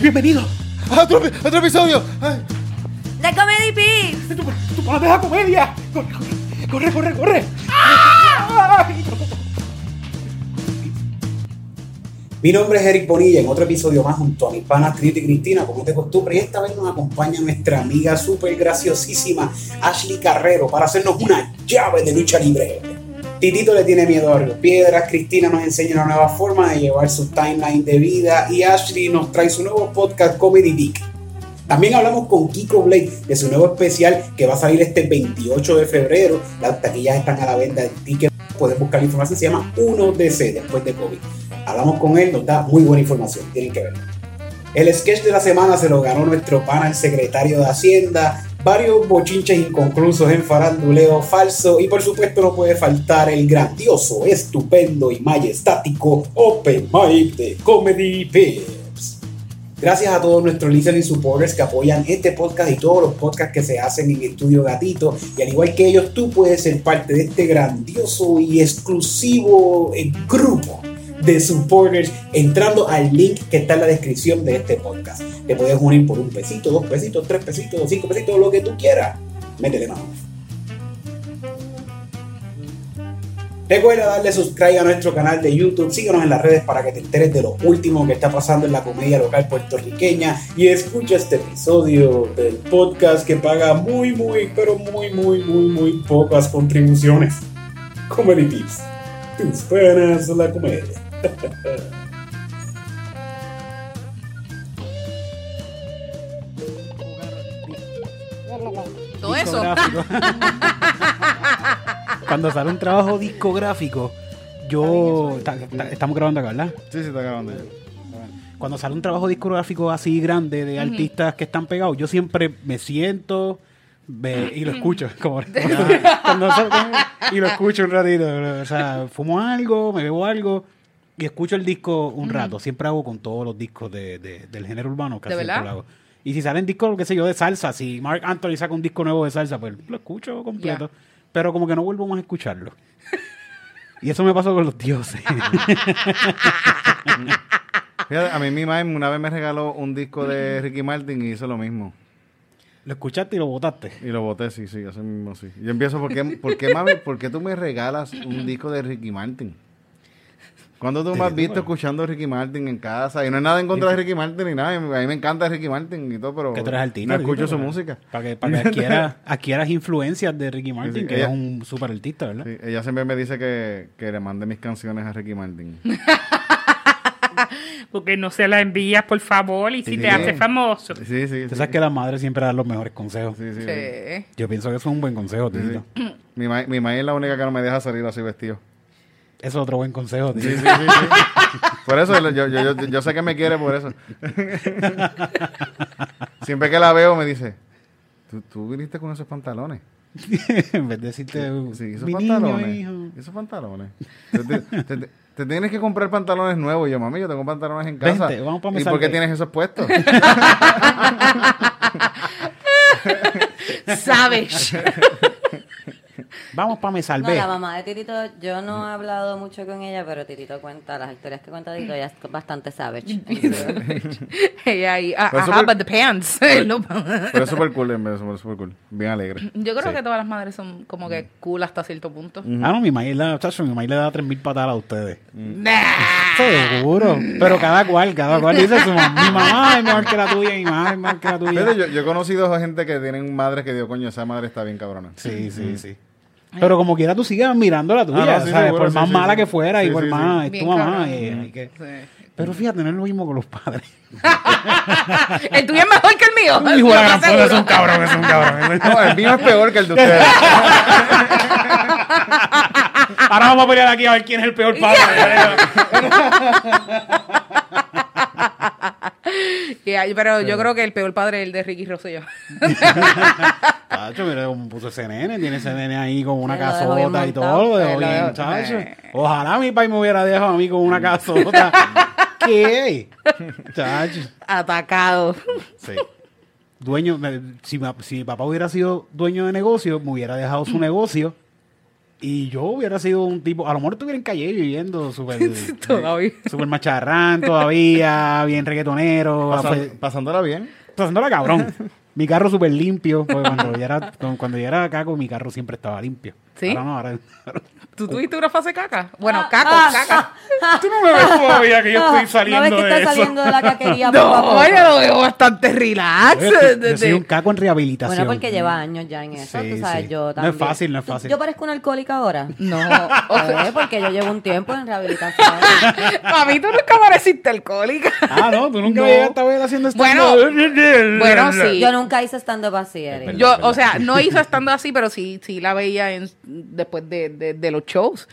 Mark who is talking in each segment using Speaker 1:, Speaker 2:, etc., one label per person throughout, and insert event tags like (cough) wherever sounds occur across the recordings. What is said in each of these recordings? Speaker 1: Bienvenido a
Speaker 2: Ah,
Speaker 1: otro, a otro episodio. Ay,
Speaker 3: ¡De Comedy Pips!
Speaker 1: tu, tu mamá me da comedia. Corre, corre, corre, corre.
Speaker 2: ¡Ah!
Speaker 1: Ay,
Speaker 4: Mi nombre es Eric Bonilla en otro episodio más junto a mis panas Trinity y Cristina, como de costumbre, y esta vez nos acompaña nuestra amiga súper graciosísima Ashley Carrero para hacernos una llave de lucha libre. Titito le tiene miedo a las piedras, Cristina nos enseña una nueva forma de llevar su timeline de vida y Ashley nos trae su nuevo podcast Comedy Dick. También hablamos con Kiko Blake de su nuevo especial que va a salir este 28 de febrero. Las taquillas están a la venta, el ticket pueden buscar la información, se llama 1DC después de COVID. Hablamos con él, nos da muy buena información, tienen que verlo. El sketch de la semana se lo ganó nuestro pana, el secretario de Hacienda, varios bochinches inconclusos en faranduleo falso y por supuesto no puede faltar el grandioso, estupendo y majestático Open Mic de Comedy Pips. Gracias a todos nuestros listeners y supporters que apoyan este podcast y todos los podcasts que se hacen en Estudio Gatito. Y al igual que ellos, tú puedes ser parte de este grandioso y exclusivo eh, grupo de supporters entrando al link que está en la descripción de este podcast. Te puedes unir por un pesito, dos pesitos, tres pesitos, cinco pesitos, lo que tú quieras. Métele mano. Recuerda darle subscribe a nuestro canal de YouTube, síganos en las redes para que te enteres de lo último que está pasando en la comedia local puertorriqueña y escucha este episodio del podcast que paga muy, muy, pero muy, muy, muy, muy pocas contribuciones. Comedy Tips, tus penas de la comedia.
Speaker 3: Todo eso.
Speaker 2: discográfico.
Speaker 3: (laughs)
Speaker 2: Cuando sale un trabajo discográfico, yo. ta- ta- estamos grabando acá, ¿verdad?
Speaker 1: Sí, se está grabando ya.
Speaker 2: Cuando sale un trabajo discográfico así grande de artistas que están pegados, yo siempre me siento ve- y lo escucho. (laughs) como- cuando sale- y lo escucho un ratito. O sea, fumo algo, me bebo algo y escucho el disco un rato. Siempre hago con todos los discos de- de- del género urbano. Casi
Speaker 3: ¿De
Speaker 2: siempre
Speaker 3: verdad?
Speaker 2: lo hago. Y si salen discos, qué sé yo, de salsa, si Mark Anthony saca un disco nuevo de salsa, pues lo escucho completo. Pero como que no vuelvo más a
Speaker 1: (laughs)
Speaker 2: escucharlo. Y eso me pasó con los dioses. (laughs)
Speaker 1: Fíjate, a mí mi mamá una vez me regaló un disco de Ricky Martin y hizo lo mismo.
Speaker 2: lo escuchaste y lo botaste.
Speaker 1: Y lo boté, sí, sí, así mismo, sí. Yo empiezo, ¿por qué, por qué, mami, por qué tú me regalas un disco de Ricky Martin? ¿Cuándo tú me has visto escuchando Ricky Martin en casa? Y no es nada en contra de Ricky Martin ni nada. A mí me encanta Ricky Martin y todo, pero
Speaker 2: Que tú eres artista.
Speaker 1: no escucho
Speaker 2: Tito,
Speaker 1: su
Speaker 2: ¿verdad?
Speaker 1: música.
Speaker 2: Para que, para que
Speaker 1: (laughs)
Speaker 2: adquieras, adquieras influencias de Ricky Martin,
Speaker 1: sí,
Speaker 2: que
Speaker 1: ella-
Speaker 2: es un super artista, ¿verdad?
Speaker 1: Sí, ella siempre me dice que, que le mande mis canciones a Ricky Martin.
Speaker 5: Porque no se la envías, por favor, y si
Speaker 1: Sí.
Speaker 5: te hace famoso.
Speaker 1: Sí, sí,
Speaker 2: Tú
Speaker 1: sí.
Speaker 2: sabes que las madres siempre dan los mejores consejos.
Speaker 1: Sí, sí, sí.
Speaker 3: Sí.
Speaker 2: Yo pienso que eso es un buen consejo,
Speaker 1: Sí,
Speaker 2: Tito.
Speaker 1: sí. Mi ma- mi maíz es la única que no me deja salir así vestido.
Speaker 2: Eso es otro buen consejo, Tito. (laughs)
Speaker 1: Sí, sí, sí, sí. Por eso, yo, yo, yo, yo sé que me quiere por eso. Siempre que la veo me dice, ¿tú, tú viniste con esos pantalones?
Speaker 2: en vez de decirte,
Speaker 1: Sí, esos
Speaker 2: mi
Speaker 1: pantalones.
Speaker 2: niño, hijo.
Speaker 1: Esos pantalones. Te, te- te- te- te tienes que comprar pantalones nuevos. Y Yo, mami, yo tengo pantalones en casa.
Speaker 2: Vente, vamos pa'
Speaker 1: ¿Y
Speaker 2: Mesal
Speaker 1: por qué
Speaker 2: Day.
Speaker 1: tienes esos puestos?
Speaker 3: Savage.
Speaker 2: (laughs) Vamos para me
Speaker 6: No,
Speaker 2: salvé.
Speaker 6: la mamá de Titito, yo no he hablado mucho con ella, pero Titito cuenta las historias que cuenta Titito, ella es bastante savage.
Speaker 2: (laughs)
Speaker 3: Ella ahí, ah,
Speaker 1: Pero eso
Speaker 3: ajá,
Speaker 1: fue-
Speaker 3: but the pants. (laughs) No,
Speaker 1: Pero es súper cool, en verdad, súper, súper cool. Bien alegre.
Speaker 3: Yo creo
Speaker 1: Sí.
Speaker 3: que todas las madres son como que cool hasta cierto punto.
Speaker 2: Ah, no, mi maíz, la, chacho, mi maíz le da 3.000 patadas a ustedes.
Speaker 3: Nah.
Speaker 2: Seguro. Pero cada cual, cada cual dice su mamá. Mi mamá es mejor que la tuya, mi mamá es mejor que la tuya.
Speaker 1: Fíjate, yo, yo he conocido a gente que tienen madres que digo, coño, esa madre está bien cabrona.
Speaker 2: Sí, sí, sí. Pero como quiera tú sigas mirando la tuya,
Speaker 1: Ah, no, sí,
Speaker 2: ¿sabes?
Speaker 1: seguro,
Speaker 2: por
Speaker 1: sí,
Speaker 2: más
Speaker 1: sí,
Speaker 2: mala
Speaker 1: sí.
Speaker 2: que fuera y
Speaker 1: Sí,
Speaker 2: por
Speaker 1: sí,
Speaker 2: más
Speaker 3: sí.
Speaker 2: es tu
Speaker 3: Bien
Speaker 2: mamá.
Speaker 3: cabrón.
Speaker 2: eh, hay que-
Speaker 3: Sí.
Speaker 2: Pero fíjate, no es lo mismo con los padres.
Speaker 3: El tuyo es mejor que el mío.
Speaker 2: (laughs) Hijo de
Speaker 3: Lo
Speaker 2: la
Speaker 3: más
Speaker 2: gran puta,
Speaker 3: seguro.
Speaker 2: es un cabrón, es un cabrón.
Speaker 1: No, el mío es peor que el
Speaker 2: (laughs)
Speaker 1: de ustedes.
Speaker 5: Ah,
Speaker 2: Ahora vamos a pelear aquí a ver quién es el peor padre.
Speaker 5: (laughs)
Speaker 3: Yeah, pero yo creo que el peor padre es el de Ricky Rosselló.
Speaker 2: Tacho, mira cómo puso ese nene. Tiene ese nene ahí con una
Speaker 6: Ahí lo dejó bien
Speaker 2: casota y
Speaker 6: montado.
Speaker 2: todo. lo dejó
Speaker 3: Ahí lo
Speaker 2: bien,
Speaker 3: dejó-
Speaker 2: chacho.
Speaker 3: Eh.
Speaker 2: Ojalá mi país me hubiera dejado a mí con una (laughs) casota. ¿Qué? Chacho.
Speaker 3: Atacado.
Speaker 2: Sí.
Speaker 3: Mm.
Speaker 2: Dueño, me- si, ma- si mi papá hubiera sido dueño de negocio, me hubiera dejado su negocio Y yo hubiera sido un tipo, a lo mejor estuviera en calle viviendo súper
Speaker 3: (laughs) Todavía.
Speaker 2: súper macharrán todavía,
Speaker 3: (laughs)
Speaker 2: bien reggaetonero,
Speaker 1: Pasan-
Speaker 2: pues,
Speaker 1: pasándola bien.
Speaker 2: pasándola cabrón. Mi carro súper limpio, porque
Speaker 3: (laughs)
Speaker 2: cuando yo era, cuando- cuando yo era caco, mi carro siempre estaba limpio.
Speaker 3: ¿Sí? Ah,
Speaker 2: Ahora no,
Speaker 3: (laughs)
Speaker 2: ahora-
Speaker 3: ¿Tú tuviste una fase caca? Bueno,
Speaker 6: Ah,
Speaker 3: caco,
Speaker 6: ah, (laughs)
Speaker 3: caca.
Speaker 2: Tú no me ves todavía que yo estoy
Speaker 6: no ves
Speaker 2: saliendo
Speaker 6: que
Speaker 2: de
Speaker 6: estás
Speaker 2: eso.
Speaker 6: saliendo de
Speaker 2: (laughs)
Speaker 6: la caquería poco a poco.
Speaker 3: No, yo lo veo bastante relax.
Speaker 2: Yo estoy- yo
Speaker 3: De-
Speaker 2: soy
Speaker 3: de-
Speaker 2: un caco en rehabilitación.
Speaker 6: Bueno, porque lleva años ya en eso,
Speaker 2: Sí,
Speaker 6: tú sabes,
Speaker 2: sí. No
Speaker 6: yo
Speaker 2: es
Speaker 6: también.
Speaker 2: fácil, no es
Speaker 6: ¿Tú-
Speaker 2: fácil.
Speaker 6: Yo parezco una alcohólica ahora. (laughs)
Speaker 3: No.
Speaker 6: Eh, porque yo llevo un tiempo en rehabilitación.
Speaker 2: (laughs)
Speaker 3: (laughs) A mí tú nunca pareciste alcohólica.
Speaker 2: Ah, no, tú
Speaker 3: (laughs)
Speaker 2: nunca
Speaker 3: No.
Speaker 2: llegaste a ver haciendo esto.
Speaker 3: Bueno, bueno, sí.
Speaker 6: Yo nunca hice stand-up así, Eric.
Speaker 3: Yo, o sea, no hizo estando así, pero sí, sí la veía en, después de, de, de los shows.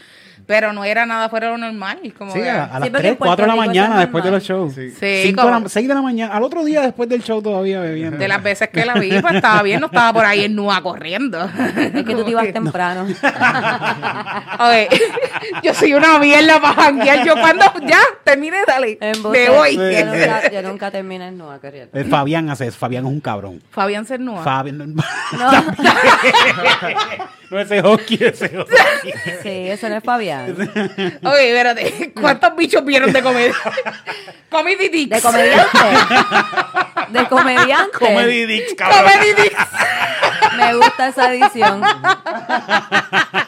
Speaker 3: Pero no era nada fuera de lo normal. Como
Speaker 2: Sí, ah,
Speaker 3: que-
Speaker 2: a, a las
Speaker 6: porque
Speaker 2: 3, 4 de
Speaker 6: en
Speaker 2: la
Speaker 6: Puerto Rico
Speaker 2: mañana
Speaker 6: eso es
Speaker 2: después de los
Speaker 6: normal.
Speaker 2: shows.
Speaker 3: Sí,
Speaker 2: 5 de la-
Speaker 3: como-
Speaker 2: 6 de la mañana, al otro día después del show todavía bebiendo.
Speaker 3: de las veces que la vi, pues estaba bien, no estaba por ahí en nua corriendo.
Speaker 6: Es que tú
Speaker 2: (laughs)
Speaker 6: te ibas temprano.
Speaker 3: A ver, (laughs) yo soy una mierda para janguear. Yo cuando ya termine, dale,
Speaker 6: Embuste.
Speaker 3: me voy.
Speaker 6: Yo nunca, yo nunca terminé en Nueva Carrera.
Speaker 2: (laughs) Eh, Fabián hace eso, Fabián es un cabrón.
Speaker 3: Fabián Cernua.
Speaker 2: Fabián...
Speaker 6: No,
Speaker 2: (laughs) No, ese hockey, ese hockey.
Speaker 6: sí, eso no es Fabián.
Speaker 3: Oye, espérate, ¿cuántos bichos vieron de comedia? (laughs) Comedy Dicks.
Speaker 6: De comediante. De comediante.
Speaker 2: Comedy Dicks, cabrón.
Speaker 3: Comedy Dicks.
Speaker 6: Me gusta esa edición.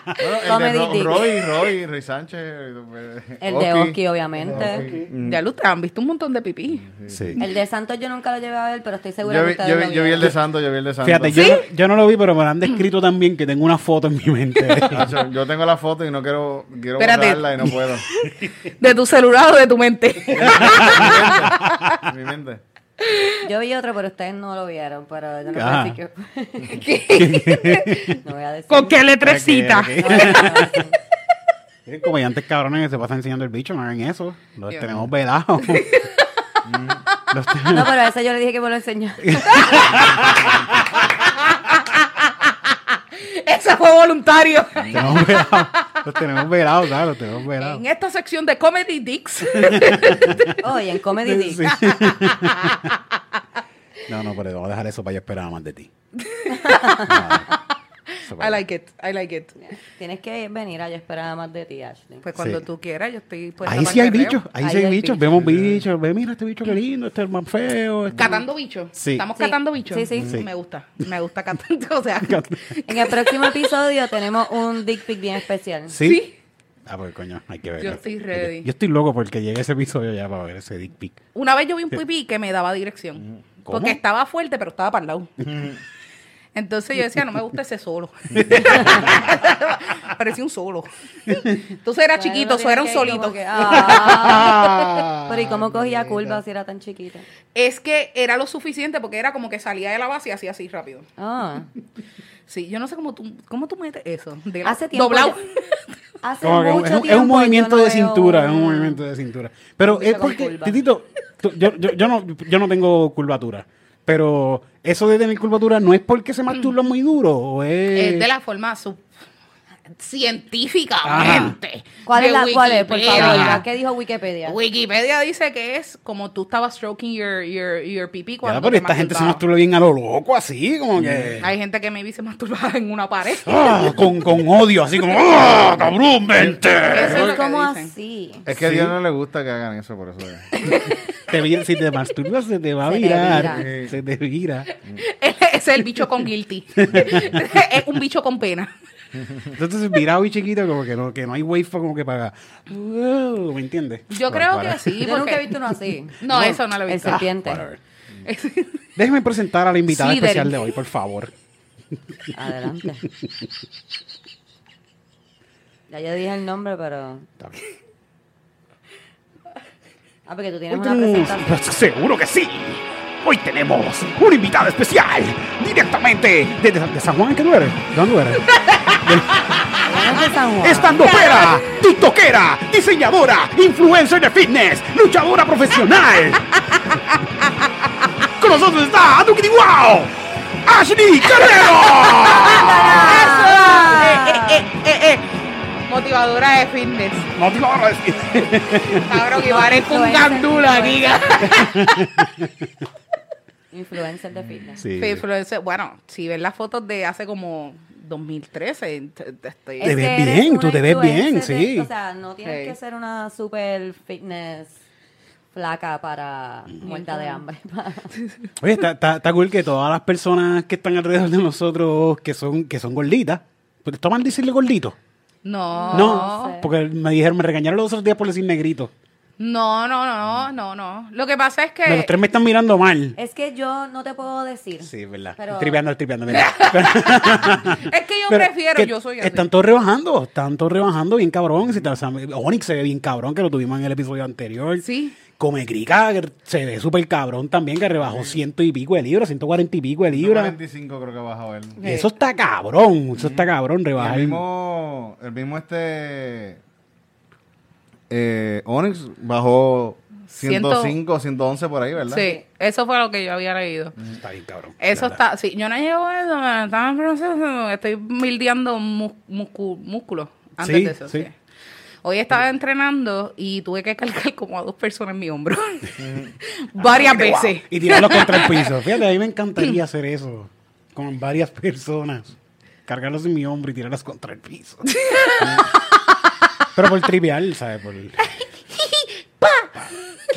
Speaker 1: Bueno, el
Speaker 6: Comedy
Speaker 1: de
Speaker 6: Dick.
Speaker 1: Ro- Roy, Roy, Roy Sánchez. eh,
Speaker 6: El de
Speaker 1: Oki.
Speaker 6: Oski, obviamente.
Speaker 3: Ya lo ustedes han visto un montón de pipí.
Speaker 2: Sí.
Speaker 6: El de Santos yo nunca lo llevé a ver, pero estoy segura
Speaker 1: Yo
Speaker 6: que
Speaker 1: vi,
Speaker 6: ustedes
Speaker 1: yo
Speaker 6: lo
Speaker 1: vi- yo vi el de
Speaker 6: vieron.
Speaker 1: Santo, yo vi el de Santo.
Speaker 2: Fíjate, yo, no- yo no lo vi, pero me lo han descrito también que tengo una foto en mi mente.
Speaker 1: Nacho, yo tengo la foto y no quiero, quiero
Speaker 3: Espérate.
Speaker 1: borrarla y no puedo.
Speaker 3: De tu celular o de tu mente.
Speaker 1: En mi mente.
Speaker 6: Yo vi otro, pero ustedes no lo vieron. Pero yo no puedo
Speaker 2: Ah.
Speaker 6: decir que... No voy a decir.
Speaker 5: ¿Con qué letrecita?
Speaker 6: No, no, no, no.
Speaker 2: Eh, Comediantes cabrones que se pasan enseñando el bicho, no hagan eso. Los
Speaker 3: Dios.
Speaker 2: tenemos vedados.
Speaker 6: No, pero a ese yo le dije que me lo enseñó.
Speaker 3: Ese fue voluntario.
Speaker 2: tenemos velados. Los tenemos velados, ¿sabes? Los tenemos velados.
Speaker 3: En esta sección de Comedy
Speaker 2: (laughs)
Speaker 3: Dicks.
Speaker 6: Oye, en Comedy Dick.
Speaker 2: Sí. No, no, pero voy a dejar eso para yo esperar más de ti.
Speaker 3: I like it, I like it.
Speaker 6: Tienes que venir a yo esperaba más de ti, Ashley.
Speaker 3: Pues cuando
Speaker 2: Sí.
Speaker 3: tú quieras, yo estoy puesta
Speaker 2: Ahí
Speaker 3: pa'l
Speaker 2: sí hay
Speaker 3: perreo.
Speaker 2: bichos, ahí
Speaker 6: Ahí
Speaker 2: sí hay
Speaker 6: hay
Speaker 2: bichos.
Speaker 6: bichos.
Speaker 2: Vemos bichos, ve, mira este bicho que lindo, este es más feo. este-
Speaker 3: Catando bichos.
Speaker 2: Sí.
Speaker 3: Estamos
Speaker 6: Sí.
Speaker 3: catando bichos.
Speaker 6: Sí, sí.
Speaker 2: Sí.
Speaker 3: Me gusta. Me gusta catando. (laughs) O
Speaker 2: (laughs)
Speaker 3: sea,
Speaker 6: En el próximo episodio tenemos un dick pic bien especial.
Speaker 2: ¿Sí?
Speaker 3: Sí.
Speaker 2: Ah, pues coño, hay que verlo.
Speaker 3: Yo estoy ready.
Speaker 2: Yo estoy loco porque llegue ese episodio ya para ver ese dick pic.
Speaker 3: Una vez yo vi un pipí que me daba dirección.
Speaker 2: Mm, ¿Cómo?
Speaker 3: Porque estaba fuerte, pero estaba para el
Speaker 2: (laughs)
Speaker 3: lado. Entonces yo decía, no me gusta ese solo. (laughs) Parecía un
Speaker 2: (laughs)
Speaker 3: solo. Entonces era
Speaker 6: Bueno,
Speaker 3: chiquito, eso
Speaker 6: tienes
Speaker 3: era un
Speaker 6: que ir
Speaker 3: solito.
Speaker 6: como que,
Speaker 2: (laughs)
Speaker 6: ah. Pero ¿y cómo cogía curva si era tan chiquita?
Speaker 3: Es que era lo suficiente porque era como que salía de la base y hacía así rápido.
Speaker 6: Ah.
Speaker 2: (laughs)
Speaker 3: Sí, yo no sé cómo tú, cómo tú metes eso. De la-
Speaker 6: Hace tiempo.
Speaker 3: Doblado.
Speaker 6: yo- hace
Speaker 2: Como que
Speaker 6: mucho
Speaker 2: es, un- es
Speaker 6: tiempo
Speaker 2: un
Speaker 6: yo
Speaker 2: movimiento
Speaker 6: no
Speaker 2: de
Speaker 6: veo
Speaker 2: cintura, es un
Speaker 6: una-
Speaker 2: movimiento de cintura. Pero
Speaker 6: bicho
Speaker 2: es
Speaker 6: con
Speaker 2: porque,
Speaker 6: curva.
Speaker 2: Titito, tú- yo, yo, yo no, yo no tengo curvatura. Pero eso de tener curvatura no es porque se masturba muy duro. O es...
Speaker 3: Es de la forma sub- científicamente.
Speaker 6: ¿Cuál
Speaker 3: de
Speaker 6: es la cuál es? Por
Speaker 3: Wikipedia.
Speaker 6: favor, ¿la que dijo Wikipedia?
Speaker 3: Wikipedia dice que es como tú estabas stroking your, your, your pipí
Speaker 2: Ya,
Speaker 3: cuando
Speaker 2: pero
Speaker 3: te
Speaker 2: esta gente se
Speaker 3: masturbabas.
Speaker 2: masturba bien a lo loco, así, como que...
Speaker 3: Hay gente que maybe se masturbaba en una
Speaker 2: (laughs)
Speaker 3: pared.
Speaker 6: Mm.
Speaker 2: ¡Ah! con, con odio, así como... ¡Ah, cabrón, vente!
Speaker 3: Eso es lo
Speaker 6: Pero
Speaker 3: que
Speaker 6: ¿Cómo
Speaker 3: dicen.
Speaker 6: así?
Speaker 1: Es que a Dios no le gusta que hagan eso, por eso. es.
Speaker 2: Te vi- si te masturbas, se te va a
Speaker 6: Se te
Speaker 2: virar.
Speaker 1: vira.
Speaker 2: Se te vira.
Speaker 3: (laughs) Ese es el bicho con
Speaker 2: (laughs)
Speaker 3: guilty. (laughs) es un bicho con pena.
Speaker 2: Entonces, virado y chiquito, como que no, que no hay wave como que paga. ¿Me entiendes?
Speaker 3: Yo
Speaker 2: Bueno,
Speaker 3: creo
Speaker 2: para-
Speaker 3: que sí.
Speaker 6: Yo nunca he
Speaker 3: porque-
Speaker 6: visto uno así.
Speaker 3: No, eso no lo he
Speaker 6: El
Speaker 3: visto.
Speaker 6: serpiente.
Speaker 2: Ah, Whatever.
Speaker 3: (laughs)
Speaker 2: Déjeme presentar a la invitada
Speaker 3: Slytherin.
Speaker 2: especial de hoy, por favor. (laughs)
Speaker 6: Adelante. Ya yo dije el nombre, pero.
Speaker 2: Está bien.
Speaker 6: Ah, porque tú tienes una presentación.
Speaker 2: Seguro que sí. Hoy tenemos una invitada especial directamente desde de San Juan. ¿Qué no eres? ¿De dónde eres?
Speaker 6: Vamos de San Juan.
Speaker 2: Estandopera, tiktokera, diseñadora, influencer de fitness, luchadora (laughs) profesional. Con nosotros está Duki Wow, Ashley (laughs) Carrero.
Speaker 3: Eh, eh, eh, eh. Motivadora de
Speaker 2: (laughs)
Speaker 3: fitness.
Speaker 2: No te lo voy a decir.
Speaker 3: Cabrón, que parezco un
Speaker 6: influencer,
Speaker 3: gandula,
Speaker 6: influencer.
Speaker 3: diga.
Speaker 6: Influencer de fitness.
Speaker 3: Sí, influencer. Bueno, si ves las fotos de hace como 2013. t- t- este,
Speaker 6: Es que
Speaker 2: ves
Speaker 6: eres
Speaker 2: bien,
Speaker 6: una
Speaker 2: tú te ves bien,
Speaker 6: influencer de-
Speaker 2: sí.
Speaker 6: o sea, no tienes
Speaker 3: Sí.
Speaker 6: que ser una super fitness flaca para muerta de hambre. (laughs)
Speaker 2: Oye, está, está- está cool que todas las personas que están alrededor de nosotros, que son, que son gorditas, pues está mal decirle gordito.
Speaker 3: No.
Speaker 2: No,
Speaker 6: sé.
Speaker 2: porque me dijeron, me regañaron los otros días por decir negrito.
Speaker 3: No, no, no, no, no. Lo que pasa es que.
Speaker 2: Los tres me están mirando mal.
Speaker 6: es que yo no te puedo decir.
Speaker 2: Sí, es verdad.
Speaker 6: Pero-
Speaker 2: Tripeando, tripeando, mira. (laughs)
Speaker 3: Es que yo
Speaker 2: Pero
Speaker 3: prefiero,
Speaker 2: que
Speaker 3: yo soy así.
Speaker 2: Están todos rebajando, están todos rebajando bien cabrón. Si te- o sea, Onyx se ve bien cabrón, que lo tuvimos en el episodio anterior.
Speaker 3: Sí.
Speaker 2: Come Crica que se ve súper cabrón también, que rebajó ciento y pico de libras, 140 (laughs) y pico de libras.
Speaker 1: 45 creo que ha bajado él.
Speaker 3: Sí.
Speaker 2: Eso está cabrón, eso está cabrón,
Speaker 1: Y
Speaker 2: rebajar.
Speaker 1: El mismo, el mismo este eh, Onyx bajó
Speaker 3: Ciento-
Speaker 1: 105, 111 por ahí, ¿verdad?
Speaker 3: Sí, eso fue lo que yo había leído.
Speaker 2: Está bien cabrón.
Speaker 3: Eso
Speaker 2: ¿verdad?
Speaker 3: está, sí, yo no llevo eso, me estaba procesando, estoy mildeando mus- muscu- músculos antes
Speaker 2: Sí,
Speaker 3: de eso.
Speaker 2: sí.
Speaker 3: sí. Hoy estaba entrenando y tuve que cargar (laughs) como a dos personas en mi
Speaker 2: (laughs)
Speaker 3: hombro. (laughs) Varias veces.
Speaker 2: Y tirarlo contra el piso. Fíjate, a mí me encantaría hacer eso con varias personas. Cargarlos en mi hombro y tirarlos contra el piso. Pero por trivial, ¿sabes? Por... Y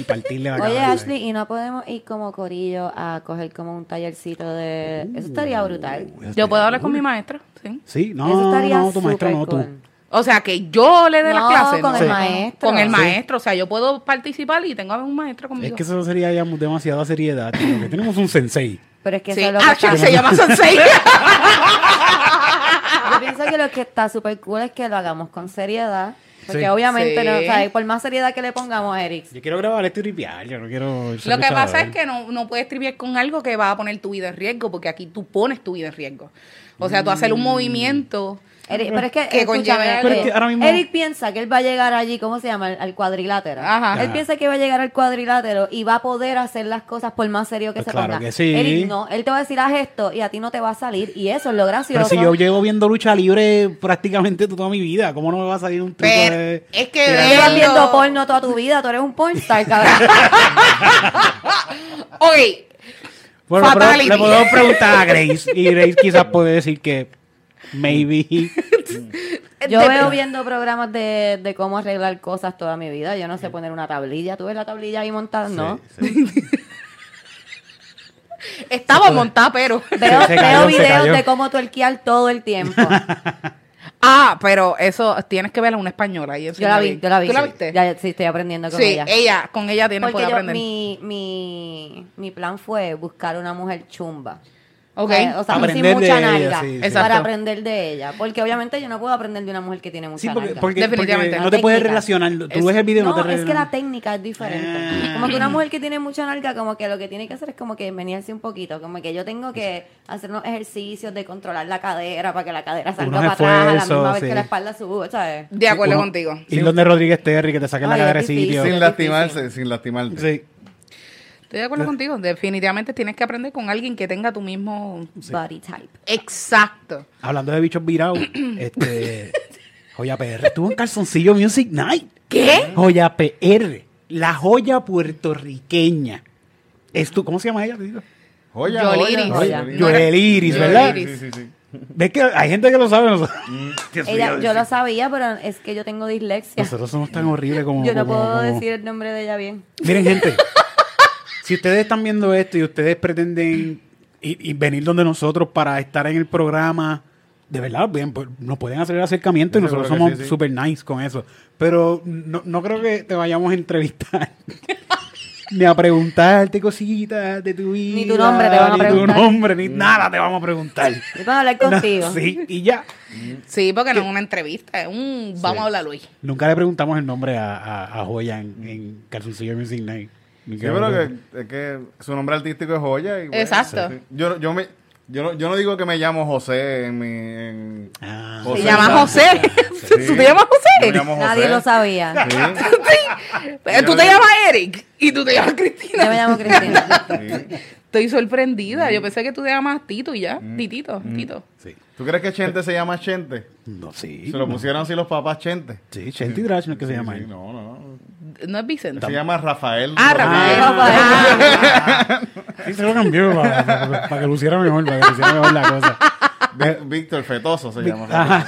Speaker 2: partirle la
Speaker 6: Oye,
Speaker 2: cabeza.
Speaker 6: Ashley, y no podemos ir como corillo a coger como un tallercito de... Eso estaría brutal.
Speaker 3: Yo puedo hablar con mi maestra, sí.
Speaker 2: Sí, no,
Speaker 6: Eso estaría
Speaker 2: no, tu maestra
Speaker 6: súper
Speaker 2: no, tú.
Speaker 6: cool.
Speaker 3: O sea, que yo le dé las
Speaker 6: No,
Speaker 3: clases.
Speaker 6: con
Speaker 3: ¿no?
Speaker 6: el maestro.
Speaker 3: Con el
Speaker 6: Sí.
Speaker 3: maestro. O sea, yo puedo participar y tengo a un maestro conmigo.
Speaker 2: Es que eso sería ya mu- demasiada seriedad. tío, que tenemos un sensei.
Speaker 6: Pero es que
Speaker 3: Sí.
Speaker 6: eso es lo que
Speaker 3: Ah,
Speaker 6: está-
Speaker 3: (laughs) se llama Sensei.
Speaker 6: (laughs) Yo pienso que lo que está súper cool es que lo hagamos con seriedad. Porque
Speaker 2: Sí.
Speaker 6: obviamente,
Speaker 3: Sí.
Speaker 6: no, o sea, por más seriedad que le pongamos, Eric,
Speaker 2: Yo quiero grabar este trivial, yo no quiero... ser
Speaker 3: Lo que pasa
Speaker 2: luchador.
Speaker 3: es que no, no puedes triviar con algo que va a poner tu vida en riesgo, porque aquí tú pones tu vida en riesgo. O sea, tú hacer un movimiento.
Speaker 6: Eric- pero es que,
Speaker 3: Que
Speaker 6: escúchame,
Speaker 3: conlleve algo.
Speaker 6: Eric,
Speaker 2: Pero es que ahora mismo-
Speaker 6: Eric piensa que él va a llegar allí, ¿cómo se llama? Al, al cuadrilátero.
Speaker 3: Ajá.
Speaker 6: Él piensa que va a llegar al cuadrilátero y va a poder hacer las cosas por más serio que
Speaker 2: Pues
Speaker 6: se
Speaker 2: claro
Speaker 6: ponga.
Speaker 2: que sí.
Speaker 6: Eric no, él te va a decir haz esto y a ti no te va a salir y eso es lo
Speaker 2: Pero
Speaker 6: gracioso.
Speaker 2: si yo llevo viendo lucha libre prácticamente toda mi vida, ¿cómo no me va a salir un truco
Speaker 3: Pero
Speaker 2: de...
Speaker 3: es que
Speaker 6: Tú
Speaker 3: verlo-
Speaker 6: llevas viendo porno toda tu vida, tú eres un pornstar,
Speaker 3: (laughs)
Speaker 6: cabrón.
Speaker 3: Oye,
Speaker 2: Bueno, pero
Speaker 3: Fatality.
Speaker 2: le podemos preguntar a
Speaker 6: (laughs)
Speaker 2: Grace y Grace quizás puede decir que maybe
Speaker 6: Yo
Speaker 3: de-
Speaker 6: veo viendo programas de, de cómo arreglar cosas toda mi vida. Yo no sé poner una tablilla. ¿Tú ves la tablilla ahí montada? No.
Speaker 3: estaba montada, pero.
Speaker 6: Veo,
Speaker 2: Se- se cayó,
Speaker 6: veo
Speaker 2: se cayó.
Speaker 6: videos de cómo tuerquear todo el tiempo.
Speaker 3: (laughs) Ah, pero eso tienes que ver a una española. Y
Speaker 6: Yo la vi, yo la vi.
Speaker 3: ¿Tú la
Speaker 6: sí.
Speaker 3: viste?
Speaker 6: Ya, sí, estoy aprendiendo con
Speaker 3: sí,
Speaker 6: ella.
Speaker 3: ella. con ella tiene
Speaker 6: Porque
Speaker 3: poder
Speaker 6: yo,
Speaker 3: aprender.
Speaker 6: mi, mi, mi plan fue buscar una mujer chumba.
Speaker 3: Ok.
Speaker 6: Eh, O sea,
Speaker 2: Aprender
Speaker 6: sin mucha
Speaker 2: de ella,
Speaker 6: nalga.
Speaker 2: sí, sí.
Speaker 3: Exacto.
Speaker 6: Para aprender de ella. Porque obviamente yo no puedo aprender de una mujer que tiene mucha
Speaker 2: sí porque,
Speaker 6: nalga.
Speaker 2: porque-
Speaker 3: Definitivamente.
Speaker 2: porque no
Speaker 3: La
Speaker 2: te puedes
Speaker 6: técnica.
Speaker 2: relacionar tú
Speaker 3: Es-
Speaker 2: ves el video y no, te
Speaker 6: No, es que la
Speaker 2: relacionas
Speaker 6: técnica es diferente.
Speaker 2: Ah.
Speaker 6: Como que una mujer que tiene mucha nalga, como que lo que tiene que hacer es como que menearse un poquito. Como que yo tengo que hacer unos ejercicios de controlar la cadera para que la cadera salga
Speaker 2: Unos
Speaker 6: para atrás a la misma
Speaker 2: esfuerzos,
Speaker 6: vez
Speaker 2: sí.
Speaker 6: que la espalda sube, ¿sabes?
Speaker 3: De acuerdo
Speaker 2: Uno-
Speaker 3: contigo.
Speaker 2: y donde Rodríguez Terry que te saca la
Speaker 6: Ay,
Speaker 2: cara de
Speaker 6: es difícil.
Speaker 2: sitio
Speaker 1: Sin
Speaker 6: Es
Speaker 1: lastimarse, sin lastimarte.
Speaker 2: sí
Speaker 3: Estoy de acuerdo contigo. Definitivamente tienes que aprender con alguien que tenga tu mismo.
Speaker 6: Body type.
Speaker 3: Exacto.
Speaker 2: hablando de bichos (clears throat) virados este Joya PR estuvo en Calzoncillo Music Night
Speaker 3: ¿Qué?
Speaker 2: Joya PR la joya puertorriqueña Estu- ¿cómo se llama ella? Tito?
Speaker 1: Joya,
Speaker 3: Yoliris.
Speaker 1: joya,
Speaker 6: Joya.
Speaker 1: joya.
Speaker 2: Joel Iris, ¿verdad?
Speaker 3: Joel Iris.
Speaker 1: Sí, sí, sí.
Speaker 2: ¿Ves que hay gente que lo sabe? Nosotros,
Speaker 6: Ella, yo lo sabía, pero es que yo tengo dislexia.
Speaker 2: nosotros somos tan horribles como...
Speaker 6: Yo no
Speaker 2: como-
Speaker 6: puedo
Speaker 2: como-
Speaker 6: decir el nombre de ella bien.
Speaker 2: Miren, gente, si ustedes están viendo esto y ustedes pretenden y, y venir donde nosotros para estar en el programa, de verdad, bien, pues, nos pueden hacer el acercamiento y
Speaker 1: Yo seguro
Speaker 2: nosotros
Speaker 1: que
Speaker 2: somos
Speaker 1: sí, sí.
Speaker 2: super nice con eso. Pero no, no creo que te vayamos a entrevistar. (laughs) Ni a preguntarte cositas de tu vida.
Speaker 6: tu nombre te van a
Speaker 2: Ni
Speaker 6: preguntar.
Speaker 2: tu nombre, ni nada te vamos a preguntar.
Speaker 6: Yo
Speaker 2: (laughs)
Speaker 6: puedo hablar contigo.
Speaker 2: Sí, y ya.
Speaker 3: Sí, porque no es una entrevista, es un. Vamos a hablar hoy.
Speaker 2: Nunca le preguntamos el nombre a, a, a Joya en, en Calzoncillo Music Night. Ni
Speaker 1: Sí,
Speaker 2: que-
Speaker 1: pero que, es que su nombre artístico es Joya. y bueno,
Speaker 3: Exacto.
Speaker 1: sí. Yo, yo, me, yo, no, yo no digo que me llamo José en mi... En
Speaker 2: Ah.
Speaker 3: Se
Speaker 1: José
Speaker 3: llama
Speaker 1: Sánchez.
Speaker 3: José.
Speaker 1: Sí.
Speaker 3: (laughs) ¿Tú te llamas
Speaker 1: Yo
Speaker 3: José?
Speaker 1: me llamo José.
Speaker 6: Nadie lo sabía.
Speaker 1: Sí,
Speaker 3: Eh, Tú te llamas Eric y tú te llamas Cristina.
Speaker 6: Yo me llamo Cristina.
Speaker 1: sí.
Speaker 3: Estoy sorprendida.
Speaker 1: Mm.
Speaker 3: Yo pensé que tú te llamas Tito y ya. Titito, Tito.
Speaker 2: Sí.
Speaker 1: ¿Tú crees que Chente se llama Chente?
Speaker 2: No, sí.
Speaker 1: Se lo
Speaker 2: no.
Speaker 1: pusieron así los papás Chente.
Speaker 2: Sí, Shanty Drash, ¿no? que se
Speaker 1: Sí,
Speaker 2: llama
Speaker 1: sí,
Speaker 2: él.
Speaker 1: no, no.
Speaker 3: No es Vicente.
Speaker 1: Se llama Rafael.
Speaker 3: Ah,
Speaker 2: Rafael.
Speaker 3: Rafael.
Speaker 6: Rafael.
Speaker 2: Sí, se lo cambió para, para- para que luciera mejor, para que luciera mejor la cosa.
Speaker 1: Ví- Víctor Fetoso se llama.
Speaker 2: Ajá.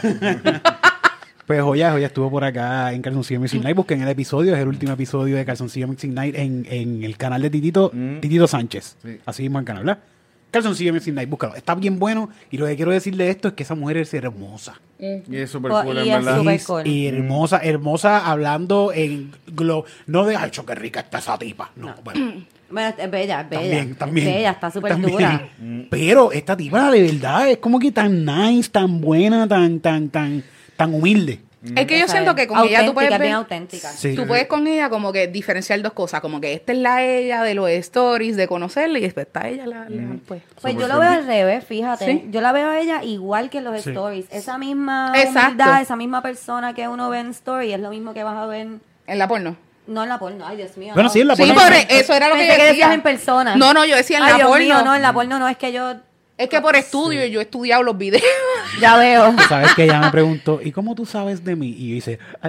Speaker 2: Pues Joya, Joya estuvo por acá en Calzoncillo Mixing Night. Busquen el episodio, es el último episodio de Calzoncillo Mixing Night en, en el canal de Titito, Titito Sánchez.
Speaker 1: Mm. Sí.
Speaker 2: Así mismo el canal, ¿verdad? Calzoncillo Mixing Night, búscalo. Está bien bueno y lo que quiero decir de esto es que esa mujer es hermosa.
Speaker 1: Y es súper
Speaker 6: Oh,
Speaker 1: cool,
Speaker 6: y
Speaker 1: en
Speaker 6: es
Speaker 1: verdad.
Speaker 6: súper
Speaker 2: Es
Speaker 6: cool.
Speaker 2: hermosa, hermosa hablando en glo... No de, ay, cho, qué rica está esa tipa. No, bueno,
Speaker 6: Bueno, es bella, es bella.
Speaker 2: también,
Speaker 6: Es
Speaker 2: también.
Speaker 6: Bella, está súper
Speaker 2: También.
Speaker 6: dura.
Speaker 2: Pero esta tipa, de verdad, es como que tan nice, tan buena, tan, tan, tan, tan humilde.
Speaker 3: Es que yo
Speaker 6: ¿Sabes?
Speaker 3: siento que con ella tú puedes
Speaker 6: Auténtica,
Speaker 3: ver,
Speaker 6: bien auténtica.
Speaker 2: Sí.
Speaker 3: tú puedes con ella como que diferenciar dos cosas, como que esta es la ella de los stories, de conocerla y después está ella la, la-
Speaker 1: Mm.
Speaker 3: pues.
Speaker 6: Pues
Speaker 1: Súper
Speaker 6: yo lo veo
Speaker 1: feliz.
Speaker 6: al revés, fíjate.
Speaker 3: Sí.
Speaker 6: Yo la veo a ella igual que en los
Speaker 2: Sí.
Speaker 6: stories. Esa misma
Speaker 3: Exacto.
Speaker 6: humildad, esa misma persona que uno ve en stories es lo mismo que vas a ver,
Speaker 3: en la porno.
Speaker 6: no en la porno, ay Dios mío.
Speaker 2: Bueno,
Speaker 6: no.
Speaker 2: sí, en la
Speaker 3: Sí,
Speaker 2: porno.
Speaker 3: pobre, eso era lo
Speaker 6: Pensé
Speaker 3: que yo
Speaker 6: que
Speaker 3: decía.
Speaker 6: decías en persona.
Speaker 3: No, no, yo decía en
Speaker 6: Ay,
Speaker 3: la
Speaker 6: Dios
Speaker 3: porno.
Speaker 6: mío, no, en la porno no, es que yo
Speaker 3: Es
Speaker 1: Ah,
Speaker 3: que por estudio yo he estudiado los
Speaker 1: (laughs)
Speaker 3: videos. (laughs)
Speaker 6: ya veo.
Speaker 2: Tú sabes que ella me preguntó, ¿y cómo tú sabes de mí? Y yo hice... "Ah,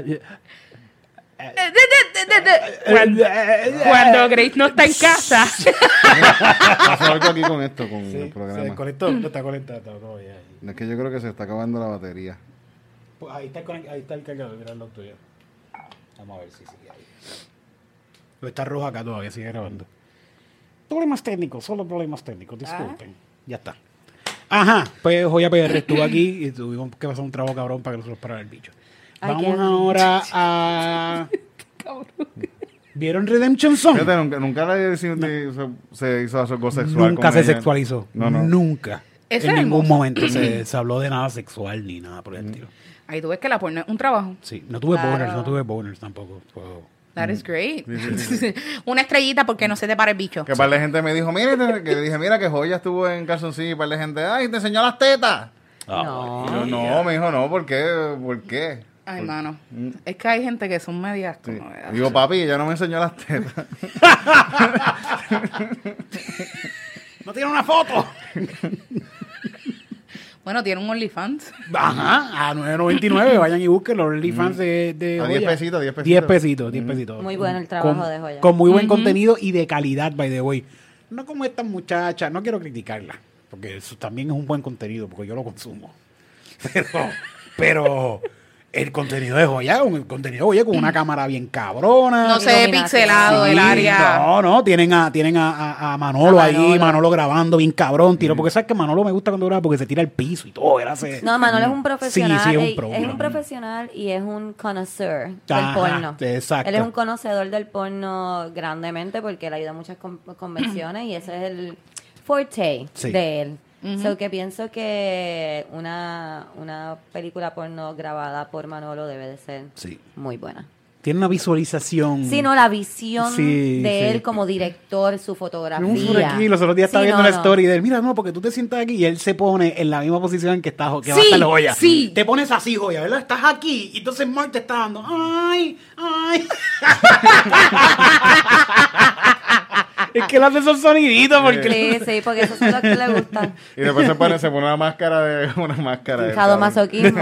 Speaker 5: Cuando, cuando Grace no está en casa,
Speaker 1: (laughs) Pasó algo aquí con esto, con el programa.
Speaker 2: desconectó, no está conectado todavía.
Speaker 1: Es que yo creo que se está acabando la batería.
Speaker 2: Pues ahí, está el cargador, mira el tuyo. Vamos a ver si sigue ahí. Pero está rojo acá todavía, sigue grabando. Problemas técnicos, solo problemas técnicos, disculpen. Ya está. Ajá, pues Joya PR estuvo aquí y tuvimos que pasar un trabajo cabrón para que nosotros parara el bicho.
Speaker 6: Ay,
Speaker 2: Vamos
Speaker 6: qué rico.
Speaker 2: ahora a... ¿Vieron Redemption Song?
Speaker 1: Fíjate, nunca, nunca la hizo- hizo- se hizo algo sexual.
Speaker 2: Nunca
Speaker 1: con
Speaker 2: se
Speaker 1: ella.
Speaker 2: sexualizó.
Speaker 1: No, no.
Speaker 2: Nunca.
Speaker 3: Eso
Speaker 2: en
Speaker 3: es
Speaker 2: ningún
Speaker 3: hermoso.
Speaker 2: momento se, se habló de nada sexual ni nada
Speaker 1: Mm.
Speaker 2: por el estilo.
Speaker 3: Ahí tú ves que la porno es un trabajo.
Speaker 2: Sí, no tuve
Speaker 6: Claro.
Speaker 2: boners, no tuve boners tampoco. Wow.
Speaker 3: That is great.
Speaker 1: Mm. Sí,
Speaker 3: (laughs) Una estrellita porque no se te para el bicho.
Speaker 1: Que par de gente me dijo, mire, que le dije, mira que joya estuvo en calzoncillo y par de gente, ay, te enseñó las tetas.
Speaker 2: Ah,
Speaker 6: No.
Speaker 1: Y yo, no, me dijo, no, ¿por qué? ¿Por qué?
Speaker 3: Ay, mano. Es que hay gente que son medias
Speaker 1: Sí.
Speaker 3: como, ¿verdad?
Speaker 1: Digo, papi, ella no me enseñó las tetas.
Speaker 2: ¡No tiene una foto!
Speaker 3: Bueno, tiene un OnlyFans.
Speaker 2: (laughs) Ajá, a 9.99 vayan y busquen los OnlyFans de, de
Speaker 1: A 10
Speaker 2: Joya.
Speaker 1: pesitos, 10 pesitos. Mm.
Speaker 2: 10 pesitos, 10 pesitos.
Speaker 6: Muy bueno el trabajo
Speaker 2: con,
Speaker 6: de Joya.
Speaker 2: Con muy buen contenido y de calidad, by the way. No como esta muchacha, no quiero criticarla, porque eso también es un buen contenido, porque yo lo consumo. (laughs) Pero, pero el contenido de Joya, es un contenido de Joya con una cámara bien cabrona.
Speaker 3: No se ve
Speaker 6: iluminación.
Speaker 3: pixelado el
Speaker 2: Sí,
Speaker 3: área.
Speaker 2: No, no, tienen a, tienen a, a- a Manolo
Speaker 6: A
Speaker 2: ahí, Manolo.
Speaker 6: Manolo.
Speaker 2: grabando bien cabrón, tiro, porque sabes que Manolo me gusta cuando graba porque se tira al piso y todo, él hace-
Speaker 6: No, Manolo es un profesional.
Speaker 2: Mm. Sí, sí, es un
Speaker 6: ey,
Speaker 2: pro,
Speaker 6: es
Speaker 2: pro.
Speaker 6: un profesional y es un connoisseur
Speaker 2: Ajá,
Speaker 6: del porno.
Speaker 2: exacto.
Speaker 6: Él es un conocedor del porno grandemente porque él ayuda a muchas con- convenciones y ese es el forte
Speaker 2: Sí.
Speaker 6: de él. So que pienso que una, una película porno grabada por Manolo debe de ser
Speaker 2: Sí.
Speaker 6: muy buena.
Speaker 2: Tiene una visualización.
Speaker 6: Sino la visión
Speaker 2: Sí,
Speaker 6: de
Speaker 2: sí.
Speaker 6: él como director, su fotografía.
Speaker 2: Un sur aquí, los otros días estaba
Speaker 6: Sí,
Speaker 2: viendo
Speaker 6: no,
Speaker 2: la
Speaker 6: no.
Speaker 2: story de él. Mira, no, porque tú te sientas aquí y él se pone en la misma posición en que está Jo- que va a
Speaker 3: Sí,
Speaker 2: estar Joya.
Speaker 3: sí.
Speaker 2: Te pones así, Joya, ¿verdad? Estás aquí y entonces Mark te está dando. ¡Ay!
Speaker 6: (laughs)
Speaker 2: ¡Ay! (laughs) es que él hace esos soniditos porque.
Speaker 6: Sí, sí, porque eso es lo que
Speaker 2: (laughs)
Speaker 6: le gusta.
Speaker 1: Y después se pone, se pone una máscara de (laughs) una máscara. de-
Speaker 6: Fijado masoquismo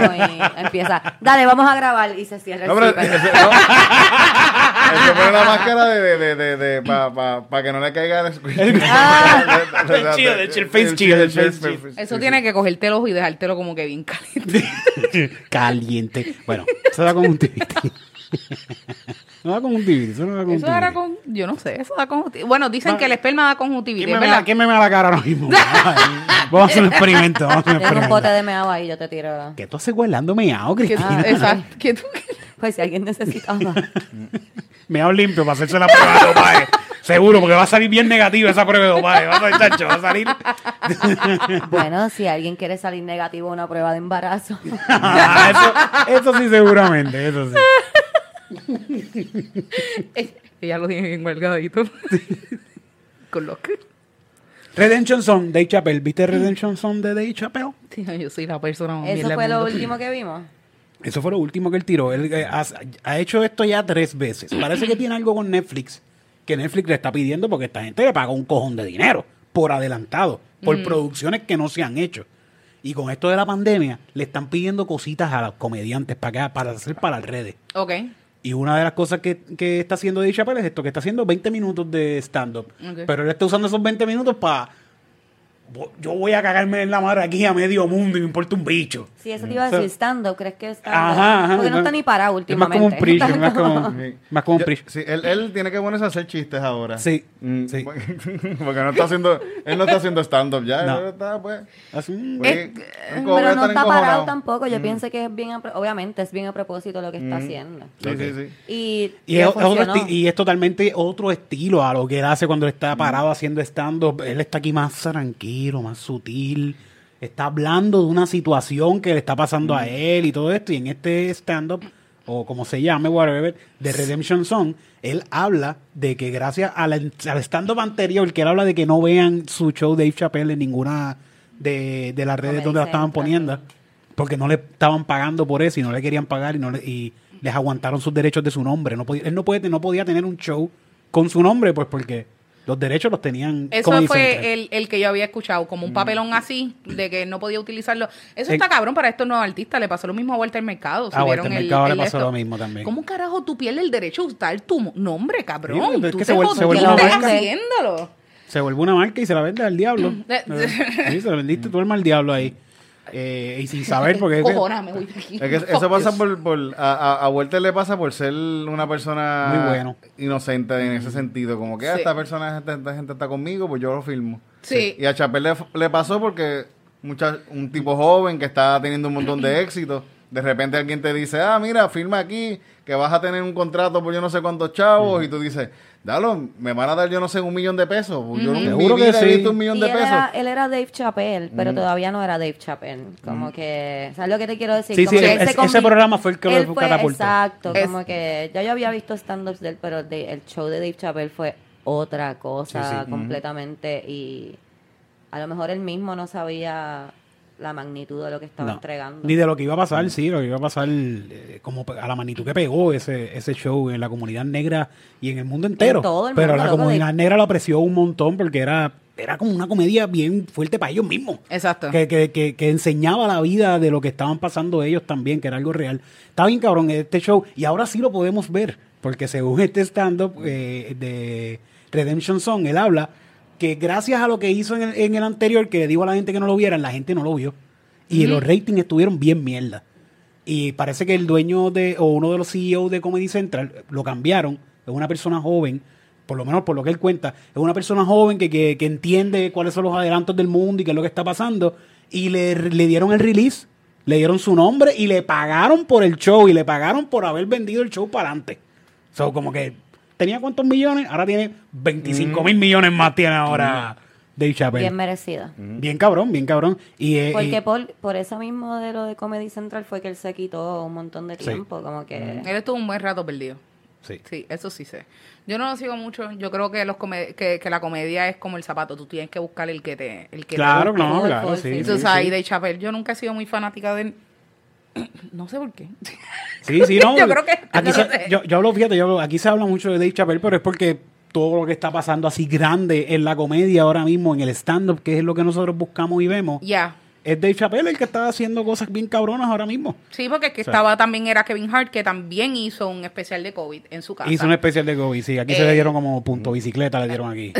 Speaker 2: (laughs)
Speaker 6: y empieza. Dale, vamos a grabar y se cierra el
Speaker 1: No, pero,
Speaker 6: zipper.
Speaker 1: ese- no. (laughs) Él se pone una máscara de, de, de, de, para que no le caiga
Speaker 2: (laughs)
Speaker 1: el (laughs)
Speaker 2: El chill, el chill, face chill, el face chill.
Speaker 3: Eso tiene que cogerte el ojo y dejártelo como que bien caliente.
Speaker 2: Caliente. Bueno, eso da con un tibiti. (laughs) no da con un tibiti. Eso no da con
Speaker 3: Eso
Speaker 2: un
Speaker 3: era
Speaker 2: tibiti.
Speaker 3: con. Yo no sé, eso da conjuntivitis. Bueno, dicen que el esperma da conjuntivitis.
Speaker 2: ¿Quién me, ve la,
Speaker 3: ¿verdad?
Speaker 2: quién me ve la cara ahora
Speaker 3: (laughs)
Speaker 2: mismo? Ay, vamos a hacer un experimento. Vamos a hacer un
Speaker 6: Tengo un
Speaker 2: experimento.
Speaker 6: bote de meado ahí, yo te tiro.
Speaker 2: ¿Qué tú haces guardando meao, Cristina?
Speaker 1: (laughs)
Speaker 3: Que- Exacto. que tú-
Speaker 6: Pues si alguien necesita.
Speaker 2: (laughs) Meao limpio para hacerse la prueba de dopaje. Seguro, porque va a salir bien negativa esa prueba de dopaje. Va a salir, chacho, va a salir.
Speaker 6: bueno, si alguien quiere salir negativo a una prueba
Speaker 2: (laughs)
Speaker 6: de embarazo.
Speaker 2: Ah, eso, eso sí, seguramente, eso sí.
Speaker 3: Ella lo tiene bien guardadito. Con los que.
Speaker 2: Redemption Song, Dave Chappelle. ¿Viste Redemption Song de Dave Chappelle?
Speaker 3: Tío, yo soy la persona más
Speaker 6: Eso
Speaker 3: mierda del
Speaker 6: fue lo
Speaker 3: mundo.
Speaker 6: último que vimos.
Speaker 2: Eso fue lo último que él tiró. Él eh, ha, ha hecho esto ya tres veces. Parece que tiene algo con Netflix, que Netflix le está pidiendo porque esta gente le paga un cojón de dinero por adelantado, por producciones que no se han hecho. Y con esto de la pandemia, le están pidiendo cositas a los comediantes para, que- para hacer para las redes.
Speaker 3: Ok.
Speaker 2: Y una de las cosas que, que está haciendo Dave Chappelle es esto, que está haciendo 20 minutos de stand-up.
Speaker 3: Ok.
Speaker 2: Pero él está usando esos 20 minutos para vo- yo voy a cagarme en la madre aquí a medio mundo y me importa un bicho.
Speaker 6: Sí, eso te iba a decir, stand-up, ¿crees que está?
Speaker 2: Mm. Ajá, ajá.
Speaker 6: Porque no está ni parado
Speaker 2: Es más como
Speaker 6: últimamente.
Speaker 2: un (laughs) preach, es más
Speaker 6: (laughs)
Speaker 2: como,
Speaker 1: Sí.
Speaker 2: más como un
Speaker 1: Yo-
Speaker 2: preach.
Speaker 1: Sí, él, él tiene que ponerse a hacer chistes ahora.
Speaker 2: Sí,
Speaker 1: Mm,
Speaker 2: sí.
Speaker 1: Porque (laughs) porque no está haciendo, él no está haciendo stand-up ya.
Speaker 2: No.
Speaker 1: él está, pues,
Speaker 2: Así.
Speaker 1: pues,
Speaker 3: Eh,
Speaker 1: como
Speaker 6: Pero
Speaker 1: va a
Speaker 6: no
Speaker 1: estar
Speaker 6: está
Speaker 1: encojonado.
Speaker 6: parado tampoco.
Speaker 2: Mm.
Speaker 6: Yo pienso que es bien, a pro- obviamente, es bien a propósito lo que está haciendo.
Speaker 1: Sí, sí, sí.
Speaker 6: Y,
Speaker 2: Y
Speaker 6: le
Speaker 2: es, es otro
Speaker 6: funcionó.
Speaker 2: esti- y es totalmente otro estilo a lo que él hace cuando él está parado haciendo stand-up. Él está aquí más tranquilo, más sutil. Está hablando de una situación que le está pasando a él y todo esto. Y en este stand-up, o como se llame, whatever, de Redemption Song, él habla de que gracias a la- al stand-up anterior, que él habla de que no vean su show Dave Chappelle en ninguna de, de las redes
Speaker 6: Comedy
Speaker 2: donde la estaban
Speaker 6: Central.
Speaker 2: poniendo porque no le estaban pagando por eso y no le querían pagar y, no le- y les aguantaron sus derechos de su nombre. No podía, él no, puede, no podía tener un show con su nombre, pues porque los derechos los tenían.
Speaker 3: Eso
Speaker 2: Comedy Central.
Speaker 3: fue el, el que yo había escuchado, como un papelón así, de que no podía utilizarlo. Eso
Speaker 2: Mm. Eh,
Speaker 3: está cabrón para estos nuevos artistas. Le pasó lo mismo a Walter Mercado.
Speaker 2: A Walter
Speaker 3: subieron el-
Speaker 2: Mercado le
Speaker 3: el
Speaker 2: pasó lo mismo también.
Speaker 3: ¿Cómo carajo tú pierdes el derecho a usar tu mo- nombre,
Speaker 2: Sí,
Speaker 3: cabrón?
Speaker 2: pero es
Speaker 3: tú
Speaker 2: que
Speaker 3: te
Speaker 2: se vuel- se vuelve
Speaker 6: una
Speaker 3: jodiste
Speaker 6: marca.
Speaker 3: haciéndolo.
Speaker 2: Se vuelve una marca y se la vende
Speaker 3: (clears throat)
Speaker 2: al diablo.
Speaker 3: Eh,
Speaker 2: sí, se la vendiste tú alma al diablo ahí. Eh, y sin
Speaker 3: (laughs)
Speaker 2: saber, porque. es que-
Speaker 3: Cojoname, voy de aquí.
Speaker 1: Es que
Speaker 2: (laughs)
Speaker 1: eso pasa por, por- a, a, a Walter le pasa por ser una persona
Speaker 2: Muy bueno.
Speaker 1: inocente en ese sentido. Como que ah,
Speaker 3: Sí.
Speaker 1: esta persona, esta, esta gente está conmigo, pues yo lo filmo.
Speaker 3: Sí.
Speaker 1: Y a Chapel le, le pasó porque mucha- un tipo joven que está teniendo un montón de éxito, de repente alguien te dice, ah, mira, firma aquí, que vas a tener un contrato por yo no sé cuántos chavos, y tú dices, dalo, me van a dar yo no sé un millón de pesos. Pues Yo nunca en mi
Speaker 2: Seguro que
Speaker 1: vida he
Speaker 2: sí.
Speaker 1: visto un millón
Speaker 6: Y
Speaker 1: de
Speaker 6: él
Speaker 1: pesos.
Speaker 6: Era, él era Dave Chappelle,
Speaker 2: Mm.
Speaker 6: pero todavía no era Dave Chappelle. Como que, ¿sabes lo que te quiero decir?
Speaker 2: Sí,
Speaker 6: Como
Speaker 2: sí,
Speaker 6: que
Speaker 2: es-
Speaker 6: él se
Speaker 2: ese
Speaker 6: convi-
Speaker 2: programa fue el que lo
Speaker 6: él fue-
Speaker 2: catapultó.
Speaker 6: Exacto,
Speaker 3: Es-
Speaker 6: como que ya yo había visto stand-ups de él, pero de- el show de Dave Chappelle fue otra cosa completamente y a lo mejor él mismo no sabía la magnitud de lo que estaba
Speaker 2: No.
Speaker 6: entregando.
Speaker 2: Ni de lo que iba a pasar, sí, lo que iba a pasar eh, como pe- a la magnitud que pegó ese, ese show en la comunidad negra y en el mundo entero.
Speaker 6: todo el
Speaker 2: Pero
Speaker 6: mundo,
Speaker 2: la
Speaker 6: loco,
Speaker 2: comunidad
Speaker 6: de-
Speaker 2: negra lo apreció un montón porque era, era como una comedia bien fuerte para ellos mismos.
Speaker 3: Exacto.
Speaker 2: Que, que- que- que enseñaba la vida de lo que estaban pasando ellos también, que era algo real. Está bien, cabrón, este show. Y ahora sí lo podemos ver, porque según (laughs) este stand-up eh, de Redemption Song, él habla que gracias a lo que hizo en el, en el anterior, que le dijo a la gente que no lo vieran, la gente no lo vio. Y los ratings estuvieron bien mierda. Y parece que el dueño de, o uno de los CEOs de Comedy Central eh, lo cambiaron. Es una persona joven, por lo menos por lo que él cuenta, es una persona joven que, que- que entiende cuáles son los adelantos del mundo y qué es lo que está pasando. Y le, le dieron el release, le dieron su nombre y le pagaron por el show y le pagaron por haber vendido el show para adelante. So, como que tenía cuántos millones, ahora tiene 25 mil millones más tiene ahora Dave Chappelle. Bien,
Speaker 6: Bien merecido.
Speaker 2: cabrón, bien cabrón. Mm. Y, eh, y-
Speaker 6: Porque por, por eso mismo de lo de Comedy Central fue que él se quitó un montón de
Speaker 2: Sí. Mm.
Speaker 6: tiempo, como que...
Speaker 3: Él estuvo un buen rato perdido.
Speaker 2: sí.
Speaker 3: Sí, eso sí sé. Yo no lo sigo mucho. Yo creo que los come- que, que la comedia es como el zapato. Tú tienes que buscar el que te... El que te
Speaker 2: Claro,
Speaker 3: guste.
Speaker 2: no,
Speaker 6: Fue-
Speaker 2: claro,
Speaker 6: fue-
Speaker 2: sí.
Speaker 3: Y
Speaker 2: sí,
Speaker 3: tú sabes,
Speaker 2: sí.
Speaker 3: y de Chappelle, yo nunca he sido muy fanática de él. (clears throat) No sé por qué.
Speaker 2: Sí, sí, no.
Speaker 3: (laughs) Yo creo que-
Speaker 2: aquí
Speaker 3: no
Speaker 2: se-
Speaker 3: lo sé.
Speaker 2: yo, yo hablo, fíjate, yo hablo- aquí se habla mucho de Dave Chappelle, pero es porque todo lo que está pasando así grande en la comedia ahora mismo, en el stand-up, que es lo que nosotros buscamos y vemos,
Speaker 3: Ya.
Speaker 2: es Dave Chappelle el que está haciendo cosas bien cabronas ahora mismo.
Speaker 3: Sí, porque el que
Speaker 2: O sea.
Speaker 3: estaba también era Kevin Hart, que también hizo un especial de COVID en su casa.
Speaker 2: Hizo un especial de COVID, sí. Aquí se
Speaker 3: Eh.
Speaker 2: le dieron como punto bicicleta, le
Speaker 3: (laughs)
Speaker 2: dieron aquí.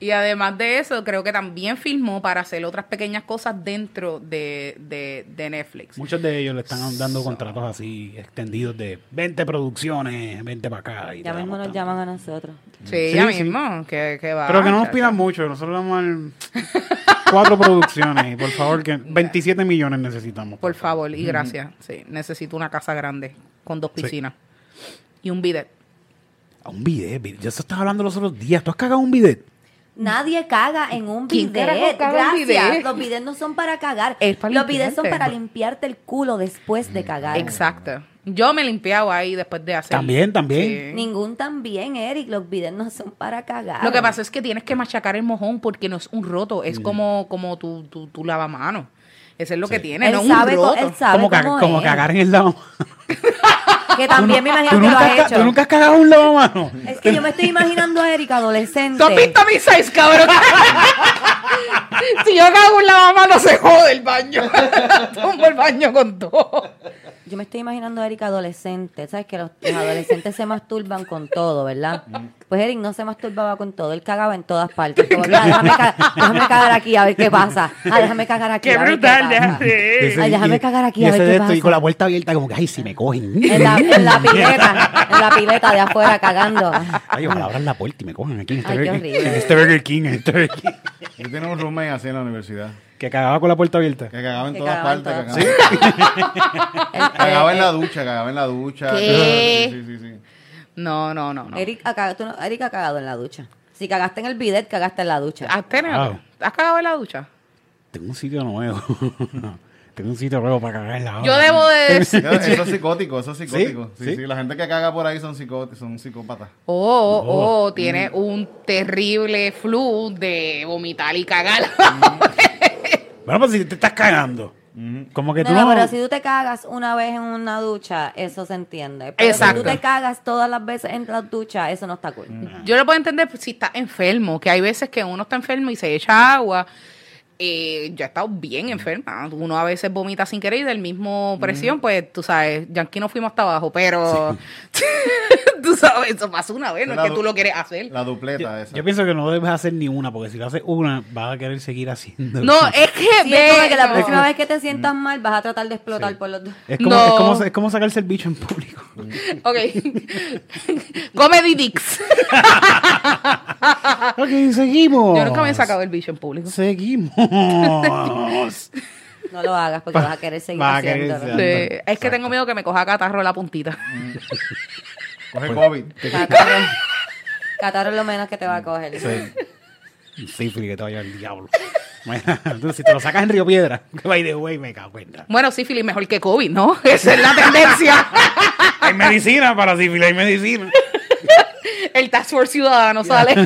Speaker 3: Y además de eso, creo que también filmó para hacer otras pequeñas cosas dentro de, de, de Netflix.
Speaker 2: Muchos de ellos le están dando contratos así extendidos de 20 producciones, 20 para acá. Y
Speaker 6: Ya
Speaker 2: te
Speaker 6: mismo
Speaker 2: damos
Speaker 6: nos
Speaker 2: tanto.
Speaker 6: llaman a nosotros.
Speaker 3: Sí,
Speaker 2: Sí,
Speaker 3: ya
Speaker 2: sí.
Speaker 3: mismo. Que, que va,
Speaker 2: Pero que no nos
Speaker 3: chacho.
Speaker 2: pidan mucho, nosotros
Speaker 3: (laughs)
Speaker 2: damos al- cuatro producciones, y por favor, que 27 millones necesitamos.
Speaker 3: Por favor, y gracias. Sí, necesito una casa grande con dos piscinas y un bidet.
Speaker 2: A un bidet, bidet. Ya se estaba hablando los otros días. ¿Tú has cagado un bidet?
Speaker 6: Nadie caga en un
Speaker 3: ¿Quién carajo
Speaker 6: bidet.
Speaker 3: caga en
Speaker 6: Gracias.
Speaker 3: un bidet?
Speaker 6: Los bidets no son para cagar.
Speaker 3: Es para
Speaker 6: Los bidets son
Speaker 3: limpiarte.
Speaker 6: para limpiarte el culo después de cagar.
Speaker 3: Exacto. Yo me limpiaba ahí después de hacer.
Speaker 2: También, también.
Speaker 3: Sí.
Speaker 6: Ningún también, Eric. Los bidets no son para cagar.
Speaker 3: Lo que pasa es que tienes que machacar el mojón porque no es un roto, es
Speaker 6: Mm.
Speaker 3: como, como tu, tu, tu lavamano. Eso es lo que tiene,
Speaker 6: Él
Speaker 3: no es
Speaker 6: sabe
Speaker 3: un
Speaker 6: co-
Speaker 3: roto.
Speaker 6: él sabe
Speaker 2: como, caga-
Speaker 6: cómo
Speaker 2: como
Speaker 6: es.
Speaker 2: cagar en el
Speaker 6: (laughs)
Speaker 2: lavamanos.
Speaker 6: Que también me
Speaker 2: ¿Tú
Speaker 6: imagino que lo
Speaker 2: nunca,
Speaker 6: ha
Speaker 2: has ca-
Speaker 6: hecho.
Speaker 2: tú nunca has cagado un lavamanos?
Speaker 6: Es que yo me estoy imaginando a Eric
Speaker 3: ¿Tú has
Speaker 6: (laughs) adolescente.
Speaker 3: visto mis seis, cabrón? si yo cago en la mamá, no se jode el baño. (laughs) Tumbo el baño con todo.
Speaker 6: Yo me estoy imaginando a Eric adolescente. Sabes que los, los adolescentes se masturban con todo, ¿verdad? Pues Eric no se masturbaba con todo. Él cagaba en todas partes. Como, "Ah, déjame, ca- déjame cagar aquí a ver qué pasa. Ah, déjame cagar aquí.
Speaker 5: Qué
Speaker 6: a ver
Speaker 5: brutal,
Speaker 6: qué pasa".
Speaker 5: déjate.
Speaker 6: Ay, déjame cagar aquí,
Speaker 2: Y
Speaker 6: a ver
Speaker 2: ese
Speaker 6: qué
Speaker 2: de esto, y
Speaker 6: pasa.
Speaker 2: con la puerta abierta, como que, ay, si me cogen.
Speaker 6: (laughs) En la, en la pileta, en la pileta de afuera cagando.
Speaker 2: Ay, ojalá abran la puerta y me cojan aquí en este,
Speaker 6: Ay, qué
Speaker 2: Burger,
Speaker 6: horrible.
Speaker 2: en este Burger King. en este Burger
Speaker 6: (laughs)
Speaker 2: King.
Speaker 1: Yo tenía un roommate así en la universidad.
Speaker 2: Que cagaba con la puerta abierta.
Speaker 1: Que cagaba en
Speaker 6: Que
Speaker 1: todas
Speaker 6: cagaba en
Speaker 1: partes.
Speaker 6: todas
Speaker 1: cagaba-
Speaker 6: El-
Speaker 1: (laughs) Cagaba en
Speaker 6: el-
Speaker 1: la ducha, cagaba en la ducha.
Speaker 3: ¿Qué?
Speaker 1: Sí, sí, sí, sí.
Speaker 3: No, no, no, no.
Speaker 6: eh, Eric ha, cagado, tú no- Eric ha cagado en la ducha. Si cagaste en el bidet, cagaste en la ducha.
Speaker 3: ¿Has, tenido-
Speaker 2: Wow.
Speaker 3: ¿Has cagado en la ducha?
Speaker 2: Tengo un sitio nuevo. (laughs) Tengo un sitio nuevo para cagar en la
Speaker 3: Yo
Speaker 2: hora.
Speaker 3: debo (laughs) de decir...
Speaker 1: Eso eso es psicótico, eso es psicótico.
Speaker 2: ¿Sí?
Speaker 1: ¿Sí?
Speaker 2: ¿Sí?
Speaker 1: sí, La gente que caga por ahí son, psicó- son psicópatas.
Speaker 3: Oh, oh, oh, tiene un terrible flu de vomitar y cagar.
Speaker 2: Bueno, pues si te estás cagando. Como que
Speaker 6: No,
Speaker 2: tú
Speaker 6: no,
Speaker 2: no.
Speaker 6: pero si tú te cagas una vez en una ducha, eso se entiende. Pero
Speaker 3: Exacto.
Speaker 6: si tú te cagas todas las veces en la ducha, eso no está cool.
Speaker 3: Yo lo puedo entender si está enfermo, que hay veces que uno está enfermo y se echa agua. Eh, yo he estado bien enferma. Uno a veces vomita sin querer y del mismo presión, pues tú sabes, Yankee no fuimos hasta abajo, pero (laughs) tú sabes, eso pasó una vez, no
Speaker 1: La
Speaker 3: es que
Speaker 1: du-
Speaker 3: tú lo quieres hacer.
Speaker 1: La dupleta esa.
Speaker 2: Yo pienso que no debes hacer ni una, porque si lo haces una, vas a querer seguir haciendo.
Speaker 3: No, es que,
Speaker 6: Sí, es como que la
Speaker 3: no.
Speaker 6: próxima vez que te sientas mal, vas a tratar de explotar por los dos.
Speaker 2: Es como,
Speaker 3: No.
Speaker 2: es, como, es como sacarse el bicho
Speaker 3: (laughs)
Speaker 2: en público.
Speaker 3: Ok. (laughs) Comedy Dicks.
Speaker 2: ok, seguimos.
Speaker 3: Ah. Yo nunca me he sacado el bicho en público. (laughs)
Speaker 2: Seguimos.
Speaker 6: No lo hagas porque vas a querer seguir
Speaker 2: Vas a querer
Speaker 6: haciéndolo.
Speaker 2: ser-
Speaker 3: Sí, es que tengo miedo que me coja catarro la puntita.
Speaker 1: Coge
Speaker 2: Pues,
Speaker 1: COVID.
Speaker 6: Catarro, catarro es lo menos que te va a coger.
Speaker 2: Sí, Fili, que te vaya el diablo. Entonces, si te lo sacas en Río Piedra, (laughs) que by the way, me cago en la-
Speaker 3: Bueno, sífilis mejor que COVID, ¿no? (laughs) Esa es la tendencia.
Speaker 2: Hay medicina para sífilis, hay medicina.
Speaker 3: El Task Force Ciudadano sale. (laughs)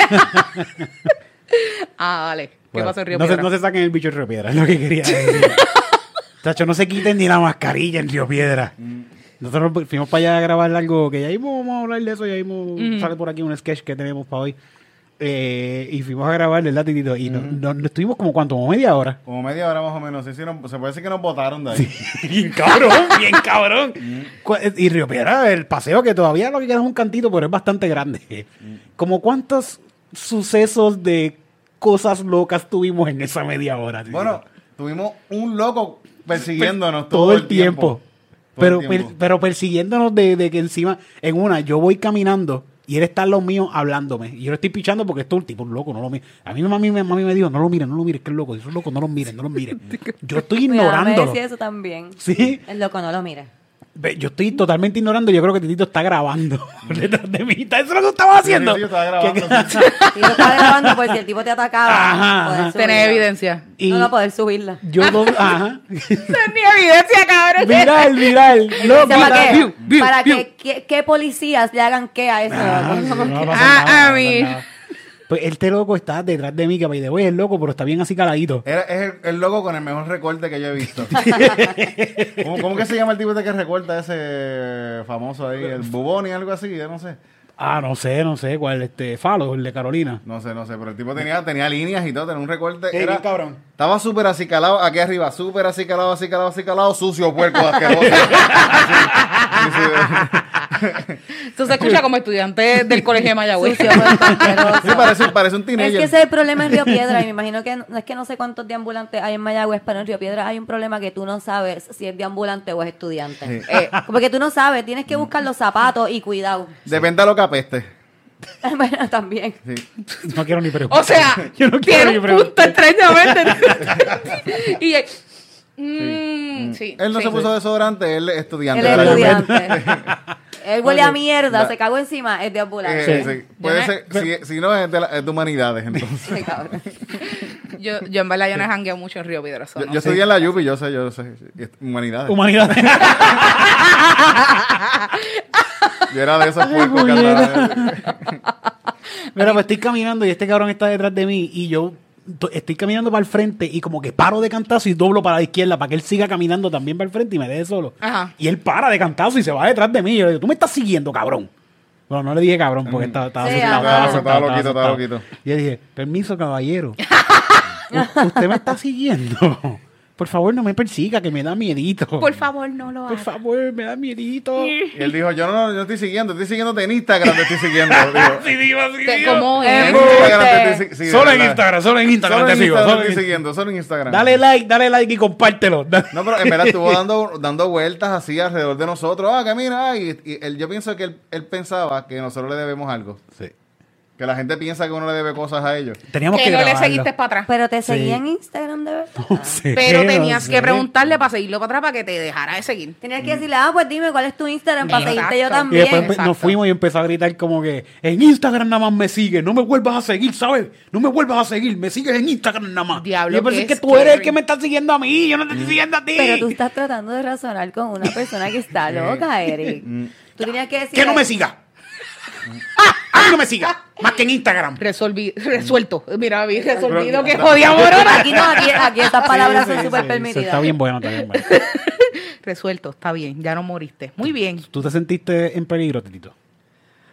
Speaker 3: ah, vale. ¿Qué
Speaker 2: Bueno,
Speaker 3: pasa en Río
Speaker 2: no, se,
Speaker 3: Piedra?
Speaker 2: no se saquen el bicho en Río Piedra, es lo que quería decir. Tacho, no se quiten ni la mascarilla en Río Piedra. Nosotros fuimos para allá a grabar algo que ya mismo vamos a hablar de eso, ya mismo sale por aquí un sketch que tenemos para hoy. Eh, y fuimos a grabar, ¿verdad, Titito? Y no- no- no estuvimos como cuánto, como media
Speaker 1: (laughs)
Speaker 2: hora.
Speaker 1: Como media hora más o menos. Se, hicieron, se puede decir que nos botaron de ahí.
Speaker 2: bien cabrón, (laughs) bien cabrón. Cu- Y Río Piedra, el paseo que todavía lo que queda es un cantito, pero es bastante grande. Como cuántos sucesos de cosas locas tuvimos en esa media hora. Titito?
Speaker 1: Bueno, tuvimos un loco persiguiéndonos
Speaker 2: todo, el tiempo.
Speaker 1: Todo el
Speaker 2: Pero, per-
Speaker 1: tiempo.
Speaker 2: pero persiguiéndonos de, de que encima, en una, yo voy caminando y él está en los míos hablándome. Y yo lo estoy pichando porque esto es un tipo loco, no lo mire. A mí mi mami, mi mami me dijo, no lo miren, no lo miren, que es loco. Si son locos, no lo miren, no lo
Speaker 6: (laughs)
Speaker 2: miren. Yo estoy
Speaker 6: Cuidado, me
Speaker 2: ignorándolo.
Speaker 6: decía eso también.
Speaker 2: Sí,
Speaker 6: El loco no lo mira.
Speaker 2: Ve, yo estoy totalmente ignorando. Yo creo que Titito está grabando (laughs) detrás de mí. Eso es lo que tú estabas
Speaker 1: Sí, sí,
Speaker 2: haciendo.
Speaker 1: yo estaba grabando,
Speaker 2: Que-
Speaker 1: sí.
Speaker 6: Si no estás grabando, pues si el tipo te atacaba,
Speaker 2: Ajá,
Speaker 6: poder
Speaker 2: ajá.
Speaker 3: Tenés
Speaker 6: subirla.
Speaker 3: evidencia.
Speaker 2: Y-
Speaker 6: No, no, poder subirla.
Speaker 2: Yo
Speaker 6: (laughs)
Speaker 2: no. Ajá.
Speaker 3: Ni evidencia, cabrón.
Speaker 2: Viral, viral. Lo
Speaker 6: O sea, ¿Para
Speaker 2: viral.
Speaker 6: qué?
Speaker 2: View, view,
Speaker 6: ¿Para
Speaker 2: view.
Speaker 6: que, que- que policías le hagan qué a eso?
Speaker 2: Ah,
Speaker 6: (laughs)
Speaker 2: sí, no va a pasar
Speaker 3: Ah,
Speaker 2: nada,
Speaker 3: a
Speaker 2: no va a
Speaker 3: mí.
Speaker 2: pasar nada. Pues este loco está detrás de mí, que by the way es loco, pero está bien así caladito.
Speaker 1: Era- es el, el loco con el mejor recorte que yo he
Speaker 2: (laughs)
Speaker 1: visto. ¿Cómo, cómo que se llama el tipo este que recorta ese famoso ahí? El bubón y algo así, yo no sé.
Speaker 2: Ah, no sé, no sé cuál, este, Falo, el de Carolina.
Speaker 1: No sé, no sé, pero el tipo tenía, tenía líneas y todo, tenía un recorte.
Speaker 2: Sí, bien cabrón.
Speaker 1: Estaba súper acicalado aquí arriba, súper acicalado, acicalado, acicalado, sucio, puerco,
Speaker 2: (laughs)
Speaker 1: asqueroso.
Speaker 3: Entonces se escucha como estudiante del colegio de Mayagüez.
Speaker 6: Sucio, pues, asqueroso.
Speaker 1: Sí, parece, parece un
Speaker 6: Es
Speaker 1: teenager.
Speaker 6: que ese es el
Speaker 2: (laughs)
Speaker 6: problema en Río Piedra y me imagino que no es que no sé cuántos deambulantes hay en Mayagüez, pero en Río Piedra hay un problema que tú no sabes si es deambulante o es estudiante. Eh, como que tú no sabes, tienes que buscar los zapatos y cuidado. (laughs)
Speaker 1: Depende a lo que apeste.
Speaker 6: bueno, también.
Speaker 1: Sí.
Speaker 2: No quiero ni preguntar.
Speaker 3: O sea,
Speaker 2: (laughs) Yo no quiero
Speaker 3: tiene
Speaker 2: ni
Speaker 3: un punto
Speaker 2: preguntar.
Speaker 3: extrañamente. y él- Mm, sí,
Speaker 1: Él no
Speaker 3: sí.
Speaker 1: se puso desodorante, él es estudiante.
Speaker 6: Él es
Speaker 1: Era yo.
Speaker 2: (laughs)
Speaker 6: estudiante. Él huele a
Speaker 1: Ok.
Speaker 6: mierda,
Speaker 1: Va.
Speaker 6: se cagó encima, es deambulante.
Speaker 1: Eh,
Speaker 2: Sí.
Speaker 1: sí. Puede ser, si, si no es de, la- es de humanidades, entonces.
Speaker 6: Ese cabrón.
Speaker 3: (laughs) Yo, yo en verdad yo no he jangueado mucho en Río Piedra. so
Speaker 1: Yo,
Speaker 3: no
Speaker 1: yo
Speaker 3: sé.
Speaker 1: estudié en la Yupi, yo sé, yo sé. Humanidades.
Speaker 2: Humanidad.
Speaker 1: yo era de esos puercos que
Speaker 2: puñeta.
Speaker 1: andaban.
Speaker 2: Mira, pues estoy caminando y este cabrón está detrás de mí y yo to- estoy caminando para el frente y como que paro de cantazo y doblo para la izquierda para que él siga caminando también para el frente y me deje solo.
Speaker 3: Ajá.
Speaker 2: Y él para de cantazo y se va detrás de mí. Yo le digo, tú me estás siguiendo, cabrón. Bueno, no le dije cabrón porque estaba, estaba
Speaker 6: Sí,
Speaker 2: asustado,
Speaker 6: ajá.
Speaker 2: estaba asustado,
Speaker 1: Estaba loquito,
Speaker 2: asustado.
Speaker 1: estaba loquito.
Speaker 3: (laughs)
Speaker 2: Y yo dije, permiso, caballero. U- usted me está siguiendo. (laughs) Por favor, no me persiga, que me da miedito.
Speaker 3: Por favor, no lo
Speaker 2: Por
Speaker 3: hagas.
Speaker 2: favor, me da miedito.
Speaker 1: Y él dijo, yo no, yo estoy siguiendo, estoy siguiéndote en Instagram, te estoy
Speaker 2: (laughs)
Speaker 1: siguiendo. Digo,
Speaker 3: Te- ¿Cómo
Speaker 1: en
Speaker 3: es?
Speaker 1: Instagram te estoy si- sí,
Speaker 2: solo
Speaker 1: de
Speaker 2: en
Speaker 1: verdad.
Speaker 2: Instagram, solo en Instagram
Speaker 1: Solo en
Speaker 2: te sigo.
Speaker 1: Instagram
Speaker 2: solo
Speaker 1: te
Speaker 2: en
Speaker 1: estoy
Speaker 2: Instagram.
Speaker 1: siguiendo, solo en Instagram.
Speaker 2: Dale like, dale like y compártelo. Da-
Speaker 1: (laughs) No, pero en
Speaker 2: (laughs)
Speaker 1: verdad estuvo dando, dando vueltas así alrededor de nosotros. Ah, que mira, y, y él- yo pienso que él, él pensaba que nosotros le debemos algo. Que la gente piensa que uno le debe cosas a ellos.
Speaker 2: Teníamos que,
Speaker 3: Que no le
Speaker 2: grabarlo.
Speaker 3: seguiste
Speaker 2: (laughs)
Speaker 3: para atrás.
Speaker 6: Pero te
Speaker 2: Sí.
Speaker 6: seguía en Instagram de verdad.
Speaker 2: No sé,
Speaker 3: Pero
Speaker 2: no
Speaker 3: tenías
Speaker 2: sé.
Speaker 3: que preguntarle para seguirlo para atrás para que te dejara de seguir.
Speaker 6: Tenías que decirle, ah, pues dime cuál es tu Instagram para
Speaker 3: Exacto.
Speaker 6: seguirte yo
Speaker 2: Y
Speaker 6: también.
Speaker 2: después empe-
Speaker 3: Exacto.
Speaker 2: nos fuimos y empezó a gritar como que en Instagram nada más me sigue, no me vuelvas a seguir, ¿sabes? No me vuelvas a seguir, me sigues en Instagram nada más.
Speaker 3: Diablo,
Speaker 2: y yo pensé
Speaker 3: qué
Speaker 2: que tú eres el
Speaker 3: scary.
Speaker 2: que me estás siguiendo a mí, yo no te
Speaker 1: Mm.
Speaker 2: estoy siguiendo a ti.
Speaker 6: Pero tú estás tratando de razonar con una persona que está loca, Eric. Tú tenías que decir.
Speaker 2: Mm. Que no me siga. a mí no
Speaker 3: (laughs)
Speaker 2: me siga, más que en Instagram.
Speaker 3: Resolví, resuelto. Mira, vi resolvido
Speaker 1: Pero-
Speaker 3: que jodía morona.
Speaker 6: Aquí no, aquí,
Speaker 2: (laughs)
Speaker 6: aquí estas palabras son súper permitidas.
Speaker 2: Está bien bueno, está bien bueno.
Speaker 3: (laughs) Resuelto, está bien, ya no moriste. Muy bien.
Speaker 2: ¿Tú te sentiste en
Speaker 3: (laughs)
Speaker 2: peligro, Titito?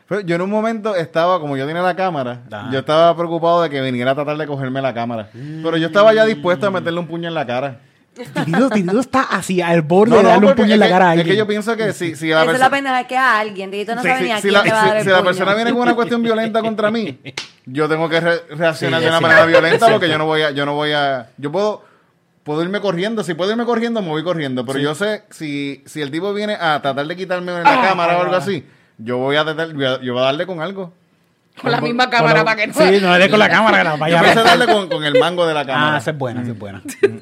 Speaker 1: Pero yo en un momento estaba, como yo tenía la cámara,
Speaker 2: Ajá.
Speaker 1: yo estaba preocupado de que viniera a tratar de cogerme la cámara. Pero yo estaba ya dispuesto a meterle un puño en la cara.
Speaker 2: Titito, Titito está así, al borde de darle un
Speaker 1: porque
Speaker 2: puño en
Speaker 1: es
Speaker 2: la
Speaker 1: que-
Speaker 2: cara a
Speaker 1: Es que
Speaker 2: alguien.
Speaker 1: yo pienso que si, si la
Speaker 6: Esa es la
Speaker 1: persona...
Speaker 6: pena que a alguien, Tito no
Speaker 1: Sí,
Speaker 6: sabe
Speaker 1: sí,
Speaker 6: ni a
Speaker 1: si
Speaker 6: quién
Speaker 1: la,
Speaker 6: le va a
Speaker 1: si-
Speaker 6: dar el
Speaker 1: si la
Speaker 6: puño.
Speaker 1: persona viene con una cuestión violenta contra mí, yo tengo que re- reaccionar
Speaker 2: Sí,
Speaker 1: de
Speaker 2: es
Speaker 1: una
Speaker 2: cierto.
Speaker 1: manera violenta
Speaker 2: Es
Speaker 1: porque yo
Speaker 2: cierto.
Speaker 1: no voy a, yo no voy a, yo puedo, puedo irme corriendo, si puedo irme corriendo, me voy corriendo, pero yo sé si, si el tipo viene a tratar de quitarme en
Speaker 6: Ah,
Speaker 1: la cámara o algo así, yo voy a tratar, voy a- yo voy a darle con algo.
Speaker 3: Con la
Speaker 1: Con-
Speaker 3: misma
Speaker 1: con
Speaker 3: cámara
Speaker 1: la-
Speaker 3: para que no.
Speaker 2: Sí, no eres con la cámara, que la
Speaker 1: Yo
Speaker 2: vaya a
Speaker 1: pensé
Speaker 2: ver.
Speaker 1: darle con, con el mango de la
Speaker 2: (laughs)
Speaker 1: cámara.
Speaker 2: Ah, esa es buena, esa es buena.
Speaker 1: Mm.
Speaker 2: Mm.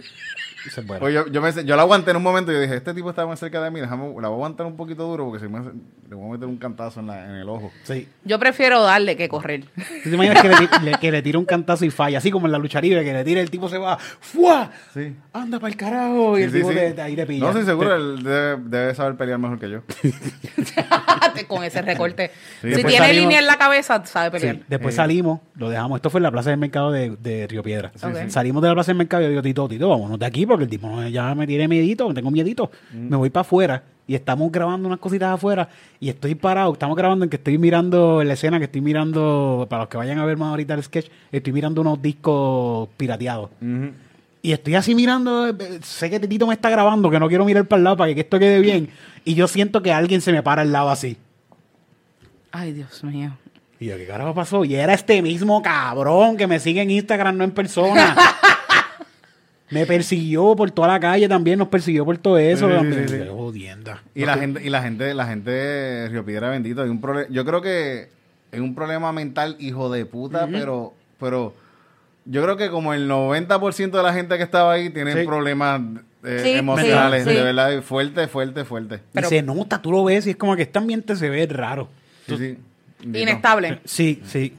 Speaker 2: Esa es buena.
Speaker 1: Pues yo, yo, me, yo la aguanté en un momento y yo dije, este tipo está más cerca de mí, déjame, la voy a aguantar un poquito duro porque si me, hace- le voy a meter un cantazo en, la- en el ojo.
Speaker 2: Sí.
Speaker 3: (laughs) Yo prefiero darle que correr. (laughs)
Speaker 2: ¿Tú te imaginas que le, ti- le- que le tira un cantazo y falla? Así como en la lucha libre, que le tira el tipo se va, ¡fua!
Speaker 1: Sí.
Speaker 2: Anda para el carajo. Y
Speaker 1: Sí,
Speaker 2: el
Speaker 1: sí,
Speaker 2: tipo
Speaker 1: sí.
Speaker 2: te- te- ahí le pilla.
Speaker 1: No, sí, seguro, él debe, debe saber pelear mejor que yo.
Speaker 3: Con ese recorte. si tiene
Speaker 1: después
Speaker 2: pues salimos-
Speaker 3: línea en la cabeza, sabe
Speaker 2: Sí.
Speaker 3: pelear.
Speaker 2: Después salimos, lo dejamos. Esto fue en la plaza del mercado de, de Río Piedra.
Speaker 3: Ok. sí.
Speaker 2: Salimos de la plaza del mercado y yo digo, Tito, Tito, vámonos de aquí porque el tipo no- ya me tiene miedito, tengo miedito. Me voy para afuera y estamos grabando unas cositas afuera y estoy parado. Estamos grabando en que estoy mirando la escena, que estoy mirando, para los que vayan a ver más ahorita el sketch, estoy mirando unos discos pirateados. Y estoy así mirando, eh, sé que Titito me está grabando, que no quiero mirar para el lado para que esto quede bien. Y yo siento que alguien se me para al lado así.
Speaker 3: Ay, Dios mío.
Speaker 2: Y yo, ¿qué carajo pasó? Y era este mismo cabrón que me sigue en Instagram, no en
Speaker 1: (laughs)
Speaker 2: persona. me persiguió por toda la calle también, nos persiguió por todo eso.
Speaker 1: Sí, sí,
Speaker 2: también.
Speaker 1: sí, sí.
Speaker 2: Qué jodienda.
Speaker 1: Y la gente, y la gente, la gente de Río Piedra bendito, hay un problema, yo creo que es un problema mental hijo de puta, pero, pero yo creo que como el 90% de la gente que estaba ahí tienen
Speaker 2: Sí.
Speaker 1: problemas eh,
Speaker 6: Sí,
Speaker 1: emocionales,
Speaker 6: sí, sí.
Speaker 1: de verdad, fuerte, fuerte, fuerte.
Speaker 3: Pero-
Speaker 2: Y se nota, tú lo ves y es como que este ambiente se ve raro.
Speaker 1: Sí, sí. Bendito.
Speaker 3: Inestable.
Speaker 2: Sí, sí.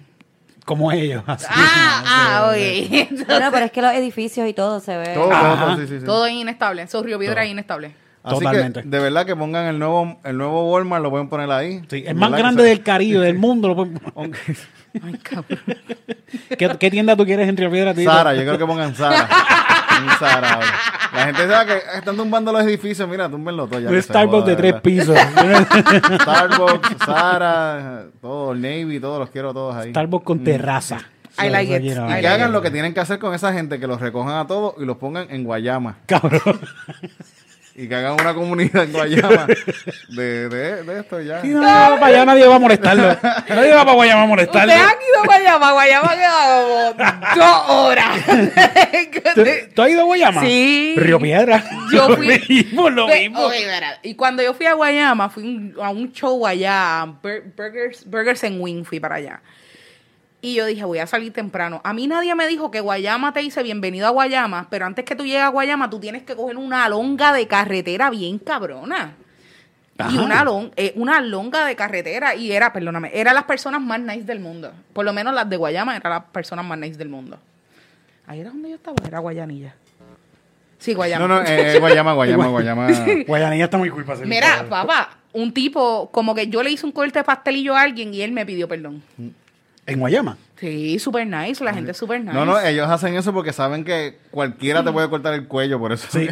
Speaker 2: Como ellos. (laughs) así.
Speaker 3: (laughs) Ah, ah, ok.
Speaker 6: Bueno, pero es que los edificios y todo se ve.
Speaker 1: Todo, todo, todo, sí, sí,
Speaker 3: (laughs)
Speaker 1: sí.
Speaker 3: Todo es inestable. Su Río Piedra
Speaker 2: Todo.
Speaker 3: es inestable.
Speaker 1: Así
Speaker 2: Totalmente.
Speaker 1: que de verdad que pongan el nuevo, el nuevo Walmart, lo pueden poner ahí.
Speaker 2: Sí,
Speaker 1: De
Speaker 2: el más
Speaker 1: verdad que
Speaker 2: grande
Speaker 1: se-
Speaker 2: del Caribe, del mundo. lo pueden-
Speaker 1: Aunque-
Speaker 3: Ay, cabrón.
Speaker 2: (laughs) ¿Qué, qué tienda tú quieres en Río Piedra? Tito?
Speaker 1: Sara, yo creo que pongan Sara. Un Sara. oye. La gente sabe que están tumbando los edificios. Mira, túmbenlo todo ya.
Speaker 2: Un
Speaker 1: que se
Speaker 2: Starbucks
Speaker 1: joda,
Speaker 2: de tres
Speaker 1: ¿verdad?
Speaker 2: pisos.
Speaker 1: (laughs) Starbucks, Sara, todo, el Navy, todos, los quiero todos
Speaker 2: (laughs)
Speaker 1: ahí.
Speaker 2: Starbucks con terraza.
Speaker 3: I like
Speaker 2: Eso
Speaker 3: it.
Speaker 2: llena,
Speaker 3: I
Speaker 1: y
Speaker 3: like
Speaker 1: que
Speaker 3: Ay,
Speaker 1: hagan lo que tienen que hacer con esa gente, que los recojan a todos y los pongan en Guayama.
Speaker 2: (laughs) Cabrón.
Speaker 1: Y que hagan una comunidad en Guayama de, de- de esto ya.
Speaker 2: Sí, no, no, para allá nadie va a molestarlo. Nadie va para Guayama a molestarlo.
Speaker 3: Ustedes han ido a Guayama. Guayama ha quedado como dos horas.
Speaker 2: ¿Tú, (laughs) tú has ido a Guayama?
Speaker 3: Sí.
Speaker 2: Río Piedra.
Speaker 3: Yo fui-
Speaker 2: Lo mismo, lo
Speaker 3: Ve-
Speaker 2: mismo.
Speaker 3: Pues, ok, verá, Y cuando yo fui a Guayama, fui un- a un show allá, Bur- Burgers, Burgers and Wing, fui para allá. Y yo dije, voy a salir temprano. A mí nadie me dijo que Guayama te dice bienvenido a Guayama, pero antes que tú llegues a Guayama, tú tienes que coger una longa de carretera bien cabrona. Y
Speaker 2: Ajá.
Speaker 3: una, lon- eh, una longa de carretera. Y era, perdóname, eran las personas más nice del mundo. Por lo menos las de Guayama eran las personas más nice del mundo. Ahí era donde yo estaba, era Guayanilla. Sí, Guayama.
Speaker 1: No, no, eh, Guayama, Guayama, Guayama.
Speaker 2: Guayanilla está muy culpa. sí.
Speaker 3: Mira, papá, un tipo, como que yo le hice un corte de pastelillo a alguien y él me pidió perdón.
Speaker 2: ¿En Guayama?
Speaker 3: Sí, super nice, la gente es super nice.
Speaker 1: No, no,
Speaker 7: eh.
Speaker 1: ellos hacen eso porque saben que cualquiera te puede cortar el cuello, por eso. (laughs) Yo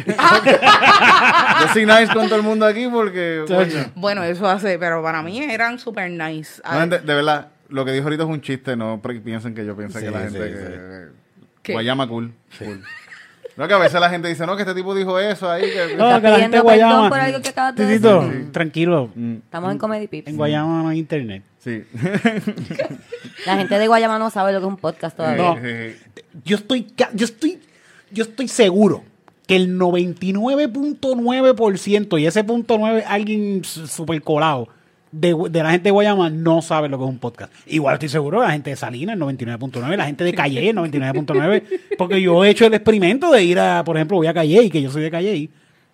Speaker 1: soy nice con todo el mundo aquí porque... coño.
Speaker 3: Bueno, eso hace, pero para mí eran super nice.
Speaker 1: No, gente, de verdad, lo que dijo ahorita es un chiste, no pre- piensen que yo piense
Speaker 2: Sí,
Speaker 1: que la
Speaker 2: sí,
Speaker 1: gente
Speaker 2: sí.
Speaker 1: que-
Speaker 3: ¿Qué?
Speaker 1: Guayama cool. Cool. No, que a veces la gente dice, no, que este tipo dijo eso ahí. Que...
Speaker 2: No,
Speaker 6: Estás
Speaker 2: que la gente
Speaker 6: pidiendo
Speaker 2: de Guayama.
Speaker 6: perdón por algo que acabas de
Speaker 2: Titito,
Speaker 6: decir.
Speaker 2: tranquilo.
Speaker 6: Estamos en Comedy
Speaker 2: En
Speaker 6: Pips.
Speaker 2: Guayama no hay internet.
Speaker 1: Sí.
Speaker 6: La gente de Guayama no sabe lo que es un podcast todavía.
Speaker 2: No.
Speaker 1: Eh,
Speaker 2: Yo estoy, ca- yo estoy, yo estoy seguro que el 99.9% y ese punto 9 alguien s- super colado de, de la gente de Guayama no sabe lo que es un podcast. Igual estoy seguro la gente de Salinas 99.9, la gente de Calle 99.9, porque yo he hecho el experimento de ir a, por ejemplo, voy a Calle, que yo soy de Calle,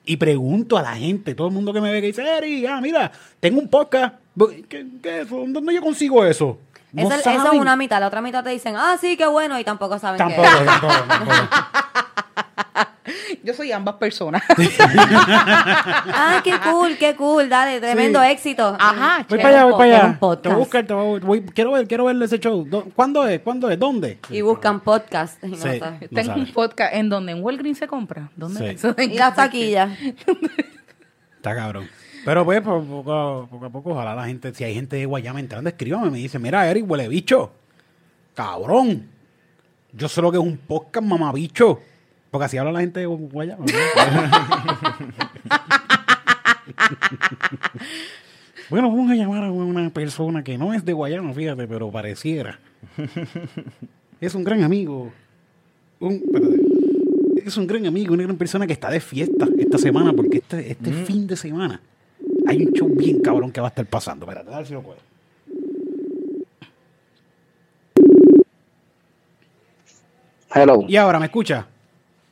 Speaker 2: y pregunto a la gente, todo el mundo que me ve que dice, Eri, ah, mira, tengo un podcast, ¿qué, qué es eso? ¿Dónde yo consigo eso? No
Speaker 6: Esa, esa es
Speaker 2: saben.
Speaker 6: una mitad. La otra mitad te dicen, ah, sí, qué bueno, y tampoco saben
Speaker 2: Tampoco,
Speaker 6: qué es.
Speaker 2: tampoco, tampoco.
Speaker 3: Yo soy ambas personas.
Speaker 6: Ah, qué cool, qué cool, dale, tremendo éxito.
Speaker 3: Ajá,
Speaker 2: Voy
Speaker 6: Ah, Qué
Speaker 2: para allá, voy
Speaker 6: loco,
Speaker 2: para
Speaker 6: que es
Speaker 2: allá.
Speaker 6: un podcast.
Speaker 2: Te voy a buscar, te voy a- voy- quiero, ver, quiero verle ese show. Do- ¿Cuándo es? ¿Cuándo es? ¿Dónde?
Speaker 6: Y buscan podcast. Y, no
Speaker 2: Sí.
Speaker 6: saben.
Speaker 3: (laughs) Tengo
Speaker 2: sabe.
Speaker 3: un podcast en donde en Walgreens se compra. ¿Dónde
Speaker 2: Sí.
Speaker 3: es eso?
Speaker 6: y las taquillas.
Speaker 2: Está cabrón. Pero pues, po- poco, a- poco a poco, ojalá la gente, si hay gente de Guayama entrando, escríbame. Me dice, mira, Eric, huele bicho. Cabrón. Yo sé lo que es un podcast, mamabicho. Porque así habla la gente de Guayama. (laughs) bueno, vamos a llamar a una persona que no es de Guayama, fíjate, pero pareciera. es un gran amigo. Un, espérate. es un gran amigo, una gran persona que está de fiesta esta semana, porque este, este fin de semana hay un show bien cabrón que va a estar pasando. Espérate, a ver si lo puedo.
Speaker 7: Hello.
Speaker 2: Y ahora, ¿me escucha?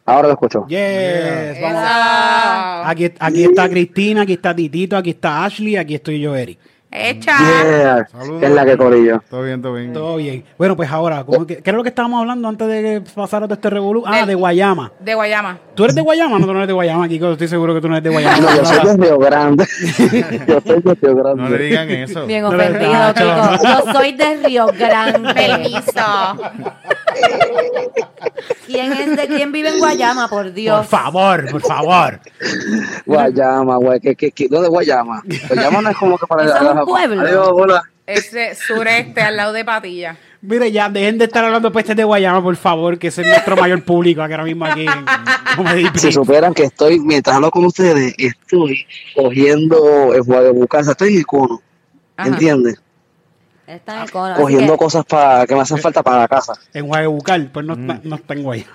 Speaker 7: Ahora lo escucho.
Speaker 2: Yes, vamos.
Speaker 3: Esa.
Speaker 2: Aquí, aquí está Cristina, aquí está Titito, aquí está Ashley, aquí estoy yo, Eric.
Speaker 3: Hecha.
Speaker 7: Yeah.
Speaker 1: Saludos.
Speaker 7: ¿Qué es la que corillo?
Speaker 1: Todo bien, todo bien.
Speaker 2: Todo bien. Bueno, pues ahora, ¿cómo que- ¿qué era lo que estábamos hablando antes de pasar a todo este revolú? Ah, de Guayama.
Speaker 3: De Guayama.
Speaker 2: ¿Tú eres de Guayama? No, tú no eres de Guayama, Kiko. Estoy seguro que tú no eres de Guayama.
Speaker 7: No, yo soy de Río Grande.
Speaker 1: (laughs)
Speaker 7: yo soy de Río Grande.
Speaker 1: No le digan eso.
Speaker 6: Bien
Speaker 2: No, no, no,
Speaker 6: ofendido,
Speaker 2: chaval.
Speaker 6: Kiko. Yo soy de Río Grande.
Speaker 3: Permiso.
Speaker 6: ¿Quién es de quién vive en Guayama, por
Speaker 2: Por
Speaker 6: Dios?
Speaker 2: favor, por favor.
Speaker 7: Guayama, güey. ¿qué, qué, qué? dónde es Guayama? Guayama no es como que para
Speaker 6: Eso es un pueblo.
Speaker 7: Adiós, hola.
Speaker 3: (laughs) Ese sureste al lado de Patilla.
Speaker 2: Mire, ya, dejen de estar hablando pestes de Guayama, por favor, que ese es nuestro mayor público que ahora mismo aquí en Comedy
Speaker 7: Si
Speaker 2: Pips.
Speaker 7: supieran que estoy, mientras hablo con ustedes, estoy cogiendo eh, el juego de bucanza, estoy en icono,
Speaker 3: Ajá.
Speaker 7: ¿entiendes?
Speaker 6: Está en el cono, así
Speaker 7: Cogiendo
Speaker 6: que-
Speaker 7: cosas para que me
Speaker 1: Eh.
Speaker 7: hacen falta para la casa.
Speaker 2: En Guayabucal, pues no está, no está en Guayama.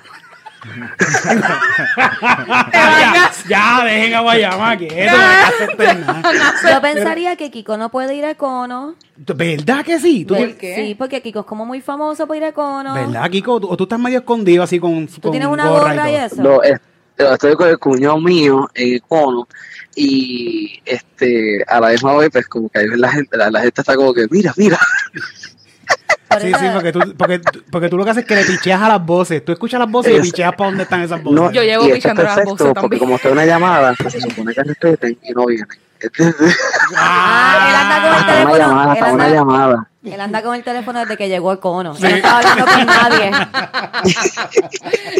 Speaker 2: ya,
Speaker 3: vayas.
Speaker 2: ya, dejen a Guayama, que eso, la casa está en nada.
Speaker 6: Yo pensaría que Kiko no puede ir a cono. Pues
Speaker 2: ¿Verdad que sí? ¿Tú,
Speaker 3: Del-
Speaker 2: ¿Verdad,
Speaker 3: qué?
Speaker 6: Sí, porque Kiko es como muy famoso por ir a cono.
Speaker 2: Kiko? ¿O tú estás medio escondido así con
Speaker 6: Tú tienes una gorra y eso.
Speaker 7: Lo, es- lo estoy con el cuñado mío en Econo y este a la misma vez pues como que ahí la gente la, la gente está como que mira mira
Speaker 6: Por
Speaker 2: Sí,
Speaker 6: eso-
Speaker 2: sí, porque tú, porque, tú- porque tú lo que haces es que le picheas a las voces. Tú escuchas las voces y
Speaker 7: Eso.
Speaker 2: picheas para dónde están esas voces.
Speaker 7: no
Speaker 3: Yo llevo
Speaker 7: y esto es
Speaker 3: pichando las voces
Speaker 7: perfecto porque
Speaker 3: también.
Speaker 7: como está una llamada pues, se supone que respeten y no vienen Entonces,
Speaker 6: Ah, él anda con el
Speaker 7: está una
Speaker 6: teléfono.
Speaker 7: llamada está
Speaker 6: él,
Speaker 7: una
Speaker 6: anda,
Speaker 7: llamada
Speaker 6: él anda con el teléfono desde que llegó a cono. Él No estaba hablando
Speaker 2: (laughs)
Speaker 6: con nadie.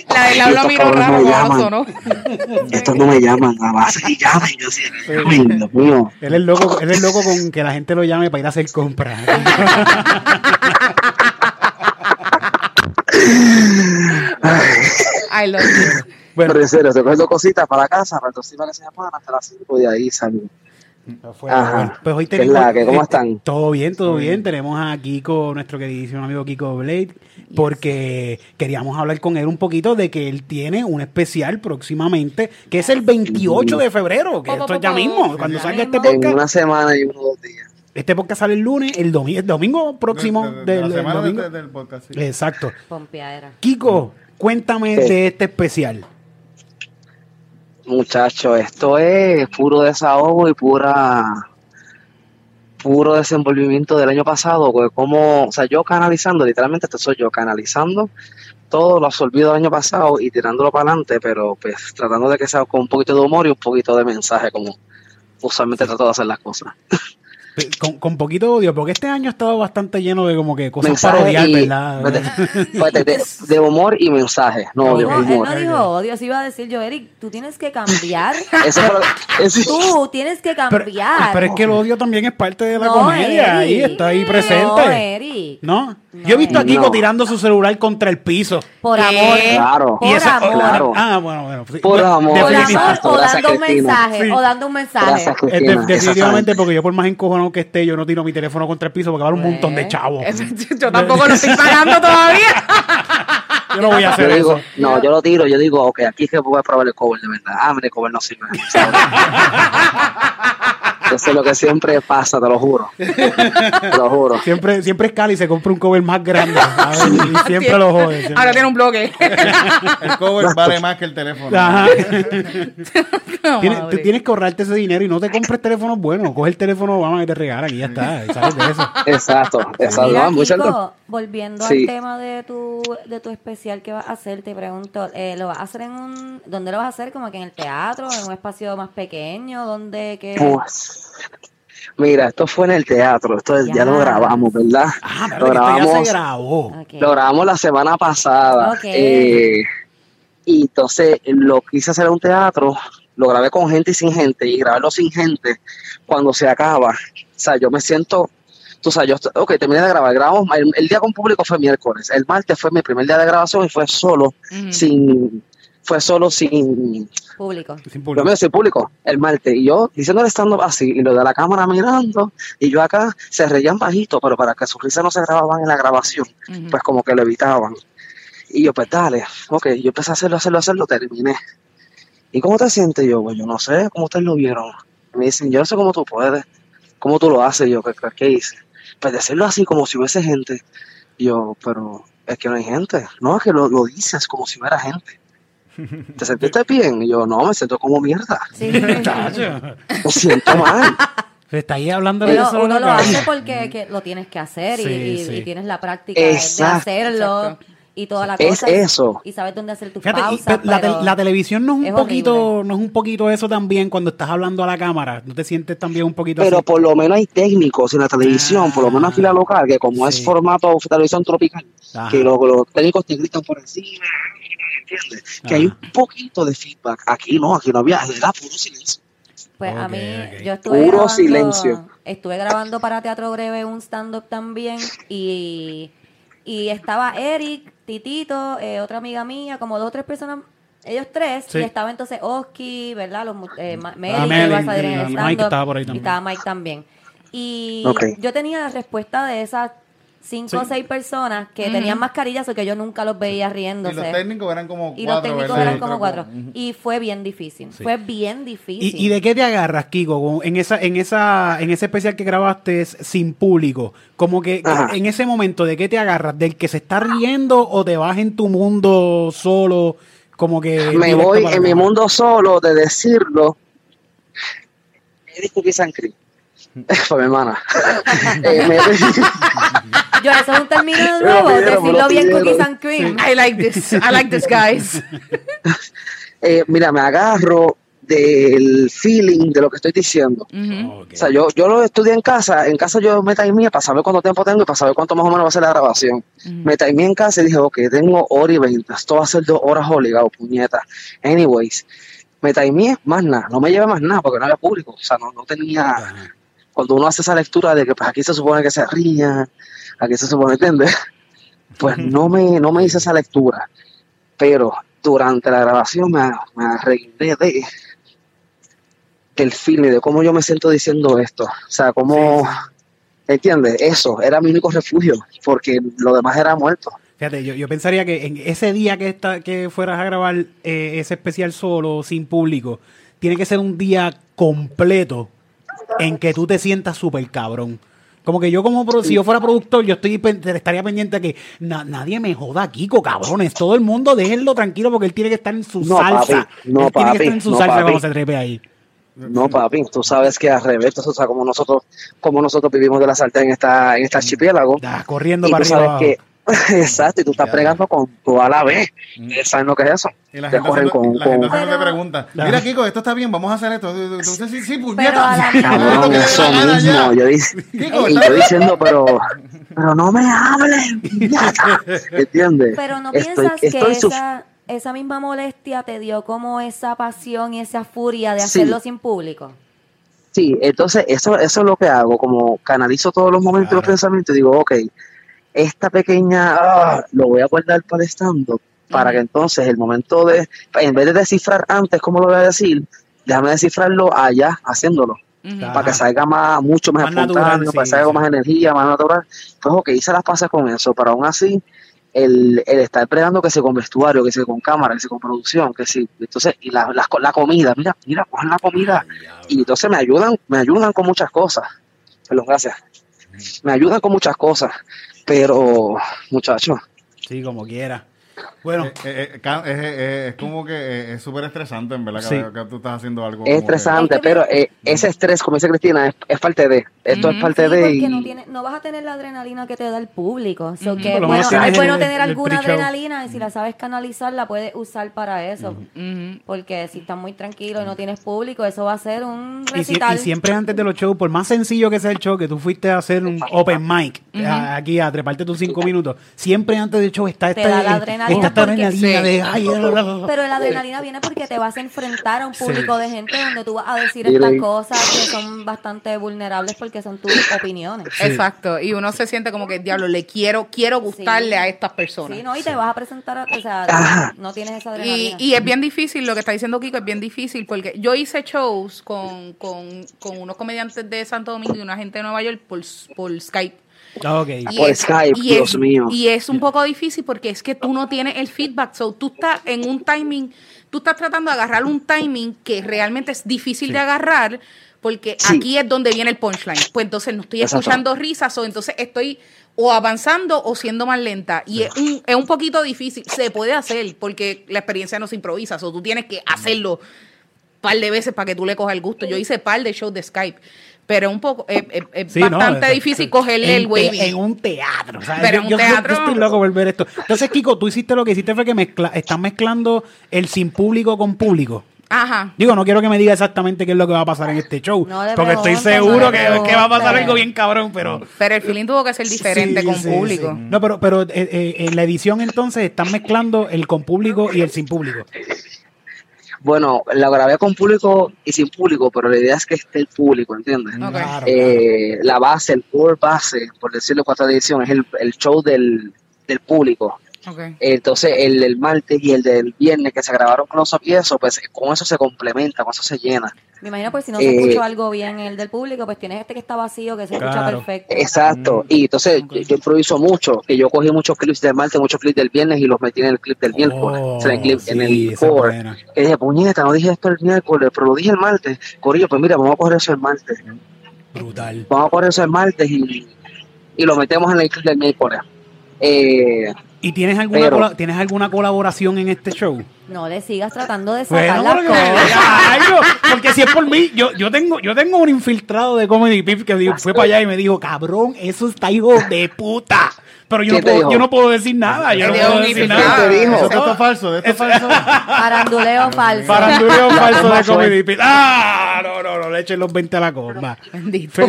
Speaker 3: La del habla
Speaker 7: Estos
Speaker 3: miro
Speaker 7: cabrones
Speaker 3: raro,
Speaker 7: me
Speaker 3: guaso,
Speaker 7: llaman.
Speaker 3: ¿no?
Speaker 7: estos no me llaman nada más y llaman y yo así ay Dios mío
Speaker 2: Él es loco, él es loco con que la gente lo llame para ir a hacer compras.
Speaker 3: I love
Speaker 7: (laughs)
Speaker 3: you.
Speaker 2: Bueno.
Speaker 7: pero en serio estoy cogiendo cositas para la casa para entonces para que se llaman hasta las 5 de ahí salgo
Speaker 2: Afuera,
Speaker 7: Ajá.
Speaker 2: bueno. Pues hoy
Speaker 7: ¿Qué
Speaker 2: tenemos.
Speaker 7: es la que? ¿Cómo están?
Speaker 2: Todo bien, todo bien. Tenemos a Kiko, nuestro queridísimo amigo Kiko Blade, porque queríamos hablar con él un poquito de que él tiene un especial próximamente, que es el 28 de febrero, que
Speaker 3: Po, po,
Speaker 2: esto es
Speaker 3: po,
Speaker 2: ya
Speaker 3: po.
Speaker 2: mismo. Cuando salga este
Speaker 7: en
Speaker 2: podcast,
Speaker 7: una semana y uno dos días
Speaker 2: este podcast sale el lunes, el domingo, el domingo próximo
Speaker 1: De- de-
Speaker 2: del
Speaker 1: de la
Speaker 2: el
Speaker 1: semana
Speaker 2: domingo. Eh.
Speaker 1: de- del podcast. sí.
Speaker 2: Exacto.
Speaker 6: Pompeadera.
Speaker 2: Kiko, cuéntame
Speaker 7: Sí.
Speaker 2: de este especial.
Speaker 7: Muchacho, esto es puro desahogo y pura puro desenvolvimiento del año pasado, pues, como, o sea, yo canalizando, literalmente esto soy yo canalizando todo lo absorbido del año pasado y tirándolo para adelante, pero pues tratando de que sea con un poquito de humor y un poquito de mensaje, como usualmente trato de hacer las cosas.
Speaker 2: Pe- Con, con poquito odio, porque este año ha estado bastante lleno de como que cosas
Speaker 7: Mensaje
Speaker 2: para odiar,
Speaker 7: y-
Speaker 2: ¿verdad?
Speaker 7: Espérate, de, de humor y mensaje, no de
Speaker 6: No, él
Speaker 7: humor.
Speaker 6: no dijo odio, sí iba a decir yo, Eric, tú tienes que cambiar.
Speaker 7: Eso fue lo- eso-
Speaker 6: tú tienes que
Speaker 2: Pero,
Speaker 6: cambiar.
Speaker 2: pero es que el odio también es parte de la
Speaker 6: No,
Speaker 2: comedia, ahí
Speaker 6: Eric.
Speaker 2: está ahí
Speaker 6: No,
Speaker 2: presente.
Speaker 6: Eric.
Speaker 2: ¿No?
Speaker 6: No,
Speaker 2: Yo he visto a Kiko
Speaker 7: no.
Speaker 2: tirando su celular contra el piso.
Speaker 6: Por
Speaker 3: ¿Qué?
Speaker 6: amor.
Speaker 7: Claro.
Speaker 6: Por
Speaker 7: Y eso-
Speaker 6: eh, amor.
Speaker 7: claro.
Speaker 2: Ah, bueno, bueno. sí.
Speaker 7: Por
Speaker 2: Bueno,
Speaker 7: amor.
Speaker 6: Por
Speaker 2: definitiv-
Speaker 6: amor o
Speaker 7: Gracias,
Speaker 6: dando un
Speaker 7: Cristina.
Speaker 6: mensaje.
Speaker 2: Sí.
Speaker 6: O dando un mensaje.
Speaker 7: Gracias,
Speaker 2: Eh, de-
Speaker 7: Cristina. Esa
Speaker 2: definitivamente,
Speaker 7: sabe.
Speaker 2: porque yo por más encojonado que esté, yo no tiro mi teléfono contra el piso porque va a haber un
Speaker 6: Pues.
Speaker 2: montón de chavos.
Speaker 3: Yo tampoco lo estoy pagando todavía.
Speaker 2: Yo no voy a hacer
Speaker 7: Yo digo,
Speaker 2: eso.
Speaker 7: no, yo lo tiro, yo digo, ok, aquí es que voy a probar el cover de verdad. Ah, mire, el cover no sirve. (laughs) Eso es lo que siempre pasa, te lo juro. Te lo juro.
Speaker 2: Siempre, siempre es Cali, se compra un cover más
Speaker 7: (laughs)
Speaker 2: grande. ¿sabes?
Speaker 3: (laughs)
Speaker 2: Y siempre lo jode. siempre.
Speaker 3: Ahora tiene un bloque. (laughs)
Speaker 1: El cover vale más que el teléfono.
Speaker 6: (laughs)
Speaker 2: Ajá. Tienes-
Speaker 3: Madre.
Speaker 2: tú tienes que ahorrarte ese dinero y no te compres teléfonos buenos. Coge el teléfono Obama que te regalan y ya está. y ¿Sabes de eso?
Speaker 7: Exacto, exacto.
Speaker 6: Mira,
Speaker 7: Ah, muy
Speaker 6: Kiko,
Speaker 7: cierto.
Speaker 6: volviendo
Speaker 7: Sí.
Speaker 6: al tema de tu, de tu especial que vas a hacer, te pregunto, eh, ¿lo vas a hacer en un... ¿Dónde lo vas a hacer? ¿Como que en el teatro? ¿En un espacio más pequeño? ¿Dónde? que
Speaker 7: Pues, mira, esto fue en el teatro. Esto es- ya.
Speaker 6: Ya.
Speaker 7: lo grabamos, ¿verdad?
Speaker 2: Ah, pero
Speaker 7: lo
Speaker 2: que esto ya
Speaker 7: grabamos.
Speaker 2: se grabó.
Speaker 6: Ok.
Speaker 7: Lo grabamos la semana pasada.
Speaker 6: Ok.
Speaker 7: eh, y entonces lo quise hacer en un teatro, lo grabé con gente y sin gente, y grabarlo sin gente cuando se acaba. O sea, yo me siento, tú sabes, yo, estoy- ok, terminé de grabar, grabamos, el, el día con público fue miércoles, el martes fue mi primer día de grabación y fue solo, sin, fue solo sin,
Speaker 6: Público.
Speaker 2: Sin
Speaker 7: yo
Speaker 2: público.
Speaker 7: me soy público el martes y yo diciéndole estando así y lo de la cámara mirando y yo acá se reían bajito pero para que sus risas no se grababan en la grabación pues como que lo evitaban y yo pues dale ok yo empecé a hacerlo hacerlo hacerlo terminé y cómo te sientes yo pues yo no sé cómo ustedes lo vieron me dicen yo no sé cómo tú puedes cómo tú lo haces yo qué, qué- qué hice pues decirlo así como si hubiese gente Y yo pero es que no hay gente no es que lo, lo dices como si hubiera gente ¿Te sentiste bien? Y yo, no, me siento como mierda
Speaker 2: (laughs)
Speaker 6: Sí.
Speaker 7: me siento mal.
Speaker 2: Se está ahí hablando de
Speaker 6: Pero
Speaker 2: eso.
Speaker 6: uno lo
Speaker 2: ¿no?
Speaker 6: hace porque que lo tienes que hacer y,
Speaker 2: Sí,
Speaker 6: y-
Speaker 2: sí.
Speaker 6: y tienes la práctica de-
Speaker 7: Exacto.
Speaker 6: de hacerlo
Speaker 3: Exacto.
Speaker 6: y toda la
Speaker 7: Es
Speaker 6: cosa.
Speaker 7: eso.
Speaker 6: Y sabes dónde hacer tus
Speaker 2: Fíjate, y
Speaker 6: pausas.
Speaker 2: pe- la,
Speaker 6: pero-
Speaker 2: tel- la televisión no es un
Speaker 6: es
Speaker 2: poquito,
Speaker 6: horrible.
Speaker 2: no es un poquito eso también cuando estás hablando a la cámara. ¿No te sientes también un poquito
Speaker 7: Pero
Speaker 2: así?
Speaker 7: por lo menos hay técnicos en la televisión, por lo menos en fila local, que como
Speaker 2: Sí.
Speaker 7: es formato televisión tropical,
Speaker 2: Ajá.
Speaker 7: que lo- los técnicos te gritan por encima, ¿entiendes? Que hay un poquito de feedback. Aquí no, aquí no había, era puro silencio.
Speaker 6: Pues a
Speaker 2: Ok,
Speaker 6: mí,
Speaker 2: ok.
Speaker 6: yo estuve
Speaker 7: Puro
Speaker 6: grabando,
Speaker 7: silencio.
Speaker 6: Estuve grabando para Teatro Breve un stand-up también y, y estaba Eric, Titito, eh, otra amiga mía, como dos o tres personas, ellos tres,
Speaker 2: Sí.
Speaker 6: y estaba entonces Oski, ¿verdad? Los, mu- eh, Ma- Meli,
Speaker 2: Ah,
Speaker 6: que
Speaker 2: Meli,
Speaker 6: iba a salir en el
Speaker 2: Mike
Speaker 6: stand-up,
Speaker 2: estaba por ahí
Speaker 6: y
Speaker 2: también.
Speaker 6: estaba Mike también. Y
Speaker 7: Ok.
Speaker 6: yo tenía la respuesta de esas cinco o seis personas que tenían mascarillas o que yo nunca los veía
Speaker 1: Y
Speaker 6: riéndose.
Speaker 1: los técnicos eran como
Speaker 6: Y
Speaker 1: cuatro.
Speaker 6: los técnicos
Speaker 1: ¿verdad?
Speaker 6: eran como
Speaker 1: Creo
Speaker 6: cuatro.
Speaker 1: que- Ujú.
Speaker 6: Y fue bien difícil. Fue bien difícil.
Speaker 2: ¿Y, y de qué te agarras, Kiko? Como En esa, en esa, en ese especial que grabaste es sin público, como que
Speaker 7: Ajá.
Speaker 2: en ese momento, ¿de qué te agarras? ¿Del que se está riendo o te vas en tu mundo solo? Como que
Speaker 7: Me
Speaker 2: directo
Speaker 7: voy
Speaker 2: para
Speaker 7: en mi
Speaker 2: la cámara?
Speaker 7: mundo solo de decirlo. Eric Cookie Sancri. (laughs) Fue mi hermana.
Speaker 2: (laughs)
Speaker 7: Eh, me- (laughs)
Speaker 6: Yo, eso es
Speaker 2: (laughs)
Speaker 6: un término
Speaker 7: Pero
Speaker 6: nuevo,
Speaker 7: pidieron,
Speaker 6: decirlo bien
Speaker 7: pero pidieron.
Speaker 6: cookies and cream.
Speaker 3: I like this. I like this, guys.
Speaker 7: eh, mira, me agarro del feeling de lo que estoy diciendo. O sea, yo, yo lo estudié en casa. En casa yo me timé para saber cuánto tiempo tengo y para saber cuánto más o menos va a ser la grabación.
Speaker 5: Mm.
Speaker 7: Me timé en casa y dije, ok, tengo hora y veinte. Esto va a ser dos horas obligado, puñeta. Anyways, me timé más nada. No me llevé más nada porque no era público. O sea, no, no tenía... Cuando uno hace esa lectura de que pues, aquí se supone que se rían, aquí se supone, ¿entiendes? (laughs) Pues no me, no me hice esa lectura. Pero durante la grabación me, me arreglé de del feeling, de cómo yo me siento diciendo esto. O sea, cómo... ¿Entiendes? Eso era mi único refugio, porque lo demás era muerto.
Speaker 2: Fíjate, yo, yo pensaría que en ese día que, está, que fueras a grabar eh, ese especial solo, sin público, tiene que ser un día completo en que tú te sientas súper cabrón. Como que yo como pro- si yo fuera productor, yo estoy pen- estaría pendiente a que na- nadie me joda a Kiko, cabrones. Todo el mundo déjenlo tranquilo porque él tiene que estar en su
Speaker 7: No,
Speaker 2: salsa.
Speaker 7: papi, no,
Speaker 2: él tiene que
Speaker 7: papi,
Speaker 2: estar en su
Speaker 7: no,
Speaker 2: salsa
Speaker 7: papi.
Speaker 2: cuando se trepe ahí.
Speaker 7: No, papi, tú sabes que al revés, o
Speaker 1: Mm.
Speaker 7: sea, como nosotros, como nosotros vivimos de la sartén en esta, en este archipiélago,
Speaker 2: Ah, corriendo
Speaker 7: y
Speaker 2: para
Speaker 7: tú
Speaker 2: arriba.
Speaker 7: sabes que
Speaker 2: abajo.
Speaker 7: (laughs) Exacto, y tú estás
Speaker 1: Ya.
Speaker 7: pregando con tu a la vez.
Speaker 1: Mm.
Speaker 7: Ustedes saben lo que es eso.
Speaker 1: Y la
Speaker 7: Te
Speaker 1: gente,
Speaker 7: cogen
Speaker 1: haciendo-
Speaker 7: con.
Speaker 1: la gente
Speaker 7: con
Speaker 1: haciendo
Speaker 6: Pero-
Speaker 1: te pregunta, mira Kiko, esto está bien, vamos a hacer esto. Entonces, sí, sí,
Speaker 6: a la
Speaker 1: puñeta.
Speaker 6: misma-
Speaker 1: Haz lo
Speaker 7: cabrón,
Speaker 1: que te dé
Speaker 7: eso
Speaker 1: la gana ya.
Speaker 7: mismo.
Speaker 1: (laughs)
Speaker 7: Yo, dic-
Speaker 1: Kiko,
Speaker 7: y
Speaker 1: está-
Speaker 7: yo diciendo, pero, pero no me hablen.
Speaker 1: (laughs)
Speaker 7: puñeta. ¿Entiendes?
Speaker 6: Pero no
Speaker 7: estoy,
Speaker 6: piensas
Speaker 7: estoy
Speaker 6: que
Speaker 7: suf-
Speaker 6: esa, esa misma molestia te dio como esa pasión y esa furia de
Speaker 7: Sí.
Speaker 6: hacerlo sin público.
Speaker 7: Sí, entonces eso, eso es lo que hago, como canalizo todos los momentos y los
Speaker 1: Claro.
Speaker 7: pensamientos y digo, ok, esta pequeña, ah, lo voy a guardar para el stand-up, para que entonces el momento de, en vez de descifrar antes cómo lo voy a decir, déjame descifrarlo allá haciéndolo,
Speaker 3: Ujú.
Speaker 2: Ajá.
Speaker 7: para que salga más, mucho más,
Speaker 2: Más
Speaker 7: espontáneo,
Speaker 2: natural,
Speaker 7: para
Speaker 2: sí,
Speaker 7: que salga con
Speaker 2: sí.
Speaker 7: más energía, más natural. Pues ok, hice las pasas con eso, pero aún así, el, el estar pregando que se con vestuario, que se con cámara, que se con producción, que sí, entonces, y la, las co- la comida, mira, mira, cogen la comida y entonces me ayudan, me ayudan con muchas cosas. Perdón, gracias.
Speaker 2: Mm.
Speaker 7: Me ayudan con muchas cosas, pero muchachos,
Speaker 2: Sí, como quiera. Bueno,
Speaker 1: Eh, eh, eh, ca- es, eh, eh, es como que eh, es súper estresante, en verdad, que-
Speaker 2: Sí.
Speaker 1: que, tú estás haciendo algo.
Speaker 7: es
Speaker 1: como que-
Speaker 7: estresante,
Speaker 6: Es que
Speaker 7: pero eh, ese estrés, como dice Cristina, es, es parte de, esto
Speaker 3: Ujú,
Speaker 7: es
Speaker 6: Sí,
Speaker 7: parte de...
Speaker 6: porque
Speaker 7: y-
Speaker 6: no, tiene, no vas a tener la adrenalina que te da el público. So
Speaker 3: Ujú.
Speaker 6: que,
Speaker 2: Por lo
Speaker 6: bueno,
Speaker 2: menos tienes
Speaker 6: es bueno
Speaker 2: el-
Speaker 6: tener
Speaker 2: el
Speaker 6: alguna
Speaker 2: pre-show.
Speaker 6: adrenalina y si la sabes canalizar, la puedes usar para eso.
Speaker 3: Ujú.
Speaker 6: Porque si estás muy tranquilo y no tienes público, eso va a ser un
Speaker 2: y, sie-
Speaker 6: recital.
Speaker 2: y siempre antes de los shows, por más sencillo que sea el show, que tú fuiste a hacer un open mic a- aquí a treparte tus cinco minutos, siempre antes del show está
Speaker 6: Te
Speaker 2: esta,
Speaker 6: da la
Speaker 2: esta,
Speaker 6: adrenalina
Speaker 2: esta
Speaker 6: porque-
Speaker 2: adrenalina
Speaker 3: Sí.
Speaker 2: de ay, bla, bla, bla.
Speaker 6: Pero la adrenalina viene porque te vas a enfrentar a un público de gente donde tú vas a decir
Speaker 7: Mira
Speaker 6: estas
Speaker 7: ahí.
Speaker 6: cosas que son bastante vulnerables porque son tus opiniones.
Speaker 3: Exacto, y uno se siente como que, diablo, le quiero, quiero gustarle
Speaker 6: Sí.
Speaker 3: a estas personas.
Speaker 6: Sí, no, y te vas a presentar, a- o sea,
Speaker 7: Ajá.
Speaker 6: no tienes esa
Speaker 3: Y,
Speaker 6: adrenalina.
Speaker 3: y es bien difícil, lo que está diciendo Kiko es bien difícil, porque yo hice shows con, con, con unos comediantes de Santo Domingo y una gente de Nueva York por, por Skype.
Speaker 2: Ah, ok.
Speaker 3: Y
Speaker 7: Por
Speaker 3: y
Speaker 7: Skype, Dios
Speaker 3: es-
Speaker 7: mío.
Speaker 3: Y es un poco difícil porque es que tú no tienes el feedback. So, tú estás en un timing, tú estás tratando de agarrar un timing que realmente es difícil de agarrar porque
Speaker 7: Sí.
Speaker 3: aquí es donde viene el punchline. Pues entonces no estoy
Speaker 7: Exacto.
Speaker 3: escuchando risas o entonces estoy o avanzando o siendo más lenta. Y es un, es un poquito difícil. Se puede hacer porque la experiencia no se improvisa. O tú tienes que hacerlo par de veces para que tú le cojas el gusto. Yo hice par de shows de Skype. Pero un poco, es, es- es
Speaker 2: Sí, no,
Speaker 3: bastante
Speaker 2: es-
Speaker 3: difícil cogerle
Speaker 2: en
Speaker 3: el
Speaker 2: te-
Speaker 3: waving.
Speaker 2: En un teatro. o sea,
Speaker 3: Pero
Speaker 2: yo,
Speaker 3: en un
Speaker 2: yo- yo
Speaker 3: teatro-
Speaker 2: estoy loco por ver esto. Entonces, Kiko, tú hiciste lo que hiciste fue que mezcla, estás mezclando el sin público con público.
Speaker 3: Ajá.
Speaker 2: Digo, no quiero que me diga exactamente qué es lo que va a pasar en este show.
Speaker 6: No le
Speaker 2: porque estoy
Speaker 6: preguntes, no le
Speaker 2: seguro que,
Speaker 6: preguntes.
Speaker 2: que va a pasar algo bien cabrón, pero.
Speaker 3: Pero el feeling tuvo que ser diferente
Speaker 2: Sí,
Speaker 3: con
Speaker 2: sí,
Speaker 3: público.
Speaker 2: sí. No, pero, pero eh, eh, en la edición entonces están mezclando el con público y el sin público.
Speaker 7: Bueno, la grabé con público y sin público, pero la idea es que esté el público, ¿entiendes?
Speaker 3: Ok.
Speaker 2: Claro,
Speaker 7: Eh, la base, el core base, por decirlo cuatro ediciones, es el, el show del, del público.
Speaker 3: Ok.
Speaker 7: Entonces, el del martes y el del viernes que se grabaron close up y eso, pues con eso se complementa, con eso se llena.
Speaker 6: Me imagino pues si no
Speaker 7: Eh,
Speaker 6: se escuchó algo bien el del público, pues tienes este que está vacío, que se escucha
Speaker 2: Claro.
Speaker 6: perfecto.
Speaker 2: Mm.
Speaker 7: Exacto. Y entonces yo, yo improviso mucho, que yo cogí muchos clips del martes, muchos clips del viernes y los metí en el clip del miércoles.
Speaker 2: Oh,
Speaker 7: O sea, en el clip, en el
Speaker 2: sí, esa es
Speaker 7: core.
Speaker 2: buena.
Speaker 7: Que dije, puñeta, no dije esto el miércoles, pero lo dije el martes. Corillo, pues mira, vamos a coger eso el martes.
Speaker 2: Brutal.
Speaker 7: Vamos a coger eso el martes y, y lo metemos en el clip del miércoles. Eh,
Speaker 2: ¿Y tienes alguna,
Speaker 7: Pero-
Speaker 2: cola- ¿tienes alguna colaboración en este show?
Speaker 6: No le sigas tratando de
Speaker 2: Bueno,
Speaker 6: sacar las
Speaker 2: pero que me (laughs)
Speaker 6: cosas.
Speaker 2: diga algo, porque si es por mí, yo, yo tengo, yo tengo un infiltrado de Comedy Pip que dijo- fue para allá y me dijo, cabrón, eso está hijo de puta. Pero yo
Speaker 7: ¿Qué
Speaker 2: no
Speaker 7: te
Speaker 2: puedo,
Speaker 7: dijo?
Speaker 2: yo no puedo decir nada, yo
Speaker 3: Él
Speaker 2: no
Speaker 3: dijo
Speaker 2: puedo
Speaker 3: un
Speaker 2: decir
Speaker 3: infiltrado.
Speaker 2: nada.
Speaker 7: ¿Qué te dijo?
Speaker 1: Eso- esto es falso, esto es falso.
Speaker 6: Paranduleo falso.
Speaker 2: Faranduleo falso de
Speaker 7: toma suelta.
Speaker 2: Comedy Pip. Ah, no, no, no, le echen los 20 a la comba.
Speaker 3: Bendito.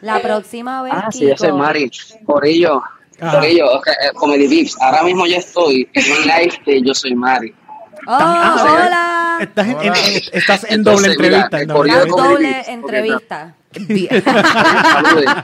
Speaker 6: La próxima vez,
Speaker 7: ah, sí, yo soy
Speaker 6: Kiko,
Speaker 7: Mari. Corillo,
Speaker 2: Ajá.
Speaker 7: Corillo, ok, eh, Comedy Vips. Ahora mismo ya estoy en un live de Yo Soy Mari.
Speaker 2: (laughs)
Speaker 6: ¡Oh,
Speaker 2: Ah,
Speaker 7: sí.
Speaker 6: hola!
Speaker 2: Estás en, en-
Speaker 1: Hola.
Speaker 2: estás en
Speaker 7: Entonces,
Speaker 2: doble
Speaker 7: mira,
Speaker 2: entrevista. en
Speaker 7: el
Speaker 2: doble
Speaker 6: La
Speaker 7: corrido
Speaker 2: entrevista.
Speaker 7: Comedy
Speaker 6: doble
Speaker 7: Beats,
Speaker 6: entrevista.
Speaker 3: Di-
Speaker 2: (laughs)
Speaker 7: Saludos.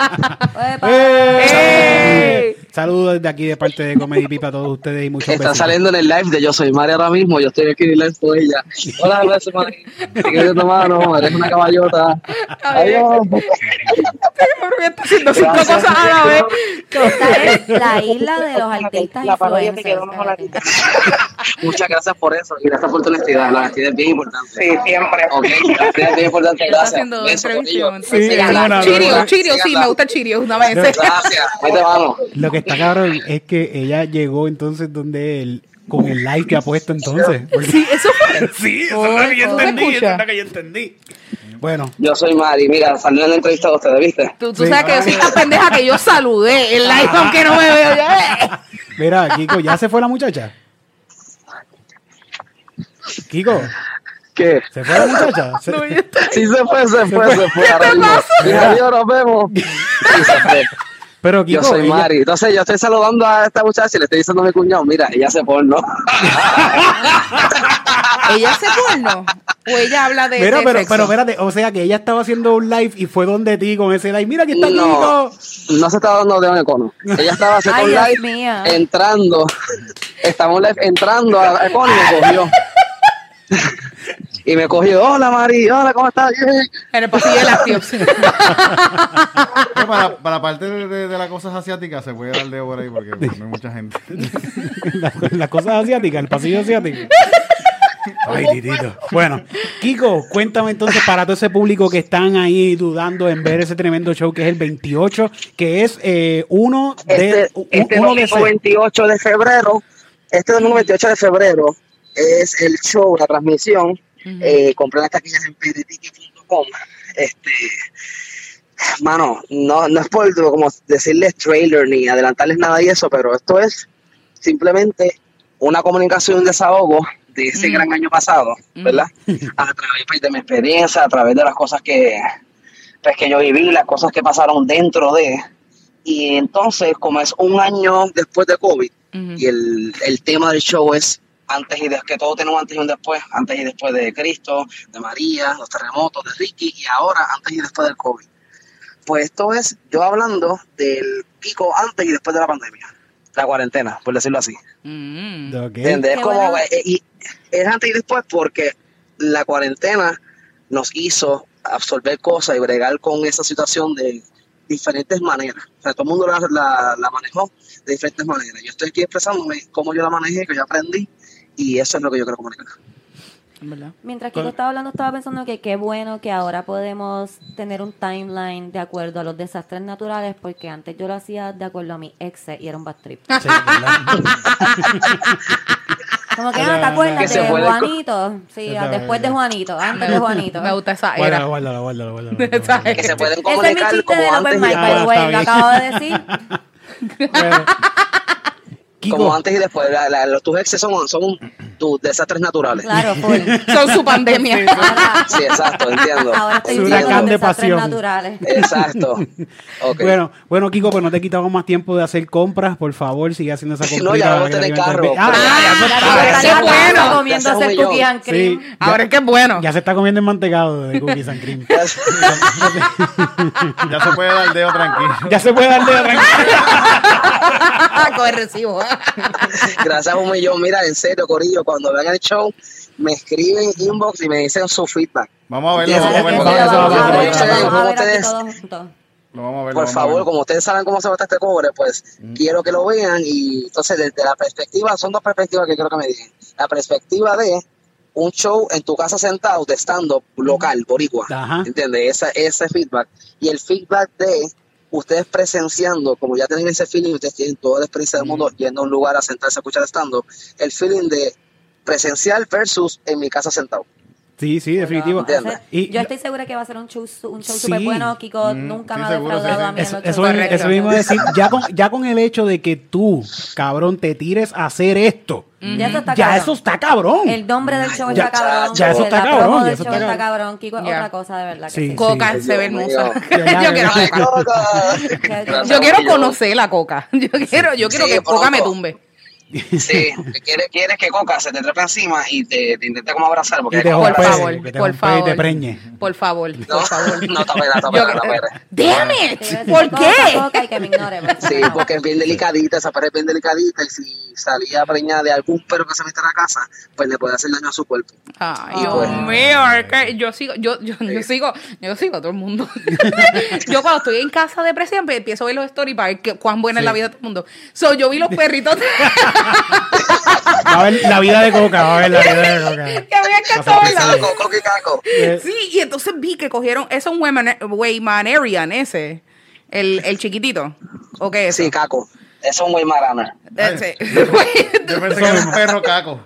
Speaker 6: Epa.
Speaker 2: ¡Eh! Saludos desde aquí de parte de Comedy Pip a todos ustedes y muchos
Speaker 7: Está
Speaker 2: besos.
Speaker 7: saliendo en el live de Yo Soy Mari ahora mismo. Yo estoy aquí en el live con ella. Hola, gracias, Mari. Te quiero tomar, no, eres una caballota. Adiós.
Speaker 3: Porque está haciendo cinco
Speaker 7: Gracias.
Speaker 3: cosas a la vez.
Speaker 6: Esta
Speaker 2: (laughs)
Speaker 6: es la isla de los artistas influencers. cállate.
Speaker 7: Muchas gracias por eso y gracias por tu honestidad. La honestidad es bien importante. Sí, siempre. la honestidad es bien importante.
Speaker 3: Está
Speaker 7: Gracias.
Speaker 3: haciendo
Speaker 7: Besos,
Speaker 3: entrevista.
Speaker 7: corillo.
Speaker 2: Sí,
Speaker 7: Sigan
Speaker 2: cómo
Speaker 7: la-
Speaker 2: no,
Speaker 7: sigan
Speaker 3: Chirio,
Speaker 7: la-
Speaker 3: Chirio, sí,
Speaker 7: sigan
Speaker 3: me
Speaker 7: la-
Speaker 3: gusta Chirio. Una vez.
Speaker 7: Gracias. Ahí te vamos.
Speaker 2: Lo que está cabrón es que ella llegó entonces donde él con el like que ha puesto
Speaker 7: (laughs)
Speaker 2: entonces.
Speaker 3: Sí, eso
Speaker 2: (laughs)
Speaker 3: fue.
Speaker 2: Sí, eso
Speaker 3: es lo que yo ¿Cómo se entendí, eso es escucha? lo
Speaker 2: que yo entendí. Bueno,
Speaker 7: Yo soy Mari, mira, salió en la entrevista de ustedes, ¿viste?
Speaker 3: Tú, tú sabes que yo soy tan pendeja que yo saludé
Speaker 2: Ah.
Speaker 3: el like aunque no me veo. Ya.
Speaker 2: (laughs) mira, Kiko, ¿ya se fue la muchacha? Kiko,
Speaker 7: ¿Qué?
Speaker 2: ¿se fue la muchacha? Se-
Speaker 3: No, yo estoy-
Speaker 7: Sí se fue, se fue, se fue. ahora mismo. Dije, adiós, nos (laughs) vemos. Sí, se fue.
Speaker 2: Pero Kiko,
Speaker 7: Yo soy
Speaker 2: ella-
Speaker 7: Mari. Entonces yo estoy saludando a esta muchacha y le estoy diciendo a mi cuñado, mira, ella se (laughs) porno.
Speaker 3: ¿Ella hace porno? ¿O ella habla de,
Speaker 2: Mira,
Speaker 3: de
Speaker 2: pero,
Speaker 3: sexo?
Speaker 2: pero espérate, o sea que ella estaba haciendo un live y fue donde ti con ese live. Mira que está (laughs)
Speaker 7: No,
Speaker 2: Kiko.
Speaker 7: no se estaba dando de un econo. Ella estaba haciendo
Speaker 6: Ay,
Speaker 7: un
Speaker 6: Dios
Speaker 7: live
Speaker 6: mía.
Speaker 7: entrando. Estaba un live entrando a econo y me
Speaker 6: (laughs)
Speaker 7: cogió. (laughs) y me cogió, hola Mari, hola, ¿cómo estás? Yeah.
Speaker 3: En el pasillo de
Speaker 2: (laughs)
Speaker 3: las tíos.
Speaker 1: Pero para, para la parte de, de- de las cosas asiáticas se puede dar de por ahí porque pues, no hay mucha gente.
Speaker 2: Las las cosas asiáticas, el pasillo
Speaker 7: (laughs)
Speaker 2: asiático. Ay, titito. Bueno, Kiko, cuéntame entonces para todo ese público que están ahí dudando en ver ese tremendo show que es el 28, que es eh, uno de
Speaker 7: Este,
Speaker 2: u-
Speaker 7: este
Speaker 2: uno de
Speaker 7: domingo 28 de febrero, este domingo 28 de febrero es el show, la transmisión. Eh, compré las taquillas en pdticket.com. Este, mano, no, no es por como decirles trailer ni adelantarles nada y eso, pero esto es simplemente una comunicación, un desahogo de ese gran año pasado, ¿verdad? A través pues, de mi experiencia, a través de las cosas que, pues, que yo viví, las cosas que pasaron dentro de. Y entonces, como es un año después de COVID, y el, el tema del show es antes y después, que todo tenemos antes y un después, antes y después de Cristo, de María, los terremotos, de Ricky, y ahora antes y después del COVID. Pues esto es yo hablando del pico antes y después de la pandemia, la cuarentena, por decirlo así.
Speaker 3: Mm.
Speaker 2: ese. Ok.
Speaker 7: ¿Entiendes?
Speaker 6: Qué
Speaker 7: Es como,
Speaker 6: bueno.
Speaker 7: eh, y es antes y después porque la cuarentena nos hizo absorber cosas y bregar con esa situación de diferentes maneras. O sea, todo el mundo la, la- la manejó de diferentes maneras. Yo estoy aquí expresándome cómo yo la manejé, que yo aprendí, y eso es lo que yo quiero comunicar.
Speaker 3: ¿Verdad?
Speaker 6: Mientras que yo estaba hablando, estaba pensando que qué bueno que ahora podemos tener un timeline de acuerdo a los desastres naturales, porque antes yo lo hacía de acuerdo a mi ex y era un bad trip.
Speaker 2: Sí,
Speaker 7: (laughs)
Speaker 2: ¿verdad?
Speaker 6: Como que, ah, ¿te
Speaker 7: Que
Speaker 6: acuerdas
Speaker 7: se
Speaker 6: de
Speaker 7: puede co-
Speaker 6: Juanito? Sí, ah, después de Juanito, antes de Juanito.
Speaker 3: Me gusta esa
Speaker 2: Guárdalo,
Speaker 3: era.
Speaker 2: guárdalo, guárdalo,
Speaker 7: (laughs)
Speaker 2: guárdalo.
Speaker 3: Esa
Speaker 7: Que se
Speaker 3: era.
Speaker 7: pueden
Speaker 6: Ese es mi
Speaker 7: comunicar
Speaker 6: chiste
Speaker 7: como
Speaker 6: de
Speaker 7: antes,
Speaker 6: Open Mic,
Speaker 7: y,
Speaker 2: después.
Speaker 6: by the way,
Speaker 2: Ah,
Speaker 6: lo
Speaker 2: está
Speaker 6: acabo de decir.
Speaker 2: Bueno.
Speaker 7: como
Speaker 2: Kiko,
Speaker 7: antes y después. La- la- los, tus exes son, son tus desastres naturales.
Speaker 6: Claro,
Speaker 7: (laughs)
Speaker 6: full.
Speaker 3: Son su pandemia.
Speaker 6: Ahora,
Speaker 7: Sí, exacto, entiendo.
Speaker 6: ahora estoy
Speaker 2: Su
Speaker 6: viendo
Speaker 7: entiendo.
Speaker 2: huracán
Speaker 6: los
Speaker 2: de
Speaker 6: desastres
Speaker 2: pasión.
Speaker 6: naturales.
Speaker 7: Exacto. Ok.
Speaker 2: bueno, bueno, Kiko, pues no te quitamos más tiempo de hacer compras, por favor, sigue haciendo esa
Speaker 7: (laughs) No, ya
Speaker 2: compra.
Speaker 7: vamos a tener carro.
Speaker 3: Ah,
Speaker 6: La
Speaker 3: ahora
Speaker 6: tipa
Speaker 3: sí
Speaker 6: está
Speaker 3: es bueno.
Speaker 6: comiendo
Speaker 7: Ya se
Speaker 6: ese
Speaker 7: fue yo.
Speaker 6: cookie and cream.
Speaker 2: Sí.
Speaker 3: Ahora es que es bueno. (laughs)
Speaker 2: Ya se está comiendo el mantecado de cookies and
Speaker 7: (laughs)
Speaker 2: cream.
Speaker 1: Ya se puede dar dedo tranquilo.
Speaker 2: Ya se puede dar de
Speaker 6: (laughs)
Speaker 3: Con el recibo.
Speaker 7: Gracias a un millón. Mira, en serio, Corillo, cuando vean el show, me escriben inbox y me dicen su feedback.
Speaker 1: Vamos a verlo,
Speaker 7: Ya
Speaker 1: vamos a
Speaker 7: se
Speaker 1: verlo.
Speaker 7: puede dar
Speaker 1: Vamos a
Speaker 7: dedo
Speaker 1: verlo,
Speaker 7: tranquilo.
Speaker 1: vamos a verlo.
Speaker 6: Vamos a ver aquí
Speaker 7: ustedes-
Speaker 6: todos juntos.
Speaker 1: Lo vamos a ver,
Speaker 7: Por
Speaker 2: Pues
Speaker 1: lo vamos a ver.
Speaker 7: favor, como ustedes saben cómo se bota este cobre, pues
Speaker 2: Mm.
Speaker 7: quiero que lo vean. Y entonces, desde la perspectiva, son dos perspectivas que quiero que me digan. La perspectiva de un show en tu casa sentado, de stand-up local, boricua.
Speaker 2: Mm. Ajá.
Speaker 7: ¿Entiendes? Esa, ese feedback. Y el feedback de ustedes presenciando, como ya tienen ese feeling, ustedes tienen toda la experiencia
Speaker 2: Mm.
Speaker 7: del mundo yendo a un lugar a sentarse a escuchar stand-up. El feeling de presencial versus en mi casa sentado.
Speaker 2: Sí, sí, definitivo.
Speaker 6: Va a ser-
Speaker 2: Y-
Speaker 6: yo estoy segura que va a ser un show su- un show
Speaker 2: Sí.
Speaker 6: súper bueno. Kiko nunca
Speaker 1: sí,
Speaker 6: me ha
Speaker 1: seguro, sí,
Speaker 6: defraudado
Speaker 1: sí.
Speaker 6: a mí. en
Speaker 2: Eso,
Speaker 6: los
Speaker 2: eso,
Speaker 6: shows.
Speaker 2: mismo- eso mismo decir, ya con, ya con el hecho de que tú, cabrón, te tires a hacer esto,
Speaker 6: Ya Mm, eso está
Speaker 2: ya
Speaker 6: cabrón.
Speaker 2: eso está cabrón.
Speaker 6: El nombre del show
Speaker 7: Ya-
Speaker 6: está cabrón.
Speaker 7: ya eso
Speaker 2: está
Speaker 6: la promo
Speaker 2: cabrón, ya
Speaker 6: del
Speaker 2: eso
Speaker 6: show
Speaker 2: está
Speaker 6: está
Speaker 2: cabrón.
Speaker 6: cabrón. Kiko es
Speaker 3: Ya.
Speaker 6: otra cosa, de verdad. que
Speaker 2: Sí.
Speaker 6: sí.
Speaker 3: Coca
Speaker 7: Dios
Speaker 3: se ve
Speaker 7: mío.
Speaker 3: hermosa.
Speaker 2: Ya,
Speaker 3: (laughs) Yo quiero
Speaker 7: Ay,
Speaker 3: coca.
Speaker 7: Coca.
Speaker 3: Yo quiero
Speaker 2: (laughs)
Speaker 7: Corillo.
Speaker 3: conocer la coca. (laughs) Yo quiero, yo quiero
Speaker 7: Sí,
Speaker 3: que coca me
Speaker 7: conozco.
Speaker 3: tumbe.
Speaker 7: Sí, que quiere, quiere que Coca se te trepe encima y te, te intente como abrazar. Porque
Speaker 2: Y te
Speaker 7: Coca-
Speaker 3: Por
Speaker 2: Ojalá,
Speaker 3: favor,
Speaker 2: que te
Speaker 3: por
Speaker 2: rompa y te
Speaker 3: favor.
Speaker 2: preñe.
Speaker 3: Por favor,
Speaker 7: No,
Speaker 3: por favor.
Speaker 7: (laughs) no, está pena, está
Speaker 3: Yo-
Speaker 7: pena, está pena.
Speaker 3: Damn it.
Speaker 6: Te voy a
Speaker 3: ¿Por
Speaker 6: decir Coca,
Speaker 3: qué?
Speaker 6: Coca y que me ignore. por
Speaker 7: Sí,
Speaker 6: favor.
Speaker 7: porque es bien delicadita, esa pared es bien delicadita y si salía preñada de algún perro que se metiera a la casa, pues le puede hacer daño a su cuerpo.
Speaker 3: Ay,
Speaker 7: Y
Speaker 3: Dios
Speaker 7: bueno.
Speaker 3: mío, es que yo sigo, yo, yo, yo sigo, yo sigo a todo el
Speaker 2: (laughs)
Speaker 3: mundo. yo cuando estoy en casa depresiva empe- empiezo a ver los stories para ver que, cuán buena es la vida de todo el mundo. So, yo vi los
Speaker 2: (laughs)
Speaker 3: perritos (laughs)
Speaker 2: Va a ver la vida de Coca, va a ver la vida de
Speaker 6: (laughs)
Speaker 2: Coca.
Speaker 3: que habían cantado
Speaker 2: Pasó,
Speaker 3: en la-
Speaker 7: Caco, coqui, caco.
Speaker 3: Sí, y entonces vi que cogieron, es un Wayman- Waymanarian ese, el, el chiquitito. ¿O qué es? Eh,
Speaker 7: Sí, caco. es un Weimaraner.
Speaker 3: That's it. (laughs)
Speaker 1: Yo pensé que era un perro caco.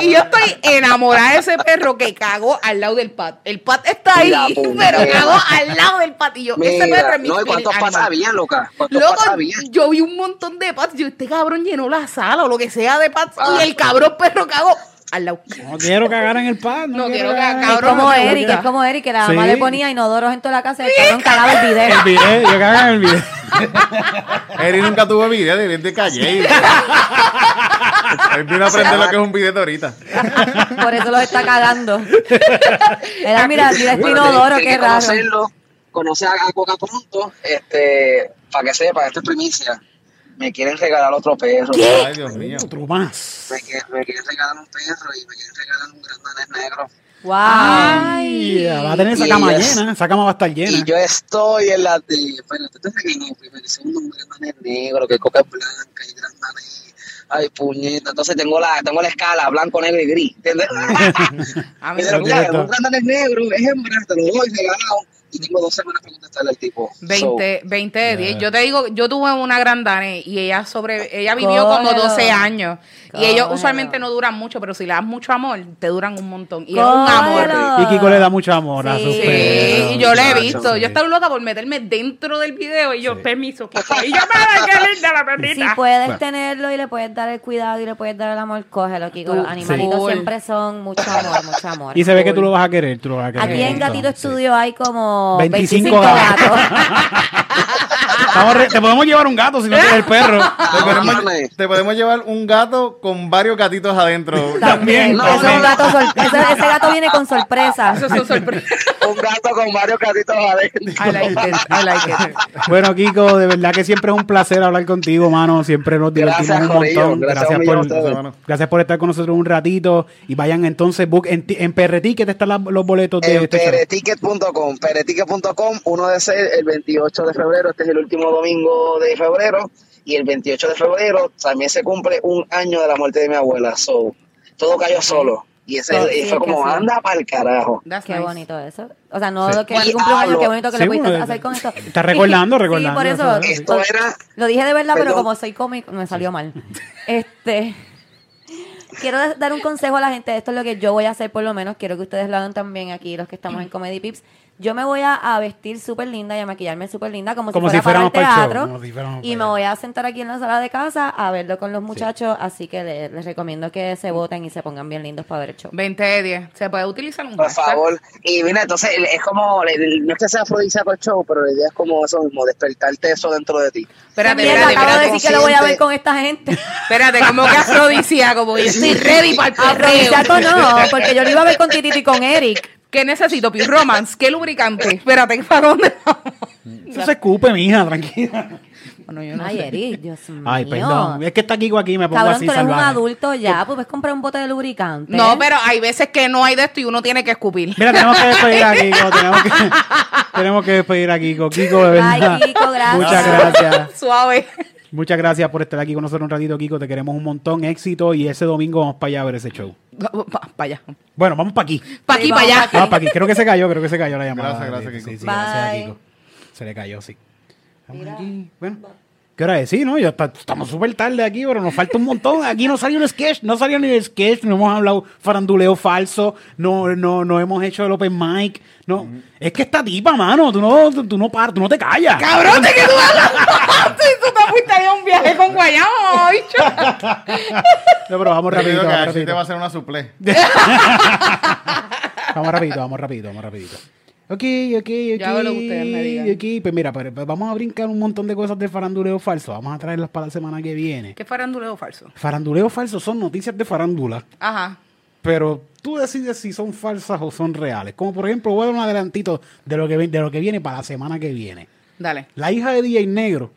Speaker 3: y yo estoy enamorada de ese perro que cagó al lado del pat. El pat está ahí,
Speaker 7: Mira,
Speaker 3: pero
Speaker 7: puñeta.
Speaker 3: cagó al lado del pat. Y yo, ese perro
Speaker 7: Mira,
Speaker 3: es mi
Speaker 7: no, ¿y cuántos
Speaker 3: spirit animal.
Speaker 7: patas había, loca? ¿Cuántos
Speaker 3: Loco,
Speaker 7: patas había?
Speaker 3: yo vi un montón de pats. Yo, este cabrón llenó la sala o lo que sea de pats.
Speaker 7: Ah.
Speaker 3: Y el cabrón perro cagó al lado.
Speaker 2: No quiero cagar en el pan.
Speaker 3: No quiero
Speaker 2: cagar.
Speaker 3: cagar. Cabrón,
Speaker 6: es como
Speaker 3: no te
Speaker 6: Eric,
Speaker 3: voy a-
Speaker 6: es como Eric, que la
Speaker 2: Sí.
Speaker 6: mamá le ponía inodoros en toda la casa y el cabrón cagaba el video.
Speaker 2: El video, yo cago en el video.
Speaker 1: Eri nunca tuvo video de bien de calle. Él vino a aprender lo que es un video ahorita.
Speaker 6: Por eso los está cagando. Era, mira, mira este
Speaker 7: Bueno,
Speaker 6: inodoro,
Speaker 7: tiene- tiene
Speaker 6: qué
Speaker 7: que
Speaker 6: raro.
Speaker 7: Conocerlo, conocer a, a Coca pronto, este, para que sepa, esto es primicia. Me quieren regalar otro perro.
Speaker 1: Ay, Dios mío.
Speaker 2: Otro más.
Speaker 7: Me, quieren- me quieren regalar un perro y me quieren regalar un gran danés negro.
Speaker 6: Wow.
Speaker 2: Ay, va a tener esa
Speaker 7: Y
Speaker 2: cama
Speaker 7: ellas-
Speaker 2: llena. Esa cama va a estar
Speaker 7: Y
Speaker 2: llena.
Speaker 7: yo estoy en la de. Bueno, tú te regaló primero y segundo un gran danés negro, que coca es blanca y gran danés. Ay, puñeta. Entonces tengo la, tengo la escala blanco, negro y gris. ¿Entiendes?
Speaker 3: A mí
Speaker 7: (laughs) Y de lo
Speaker 3: me
Speaker 7: que
Speaker 2: Correcto.
Speaker 7: hago, un gran danés negro, es hembra, te lo doy regalado. Y tengo dos semanas para contestarle al tipo. So,
Speaker 3: 20, 20 de 10. Yo te digo, yo tuve una grandane y ella sobre ella vivió como
Speaker 6: Cógelo.
Speaker 3: 12 años. Y ellos
Speaker 6: Cógelo.
Speaker 3: usualmente no duran mucho, pero si le das mucho amor, te duran un montón. Y es un amor.
Speaker 6: Cógelo.
Speaker 2: Y Kiko le da mucho amor a
Speaker 6: Sí.
Speaker 2: sus
Speaker 3: Sí,
Speaker 2: perros.
Speaker 3: yo le he
Speaker 7: muchacho,
Speaker 3: visto.
Speaker 2: sí.
Speaker 3: Yo estaba loca por meterme dentro del video y yo,
Speaker 5: Yo, permiso, coca. Y yo,
Speaker 3: "Ah".
Speaker 5: mira, qué linda la
Speaker 6: Si
Speaker 5: perrita.
Speaker 6: puedes tenerlo y le puedes dar el cuidado y le puedes dar el amor, cógelo, Kiko. Los animalitos
Speaker 3: Full.
Speaker 6: siempre son mucho amor, mucho amor.
Speaker 2: Y se ve que tú lo vas a querer. Tú lo vas a querer.
Speaker 6: Aquí en
Speaker 2: un
Speaker 6: Gatito
Speaker 2: montón, sí.
Speaker 6: Estudio hay como
Speaker 2: 25
Speaker 6: 25,
Speaker 2: gatos.
Speaker 6: gatos.
Speaker 2: Estamos re- te podemos llevar un gato si no quieres el
Speaker 7: (laughs)
Speaker 2: perro.
Speaker 1: Te
Speaker 7: ah,
Speaker 1: podemos,
Speaker 7: mames.
Speaker 1: te podemos llevar un gato con varios gatitos adentro.
Speaker 2: (laughs) También.
Speaker 6: Porque eso es un gato sor- ese,
Speaker 2: (laughs)
Speaker 6: ese gato viene con sorpresa.
Speaker 3: Eso
Speaker 6: (laughs)
Speaker 3: son
Speaker 7: (laughs)
Speaker 3: sorpresas.
Speaker 7: un gato con varios gatitos adentro.
Speaker 3: I like it, I like it.
Speaker 2: Bueno, Kiko, de verdad que siempre es un placer hablar contigo, mano. Siempre nos divertimos
Speaker 7: Gracias,
Speaker 2: un
Speaker 7: Corillo.
Speaker 2: montón.
Speaker 7: Gracias
Speaker 2: Gracias,
Speaker 7: un millón a ustedes.
Speaker 2: por, gracias por estar con nosotros un ratito. Y vayan entonces, book en, ti- en PRT, que te están la- los boletos de
Speaker 7: En
Speaker 2: este show.
Speaker 7: pereticket.com, pereticket.com, 1 de 6, el 28 de febrero, este es el último domingo de febrero, y el 28 de febrero también se cumple un año de la muerte de mi abuela, so, todo cayó solo, y, ese,
Speaker 6: Sí,
Speaker 7: y
Speaker 6: sí,
Speaker 7: fue como,
Speaker 6: que sí.
Speaker 7: anda para el carajo.
Speaker 3: That's
Speaker 6: Qué
Speaker 3: nice.
Speaker 6: bonito eso. O sea, no lo que
Speaker 7: Sí.
Speaker 6: el cumpleaños, qué bonito que
Speaker 2: Sí,
Speaker 6: lo pudiste
Speaker 2: bueno,
Speaker 6: hacer con esto.
Speaker 2: está recordando, recordando,
Speaker 6: (laughs) Sí, por eso.
Speaker 2: eso,
Speaker 7: Esto
Speaker 6: lo-
Speaker 7: era-
Speaker 6: Lo dije de verdad, pero
Speaker 7: Perdón.
Speaker 6: como soy cómico, me
Speaker 2: (laughs)
Speaker 6: salió mal. Este. Quiero da- dar un consejo a la gente. Esto es lo que yo voy a hacer, por lo menos. Quiero que ustedes lo hagan también aquí, los que estamos en Comedy Pips. Yo me voy a, a vestir súper linda y a maquillarme súper linda, como,
Speaker 2: Como si
Speaker 6: si fuera
Speaker 2: fuéramos
Speaker 6: para el
Speaker 2: pa'l show,
Speaker 6: teatro.
Speaker 2: como si fuéramos
Speaker 6: y
Speaker 2: para
Speaker 6: me
Speaker 2: allá.
Speaker 6: voy a sentar aquí en la sala de casa a verlo con los muchachos. Así que le- les recomiendo que se voten y se pongan bien lindos para ver el show.
Speaker 3: 20 de 10. Se puede utilizar un
Speaker 7: Por
Speaker 3: hashtag?
Speaker 7: favor, y mira, entonces es como, no es que sea afrodisíaco el show, pero la idea es como eso mismo, despertarte eso dentro de ti.
Speaker 3: Espérate,
Speaker 6: Mierda,
Speaker 3: espérate,
Speaker 6: acabo de
Speaker 3: espérate.
Speaker 6: decir que lo voy a ver
Speaker 7: consciente.
Speaker 6: con esta gente.
Speaker 3: Espérate, como que afrodisíaco, porque yo estoy ready para el
Speaker 6: Afrodisíaco
Speaker 3: perreo.
Speaker 6: no, porque yo lo iba a ver con Tititi y con Eric.
Speaker 3: ¿Qué necesito? Pi Romance, ¿qué lubricante? Espérate, ¿para dónde vamos?
Speaker 2: Eso se escupe, mija, tranquila.
Speaker 3: Bueno, yo no
Speaker 6: Ay,
Speaker 3: sé.
Speaker 6: Eric, Dios mío.
Speaker 2: Ay, perdón. Es que está Kiko aquí, me pongo
Speaker 6: Cabrón,
Speaker 2: así
Speaker 6: tú eres un
Speaker 2: salvaje.
Speaker 6: adulto ya, pues puedes comprar un bote de lubricante.
Speaker 3: No, pero hay veces que no hay de esto y uno tiene que escupir.
Speaker 2: Mira, tenemos que despedir a Kiko. Tenemos que, (laughs) tenemos que despedir a Kiko. Kiko, de
Speaker 6: Ay,
Speaker 2: verdad.
Speaker 6: Kiko, gracias.
Speaker 2: Muchas gracias.
Speaker 3: Suave.
Speaker 2: Muchas gracias por estar aquí con nosotros un ratito, Kiko. Te queremos un montón. Éxito. Y ese domingo vamos para allá a ver ese show.
Speaker 3: Para allá.
Speaker 2: Bueno, vamos para aquí.
Speaker 3: Para aquí,
Speaker 6: Sí,
Speaker 3: para
Speaker 6: vamos
Speaker 3: allá.
Speaker 6: pa'
Speaker 2: No, para aquí. Creo que se cayó, creo que se cayó la llamada.
Speaker 1: Gracias, gracias, Kiko.
Speaker 2: Sí, sí,
Speaker 6: Bye.
Speaker 2: gracias a Kiko. Se le cayó, sí. Vamos aquí. Bueno. ¿Qué hora es? Sí, ¿no? Ya está- estamos súper tarde aquí, pero nos falta un montón. Aquí no salió el sketch, no salió ni el sketch, no hemos hablado faranduleo falso, no, no, no hemos hecho el open mic. No. Es que esta tipa, mano, tú no, tú, tú no paras, tú no te callas.
Speaker 3: Cabrón, ¿de qué tú hablas? (laughs) Sí, tú te fuiste ahí a un viaje con Guayama, bicho.
Speaker 2: No, pero vamos
Speaker 1: Te
Speaker 2: rapidito,
Speaker 1: digo que
Speaker 2: vamos
Speaker 1: así te
Speaker 2: rapidito.
Speaker 1: va a hacer una suple.
Speaker 2: Vamos rapidito, vamos rapidito, vamos rapidito. Ok, ok, ok.
Speaker 3: Ya hago lo que ustedes me digan.
Speaker 2: ok. Pues mira, pero- pero vamos a brincar un montón de cosas de faranduleo falso. Vamos a traerlas para la semana que viene.
Speaker 3: ¿Qué faranduleo falso?
Speaker 2: Faranduleo falso son noticias de farándula,
Speaker 3: Ajá.
Speaker 2: pero tú decides si son falsas o son reales. Como por ejemplo, voy a dar un adelantito de lo que, ven- de lo que viene para la semana que viene.
Speaker 3: Dale.
Speaker 2: La hija de DJ Negro.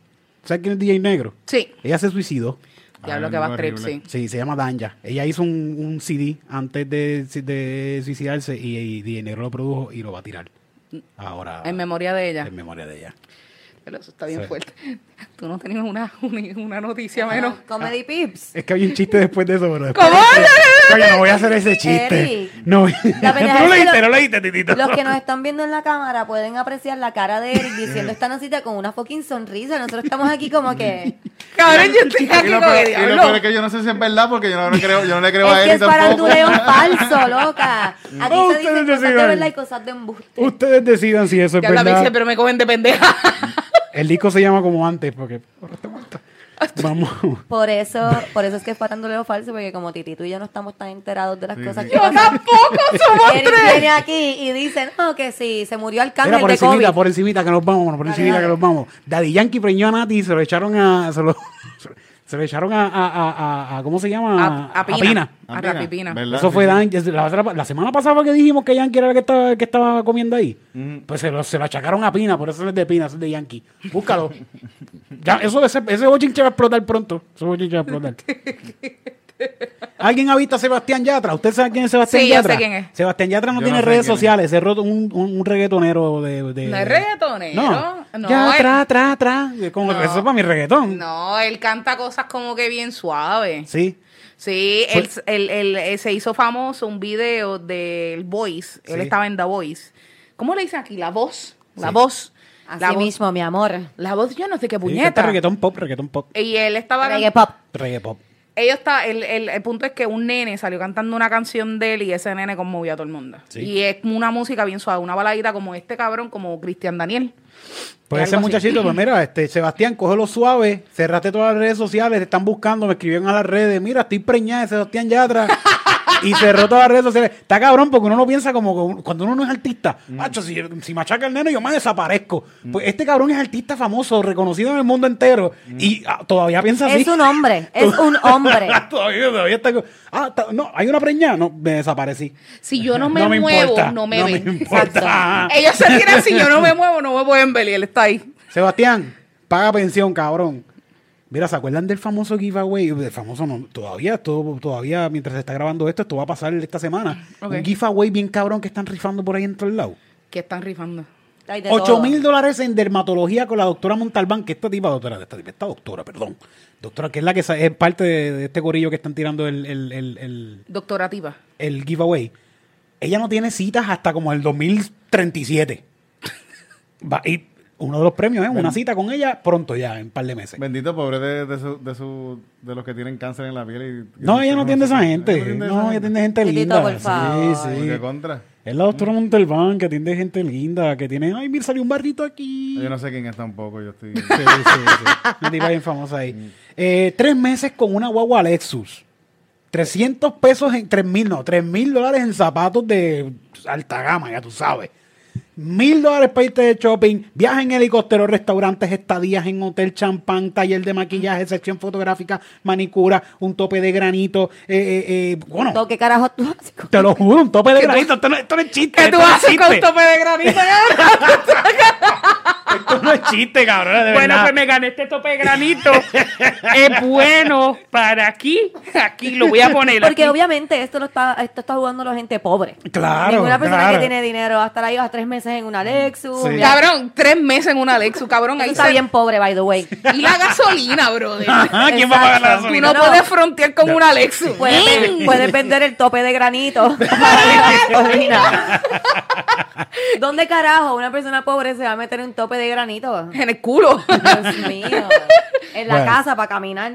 Speaker 2: ¿Sabes quién es DJ Negro?
Speaker 3: Sí.
Speaker 2: Ella se suicidó.
Speaker 3: Diablo
Speaker 1: Ay,
Speaker 3: que va
Speaker 1: Ah, no,
Speaker 3: a trip, sí.
Speaker 1: horrible.
Speaker 2: Sí, se llama Danja. Ella hizo un, un CD antes de, de suicidarse y, y DJ Negro lo produjo y lo va a tirar. Ahora.
Speaker 3: En memoria de ella.
Speaker 2: en memoria de ella.
Speaker 3: Pero Eso está bien fuerte. (laughs) Tú no tenías una, una, una noticia menos.
Speaker 6: Comedy Pips.
Speaker 2: Es que hay un chiste después de eso, pero después.
Speaker 3: ¿Cómo?
Speaker 2: Coño, no voy a hacer ese chiste.
Speaker 6: Eric.
Speaker 2: No, (laughs)
Speaker 6: La pendeja
Speaker 2: no
Speaker 6: es
Speaker 2: lo
Speaker 6: que
Speaker 2: hice,
Speaker 6: lo-
Speaker 2: no lo hice, titito.
Speaker 6: Los que nos están viendo en la cámara pueden apreciar la cara de Eric diciendo esta nocita con una fucking sonrisa. Nosotros estamos aquí como que.
Speaker 3: Cabrón, yo estoy aquí
Speaker 1: Y lo
Speaker 3: con
Speaker 1: peor,
Speaker 3: el
Speaker 1: y lo
Speaker 3: diablo.
Speaker 1: peor es que yo no sé si es verdad porque yo no, no creo, yo no le creo a
Speaker 6: es
Speaker 1: él
Speaker 6: que es
Speaker 1: tampoco.
Speaker 6: faranduleo
Speaker 1: (laughs)
Speaker 6: falso, loca. Aquí
Speaker 2: Oh,
Speaker 6: se dicen
Speaker 2: ustedes
Speaker 6: cosas de
Speaker 2: decidan.
Speaker 6: verdad y cosas de embuste.
Speaker 2: Ustedes decidan si eso es
Speaker 3: Diabla me
Speaker 2: verdad.
Speaker 3: dice, pero me cogen de
Speaker 1: (laughs)
Speaker 3: pendeja.
Speaker 2: El disco se llama como antes,
Speaker 3: (laughs)
Speaker 2: porque. ahora está muerto. Vamos.
Speaker 6: Por eso, por eso es que es faranduleo falso, porque como Titito y yo no estamos tan enterados de las cosas que
Speaker 3: Yo
Speaker 6: pasan. (laughs)
Speaker 3: tampoco somos
Speaker 6: Eric
Speaker 3: tres.
Speaker 6: viene aquí y dice, no, que sí, se murió al
Speaker 2: Mira,
Speaker 6: cáncer
Speaker 2: por
Speaker 6: de COVID.
Speaker 2: encimita, por encimita que nos vamos, por
Speaker 6: Dale,
Speaker 2: encimita
Speaker 6: dale.
Speaker 2: que nos vamos. Daddy Yankee preñó a Nati y se lo echaron a. Se lo, (laughs) se lo echaron a, a, a, a- a- ¿Cómo se llama?
Speaker 3: A, a Pina.
Speaker 1: Ah,
Speaker 3: A
Speaker 1: mira,
Speaker 3: Rapipina.
Speaker 1: ¿verdad?
Speaker 2: Eso
Speaker 1: Sí,
Speaker 2: fue
Speaker 1: sí.
Speaker 2: Dan- la, otra- la semana pasada fue que dijimos que Yankee era el que estaba, el que estaba comiendo ahí. Pues se lo, se lo achacaron a Pina, por eso es de Pina, eso es de Yankee. Búscalo. ya, eso, ese, ese bochinche va a explotar pronto. Ese bochinche
Speaker 3: (laughs)
Speaker 2: va a explotar. ¿Alguien ha visto a Sebastián Yatra? ¿Usted sabe quién es Sebastián
Speaker 3: Sí, yo sé
Speaker 2: Yatra?
Speaker 3: quién es.
Speaker 2: Sebastián Yatra no
Speaker 1: Yo
Speaker 2: tiene
Speaker 1: no sé
Speaker 2: redes
Speaker 1: quién es.
Speaker 2: sociales, es roto- un, un, un reggaetonero de, de-
Speaker 3: No es reggaetonero.
Speaker 2: No,
Speaker 3: No,
Speaker 2: ya,
Speaker 3: es-
Speaker 2: tra, tra, tra. Como
Speaker 3: No.
Speaker 2: eso es para mi reggaetón.
Speaker 3: No, él canta cosas como que bien suaves.
Speaker 2: Sí.
Speaker 3: Sí, él, él- él- él se hizo famoso un video del Voice. Él
Speaker 2: Sí.
Speaker 3: estaba en The Voice. ¿Cómo le dicen aquí? La voz. La voz.
Speaker 6: Así
Speaker 3: la voz.
Speaker 6: mismo, mi amor.
Speaker 3: La voz, yo no sé qué
Speaker 2: Sí, canta
Speaker 3: puñeta.
Speaker 2: reggaetón pop, reggaetón pop,
Speaker 3: y él estaba. can-
Speaker 6: Reggae pop.
Speaker 2: reggae pop.
Speaker 3: Ellos está, el, el, el punto es que un nene salió cantando una canción de él y ese nene conmovió a todo el mundo.
Speaker 2: Sí.
Speaker 3: Y es una música bien suave, una baladita como este cabrón, como Cristian Daniel.
Speaker 2: Pues
Speaker 3: Es
Speaker 2: ese
Speaker 3: algo así.
Speaker 2: muchachito, pues mira, este, Sebastián, cógelo suave, cerrate todas las redes sociales, te están buscando, me escribieron a las redes, mira, estoy preñada de
Speaker 3: (laughs)
Speaker 2: Sebastián Yatra. y cerró todas las redes sociales. Está cabrón porque uno no piensa como que- cuando uno no es artista.
Speaker 3: Mm.
Speaker 2: Macho, si, si machaca el nene, yo más desaparezco. Pues este cabrón es artista famoso, reconocido en el mundo entero.
Speaker 3: Mm.
Speaker 2: Y ah, todavía piensa así.
Speaker 6: Es un hombre,
Speaker 2: (laughs)
Speaker 6: es un hombre.
Speaker 2: todavía, todavía está. co- Ah, está- no, hay una preñada. No, me desaparecí.
Speaker 3: Si
Speaker 2: (laughs)
Speaker 3: yo no me,
Speaker 2: No me
Speaker 3: muevo,
Speaker 2: importa,
Speaker 3: no me
Speaker 2: no
Speaker 3: ven.
Speaker 2: me importa.
Speaker 3: Exacto. Ellos se tiran, si yo no me muevo, no me pueden ver y él está ahí.
Speaker 2: Sebastián, paga pensión, cabrón. Mira, ¿se acuerdan del famoso giveaway? Del famoso no, todavía, esto- todavía, mientras se está grabando esto, esto va a pasar esta semana.
Speaker 3: Ok.
Speaker 2: Un giveaway bien cabrón que están rifando por ahí en todo el lado.
Speaker 3: Que están rifando.
Speaker 6: Hay de
Speaker 2: 8
Speaker 6: todo.
Speaker 2: mil dólares en dermatología con la doctora Montalbán, que esta tipa, doctora, esta tipa, esta doctora, perdón. Doctora, que es la que sa- es parte de, de este corillo que están tirando el, el- el- el-
Speaker 3: Doctorativa.
Speaker 2: el giveaway. Ella no tiene citas hasta como el 2037. Va- y uno de los premios es una cita con ella pronto ya, en un par de meses.
Speaker 1: Bendito pobre de, de, su, de, su, de los que tienen cáncer en la piel. Y,
Speaker 2: No, ella no atiende a esa
Speaker 1: Ella
Speaker 2: gente.
Speaker 1: atiende a
Speaker 2: No,
Speaker 1: esa
Speaker 2: ella atiende gente
Speaker 6: Titito,
Speaker 2: linda.
Speaker 6: por favor.
Speaker 2: Sí,
Speaker 1: Porque
Speaker 2: sí.
Speaker 1: contra.
Speaker 2: Es la doctora Montelban que atiende gente linda, que tiene, ay, mira, salió un barrito aquí.
Speaker 1: Yo no sé quién es tampoco. Yo estoy.
Speaker 2: Sí, sí, sí. Una tipa bien famosa ahí. Eh, tres meses con una guagua Lexus. 300 pesos en... 3 mil, no. 3 mil dólares en zapatos de alta gama, ya tú sabes. Mil dólares para irte de shopping, viaje en helicóptero, restaurantes, estadías en hotel, champán, taller de maquillaje, sección fotográfica, manicura, un tope de granito. eh, eh, eh, bueno,
Speaker 6: Todo, ¿Qué carajo tú haces
Speaker 2: (laughs)
Speaker 6: con-
Speaker 2: te lo juro, un tope de granito. Esto no, esto no es chiste.
Speaker 3: ¿Qué
Speaker 2: esto
Speaker 3: tú
Speaker 2: no es
Speaker 3: haces con
Speaker 2: chiste,
Speaker 3: un tope de
Speaker 6: (laughs)
Speaker 3: granito?
Speaker 2: Esto no es chiste, cabrón. de
Speaker 5: Bueno,
Speaker 2: verdad.
Speaker 5: pues me gané este tope de granito. es bueno para aquí. Aquí lo voy a poner.
Speaker 6: Porque
Speaker 5: aquí.
Speaker 6: obviamente esto lo está, esto está jugando la gente pobre.
Speaker 2: Claro,
Speaker 6: Ninguna persona
Speaker 2: claro.
Speaker 6: que tiene dinero va a estar ahí a tres meses en una Lexus.
Speaker 2: Sí.
Speaker 6: Mira,
Speaker 3: cabrón, tres meses en una Lexus, cabrón.
Speaker 6: eso
Speaker 3: Ahí
Speaker 6: está
Speaker 3: se-
Speaker 6: bien pobre, by the way.
Speaker 3: Y la gasolina, brother.
Speaker 2: Ajá, ¿Quién va a pagar la
Speaker 6: Exacto.
Speaker 3: Tú
Speaker 2: gasolina?
Speaker 3: no puedes frontear con una Lexus.
Speaker 6: Puedes, ven- puedes vender el tope
Speaker 2: (laughs)
Speaker 6: de granito. para la gasolina. ¿Dónde carajo una persona pobre se va a meter un tope de granito?
Speaker 3: En el culo.
Speaker 6: Dios mío. En la
Speaker 2: Bueno.
Speaker 6: casa para caminar.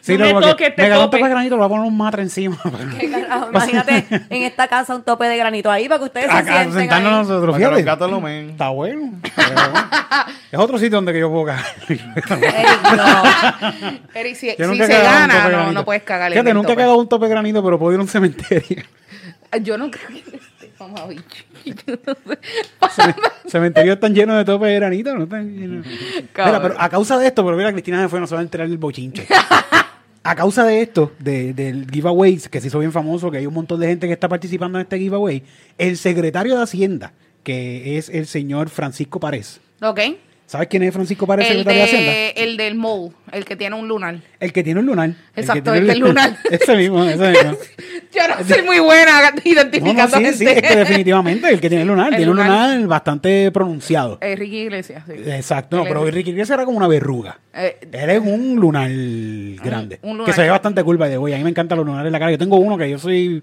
Speaker 2: Sí,
Speaker 5: No
Speaker 2: no,
Speaker 5: me
Speaker 2: porque
Speaker 5: toques, te
Speaker 2: me ganó un
Speaker 5: tope.
Speaker 2: tope de granito, le voy a poner un matra encima. (laughs)
Speaker 6: Qué carajo, Imagínate en esta casa un tope de granito ahí para que ustedes se
Speaker 2: Acá,
Speaker 6: sienten. ahí.
Speaker 2: sentarnos nosotros,
Speaker 1: Para que los
Speaker 2: fíjate.
Speaker 1: gatos lo men.
Speaker 2: Está bueno. pero bueno. (laughs) es otro sitio donde que yo puedo cagar.
Speaker 6: Eric,
Speaker 2: (laughs)
Speaker 6: no.
Speaker 3: Eric, si,
Speaker 2: Yo
Speaker 3: si
Speaker 2: nunca he
Speaker 3: se
Speaker 2: cagado en un
Speaker 3: gana,
Speaker 2: tope de
Speaker 3: no,
Speaker 2: granito.
Speaker 3: no puedes cagar. en
Speaker 2: Fíjate,
Speaker 3: el
Speaker 2: nunca he
Speaker 3: tope.
Speaker 2: cagado un tope de granito, pero puedo ir a un cementerio.
Speaker 3: Ah, Yo no creo que esté mamabicho.
Speaker 2: Cementerios están llenos de tope de granito. No están
Speaker 3: (laughs)
Speaker 2: llenos. Mira,
Speaker 3: Cabrón.
Speaker 2: pero a causa de esto, pero mira, Cristina se fue, no se va a enterar
Speaker 3: (laughs)
Speaker 2: del bochinche. A causa de esto, de- del giveaway, que se hizo bien famoso, que hay un montón de gente que está participando en este giveaway, el secretario de Hacienda, que es el señor Francisco Párez,
Speaker 3: Ok.
Speaker 2: ¿Sabes quién es Francisco Párez,
Speaker 3: El,
Speaker 2: secretario de Hacienda?
Speaker 3: de, el del mole, el que tiene un lunar.
Speaker 2: El que tiene un lunar.
Speaker 3: Exacto,
Speaker 2: tiene
Speaker 3: el del lunar.
Speaker 2: (laughs) Ese mismo, ese
Speaker 3: (laughs)
Speaker 2: mismo.
Speaker 3: Yo no soy muy buena
Speaker 2: No, no,
Speaker 3: identificando
Speaker 2: sí,
Speaker 3: gente.
Speaker 2: sí, es que definitivamente el que tiene el lunar,
Speaker 3: El
Speaker 2: tiene un
Speaker 3: lunar.
Speaker 2: lunar bastante pronunciado.
Speaker 3: (laughs) Eh, Ricky Iglesias. sí.
Speaker 2: Exacto, no,
Speaker 3: Él (laughs)
Speaker 2: pero
Speaker 3: es-
Speaker 2: Ricky Iglesias era como una verruga.
Speaker 3: Eh,
Speaker 2: Él es un lunar grande.
Speaker 3: un lunar
Speaker 2: que se ve
Speaker 3: grande.
Speaker 2: bastante culpa de güey. A mí me encantan los lunares en la cara. Yo tengo uno que yo soy.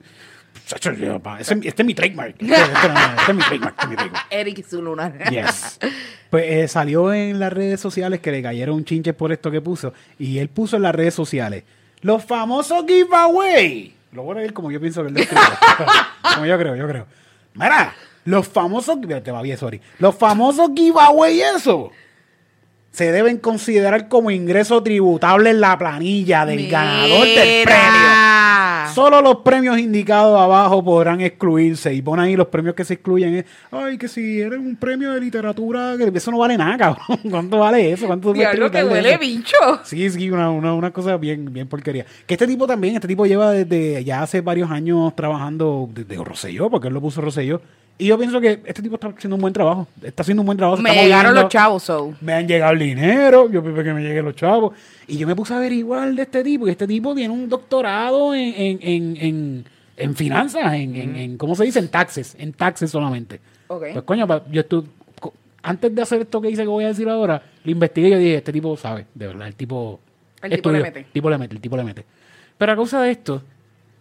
Speaker 2: Chacho, yo, pa, ese- este es mi trademark.
Speaker 3: (laughs)
Speaker 2: Este, este no, este es mi trademark. este es mi trademark.
Speaker 3: Eric y su lunar. (laughs)
Speaker 2: Yes. Pues eh, salió en las redes sociales que le cayeron chinches por esto que puso. Y él puso en las redes sociales los famosos giveaway. Lo bueno es él como yo pienso que él lo escribió. (laughs) como yo creo, yo creo. Mira, los famosos. Te va bien, sorry. Los famosos giveaway, eso. Se deben considerar como ingreso tributable en la planilla del ganador del premio.
Speaker 3: Mira.
Speaker 2: Solo los premios indicados abajo podrán excluirse. Y pon ahí los premios que se excluyen. es, Ay, que si eres un premio de literatura, que eso no vale nada, (laughs) cabrón. ¿Cuánto vale eso? ¿Cuánto puedes
Speaker 3: Diablo que
Speaker 2: tributar de
Speaker 3: huele
Speaker 2: eso?
Speaker 3: bicho.
Speaker 2: Sí, sí, una, una, una cosa bien, bien porquería. Que este tipo también, este tipo lleva desde ya hace varios años trabajando de, de Rosselló, porque él lo puso Rosselló. Y yo pienso que este tipo está haciendo un buen trabajo. Está haciendo un buen trabajo. se
Speaker 3: Me
Speaker 2: está
Speaker 3: llegaron
Speaker 2: moviendo
Speaker 3: los chavos, so.
Speaker 2: me han llegado el dinero, yo pido que me lleguen los chavos. Y yo me puse a averiguar de este tipo, y este tipo tiene un doctorado en, en, en, en- en finanzas, en, en- en- ¿cómo se dice? En taxes, en taxes solamente.
Speaker 3: Ok.
Speaker 2: Pues coño, pa- yo estu- co- antes de hacer esto que hice que voy a decir ahora, lo investigué y yo dije, este tipo sabe, de verdad, el tipo...
Speaker 3: El tipo le mete.
Speaker 2: El tipo le mete, el tipo le mete. Pero a causa de esto,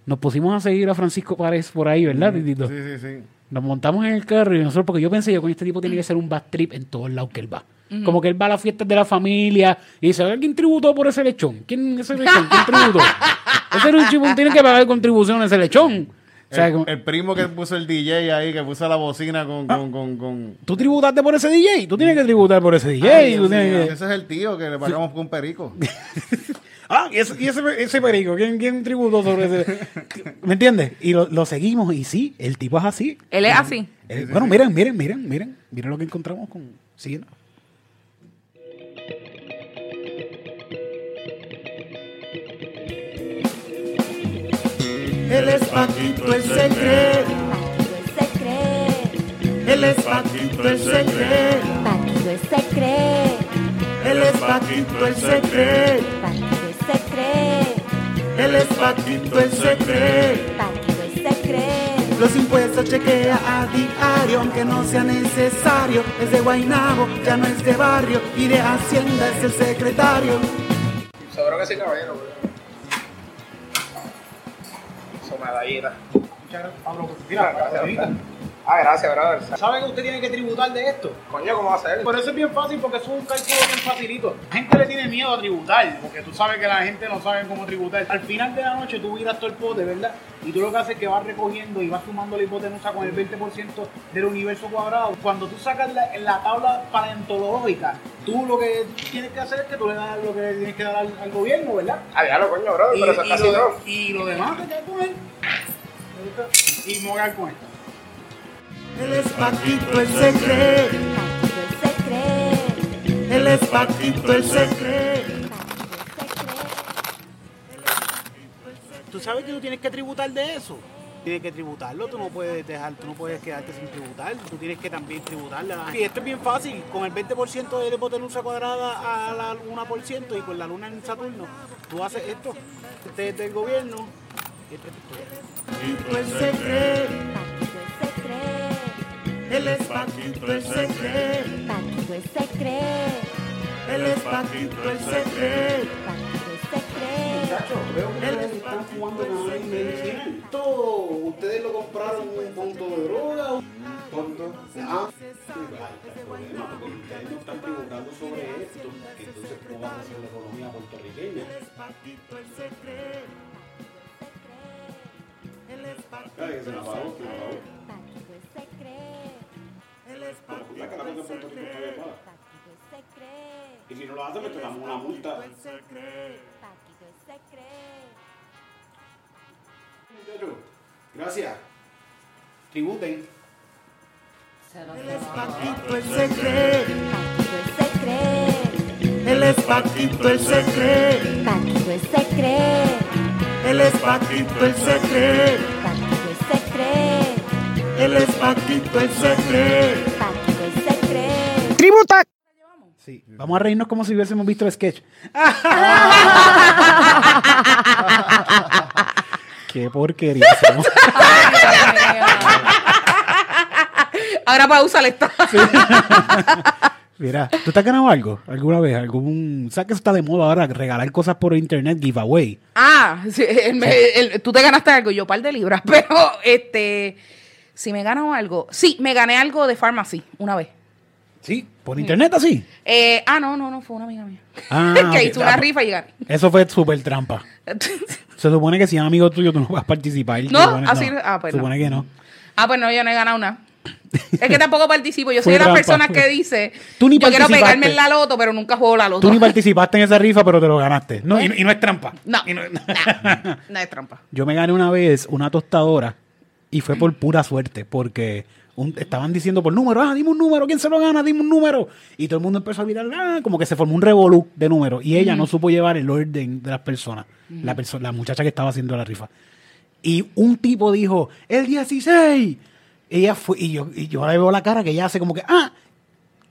Speaker 2: nos pusimos a seguir a Francisco Párez por ahí, ¿verdad, Titito?
Speaker 1: Sí, sí, sí.
Speaker 2: Nos montamos en el carro y nosotros, porque yo pensé, yo con este tipo tiene que ser un bad trip en todos lados que él va. Como que él va a las fiestas de la familia y dice, a ver, ¿quién tributó por ese lechón? ¿Quién ese lechón? ¿Quién tributó? ese lechón tiene que pagar contribución a ese lechón. O sea, como,
Speaker 1: El, el primo que puso el DJ ahí, que puso la bocina con... con, con, con-
Speaker 2: tú tributaste por ese DJ, tú tienes que tributar por ese DJ.
Speaker 1: Ay,
Speaker 2: tú
Speaker 1: Dios
Speaker 2: tienes
Speaker 1: mío,
Speaker 2: que-
Speaker 1: Ese es el tío que le pagamos con un perico.
Speaker 2: Ah, y ese, y ese, ese perico, ¿quién, ¿quién tributó sobre ese? ¿Me entiendes? Y lo, lo seguimos y sí, el tipo es así.
Speaker 3: Él es así.
Speaker 2: Eh, bueno, miren, miren, miren, miren, miren lo que encontramos con... Sí, ¿no?
Speaker 8: Él es Paquito el secreto,
Speaker 6: Partido secreto,
Speaker 8: él es Paquito el secreto,
Speaker 6: partido é secreto,
Speaker 8: él es Paquito el secreto,
Speaker 6: partido é secreto,
Speaker 8: él es Paquito el secreto.
Speaker 6: partido é secreto.
Speaker 8: Los impuestos chequea a diario, aunque no sea necesario. Es de Guainabo, ya no es de barrio, y de Hacienda es el secretario.
Speaker 9: Seguro que sí, caballero. bro. Su medallita. Muchas gracias, Pablo. Mira, gracias. Ah, gracias, brother.
Speaker 10: ¿Sabe que usted tiene que tributar de esto?
Speaker 9: Coño, ¿cómo va a ser?
Speaker 10: Por eso es bien fácil, porque eso es un cálculo bien facilito. La gente le tiene miedo a tributar, porque tú sabes que la gente no sabe cómo tributar. Al final de la noche tú viras todo el pote, ¿verdad? Y tú lo que haces es que vas recogiendo y vas sumando la hipotenusa con el 20% del universo cuadrado. Cuando tú sacas la, en la tabla paleontológica, tú lo que tienes que hacer es que tú le das lo que le tienes que dar al, al gobierno, ¿verdad?
Speaker 9: Ah, diablo, coño, brother,
Speaker 10: Y,
Speaker 9: pero eso es
Speaker 10: y
Speaker 9: casi
Speaker 10: lo,
Speaker 9: todo.
Speaker 10: y lo demás te queda con él. Y mogar con esto.
Speaker 8: Él es Paquito el secreto,
Speaker 6: Partido secreto,
Speaker 8: él es Paquito el secreto.
Speaker 6: partido secreto.
Speaker 10: Tú sabes que tú tienes que tributar de eso. Tienes que tributarlo, tú no puedes dejar, tú no puedes quedarte sin tributar, tú tienes que también tributarle a la gente. Y esto es bien fácil, con el 20% de la hipotenusa cuadrada a la 1% y con la luna en Saturno, tú haces esto. Este es del gobierno. este es tuyo.
Speaker 8: Paquito el secreto,
Speaker 6: é
Speaker 8: él es Paquito el secreto,
Speaker 6: Partido é secreto,
Speaker 8: él es Paquito el secreto.
Speaker 6: partido é secreto.
Speaker 10: Veo que ustedes están jugando con el medicinal. Todo, ustedes lo compraron un punto de droga. Un punto. Ah, Ay, el problema, porque ustedes no están tributando sobre esto. Entonces, ¿cómo va a ser la economía puertorriqueña? Ay, que se la pagó, se la pagó.
Speaker 6: é
Speaker 10: Porque la cara de Puerto Rico está bien paga.
Speaker 6: é
Speaker 10: Y si no lo hacen, pues te damos una multa.
Speaker 6: é
Speaker 10: Muchachos, Gracias. Tributen.
Speaker 8: Paquito el secreto, él es Paquito
Speaker 6: é
Speaker 8: el secreto, él es Paquito el secreto,
Speaker 6: é
Speaker 8: él es Paquito el secreto.
Speaker 6: Partido é secreto.
Speaker 3: Sí.
Speaker 2: Sí. Vamos a reírnos como si hubiésemos visto
Speaker 3: (laughs)
Speaker 2: el sketch. Qué porquería. somos.
Speaker 3: Ahora pausa le está.
Speaker 2: Mira, ¿tú te has ganado algo alguna vez? ¿Algún... ¿Sabes que eso está de moda ahora? Regalar cosas por internet, giveaway.
Speaker 3: Ah, sí, el me- el- tú te ganaste algo, yo par de libras, (laughs) pero este, si me gano algo, sí, me gané algo de Pharmacy una vez.
Speaker 2: Sí. ¿Por internet así?
Speaker 3: Eh, ah, no, no, no, fue una amiga mía.
Speaker 2: Ah,
Speaker 3: (laughs) que
Speaker 2: ok.
Speaker 3: hizo una rifa y gané. (laughs)
Speaker 2: Eso fue súper trampa. Se supone que si es amigo tuyo, tú no vas a participar.
Speaker 3: No, así- ah, pues
Speaker 2: Se supone
Speaker 3: no.
Speaker 2: que no.
Speaker 3: ah, pues no, yo no he ganado nada. Es que tampoco participo. Yo
Speaker 2: (laughs)
Speaker 3: soy
Speaker 2: Fue
Speaker 3: de las
Speaker 2: trampa.
Speaker 3: personas que dice,
Speaker 2: Tú ni
Speaker 3: yo quiero
Speaker 2: participaste.
Speaker 3: pegarme en la loto, pero nunca juego la loto. (laughs)
Speaker 2: Tú ni participaste en esa rifa, pero te lo ganaste. No, (laughs) y, y no es trampa.
Speaker 3: No, no, no es
Speaker 2: (laughs)
Speaker 3: trampa.
Speaker 2: Yo me gané una vez una tostadora y fue por pura suerte, porque un- estaban diciendo por número, ah, dime un número, ¿quién se lo gana? Dime un número. Y todo el mundo empezó a mirar, ah, como que se formó un revolú de números. Y ella no supo llevar el orden de las personas, la, perso- la muchacha que estaba haciendo la rifa. Y un tipo dijo, el 16. Ella fue, y yo, y yo le veo la cara que ella hace como que, ah,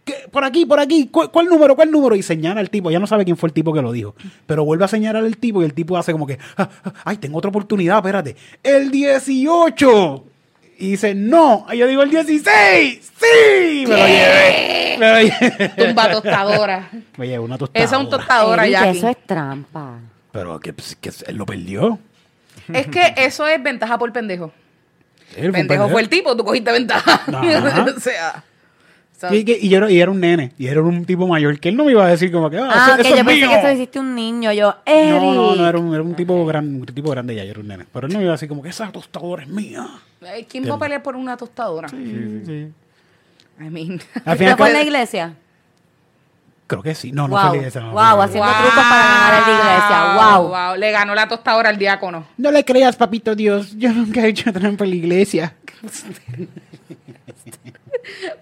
Speaker 2: ¿Qué? por aquí, por aquí, ¿Cuál, cuál número, cuál número? Y señala al tipo, ya no sabe quién fue el tipo que lo dijo, pero vuelve a señalar al tipo y el tipo hace como que, "Ah, ah, ay, tengo otra oportunidad, espérate, el 18. Y dice, no, y yo digo el 16, sí, me lo llevé. Me, lo llevé. (laughs)
Speaker 3: Tumba tostadora.
Speaker 2: Me llevé una tostadora.
Speaker 3: Esa es un tostadora,
Speaker 6: Eric,
Speaker 3: ya.
Speaker 6: eso es trampa.
Speaker 2: Pero que, pues, que se- lo perdió.
Speaker 3: Es que eso es ventaja por pendejo.
Speaker 2: Él fue un
Speaker 3: pendejo fue el tipo, tú cogiste ventaja.
Speaker 2: Ajá.
Speaker 3: (laughs) o sea. so-
Speaker 2: Y, que- y yo era, y era un nene, y era un tipo mayor, que él no me iba a decir como que, ah,
Speaker 6: Ah,
Speaker 2: eso-
Speaker 6: que
Speaker 2: eso
Speaker 6: yo
Speaker 2: es
Speaker 6: pensé
Speaker 2: mío.
Speaker 6: que eso lo hiciste un niño. Yo, Eric.
Speaker 2: No, no, no, era un, era un tipo, gran, un tipo grande ya, yo era un nene. Pero él no iba a decir como que esa tostadora es mía.
Speaker 3: Ay, Eh, ¿Quién va a pelear por una tostadora? I mean. (laughs)
Speaker 2: Al
Speaker 6: ¿Pero
Speaker 2: final,
Speaker 6: fue en la iglesia?
Speaker 2: creo que sí. No, no
Speaker 6: wow.
Speaker 2: fue la iglesia. No,
Speaker 6: wow,
Speaker 2: fue la
Speaker 6: haciendo
Speaker 2: iglesia.
Speaker 6: trucos para ganar a la iglesia. Wow.
Speaker 3: wow. Le ganó la tostadora al diácono.
Speaker 2: No le creas, papito Dios. Yo nunca he hecho trampa en la
Speaker 6: (laughs)
Speaker 2: iglesia.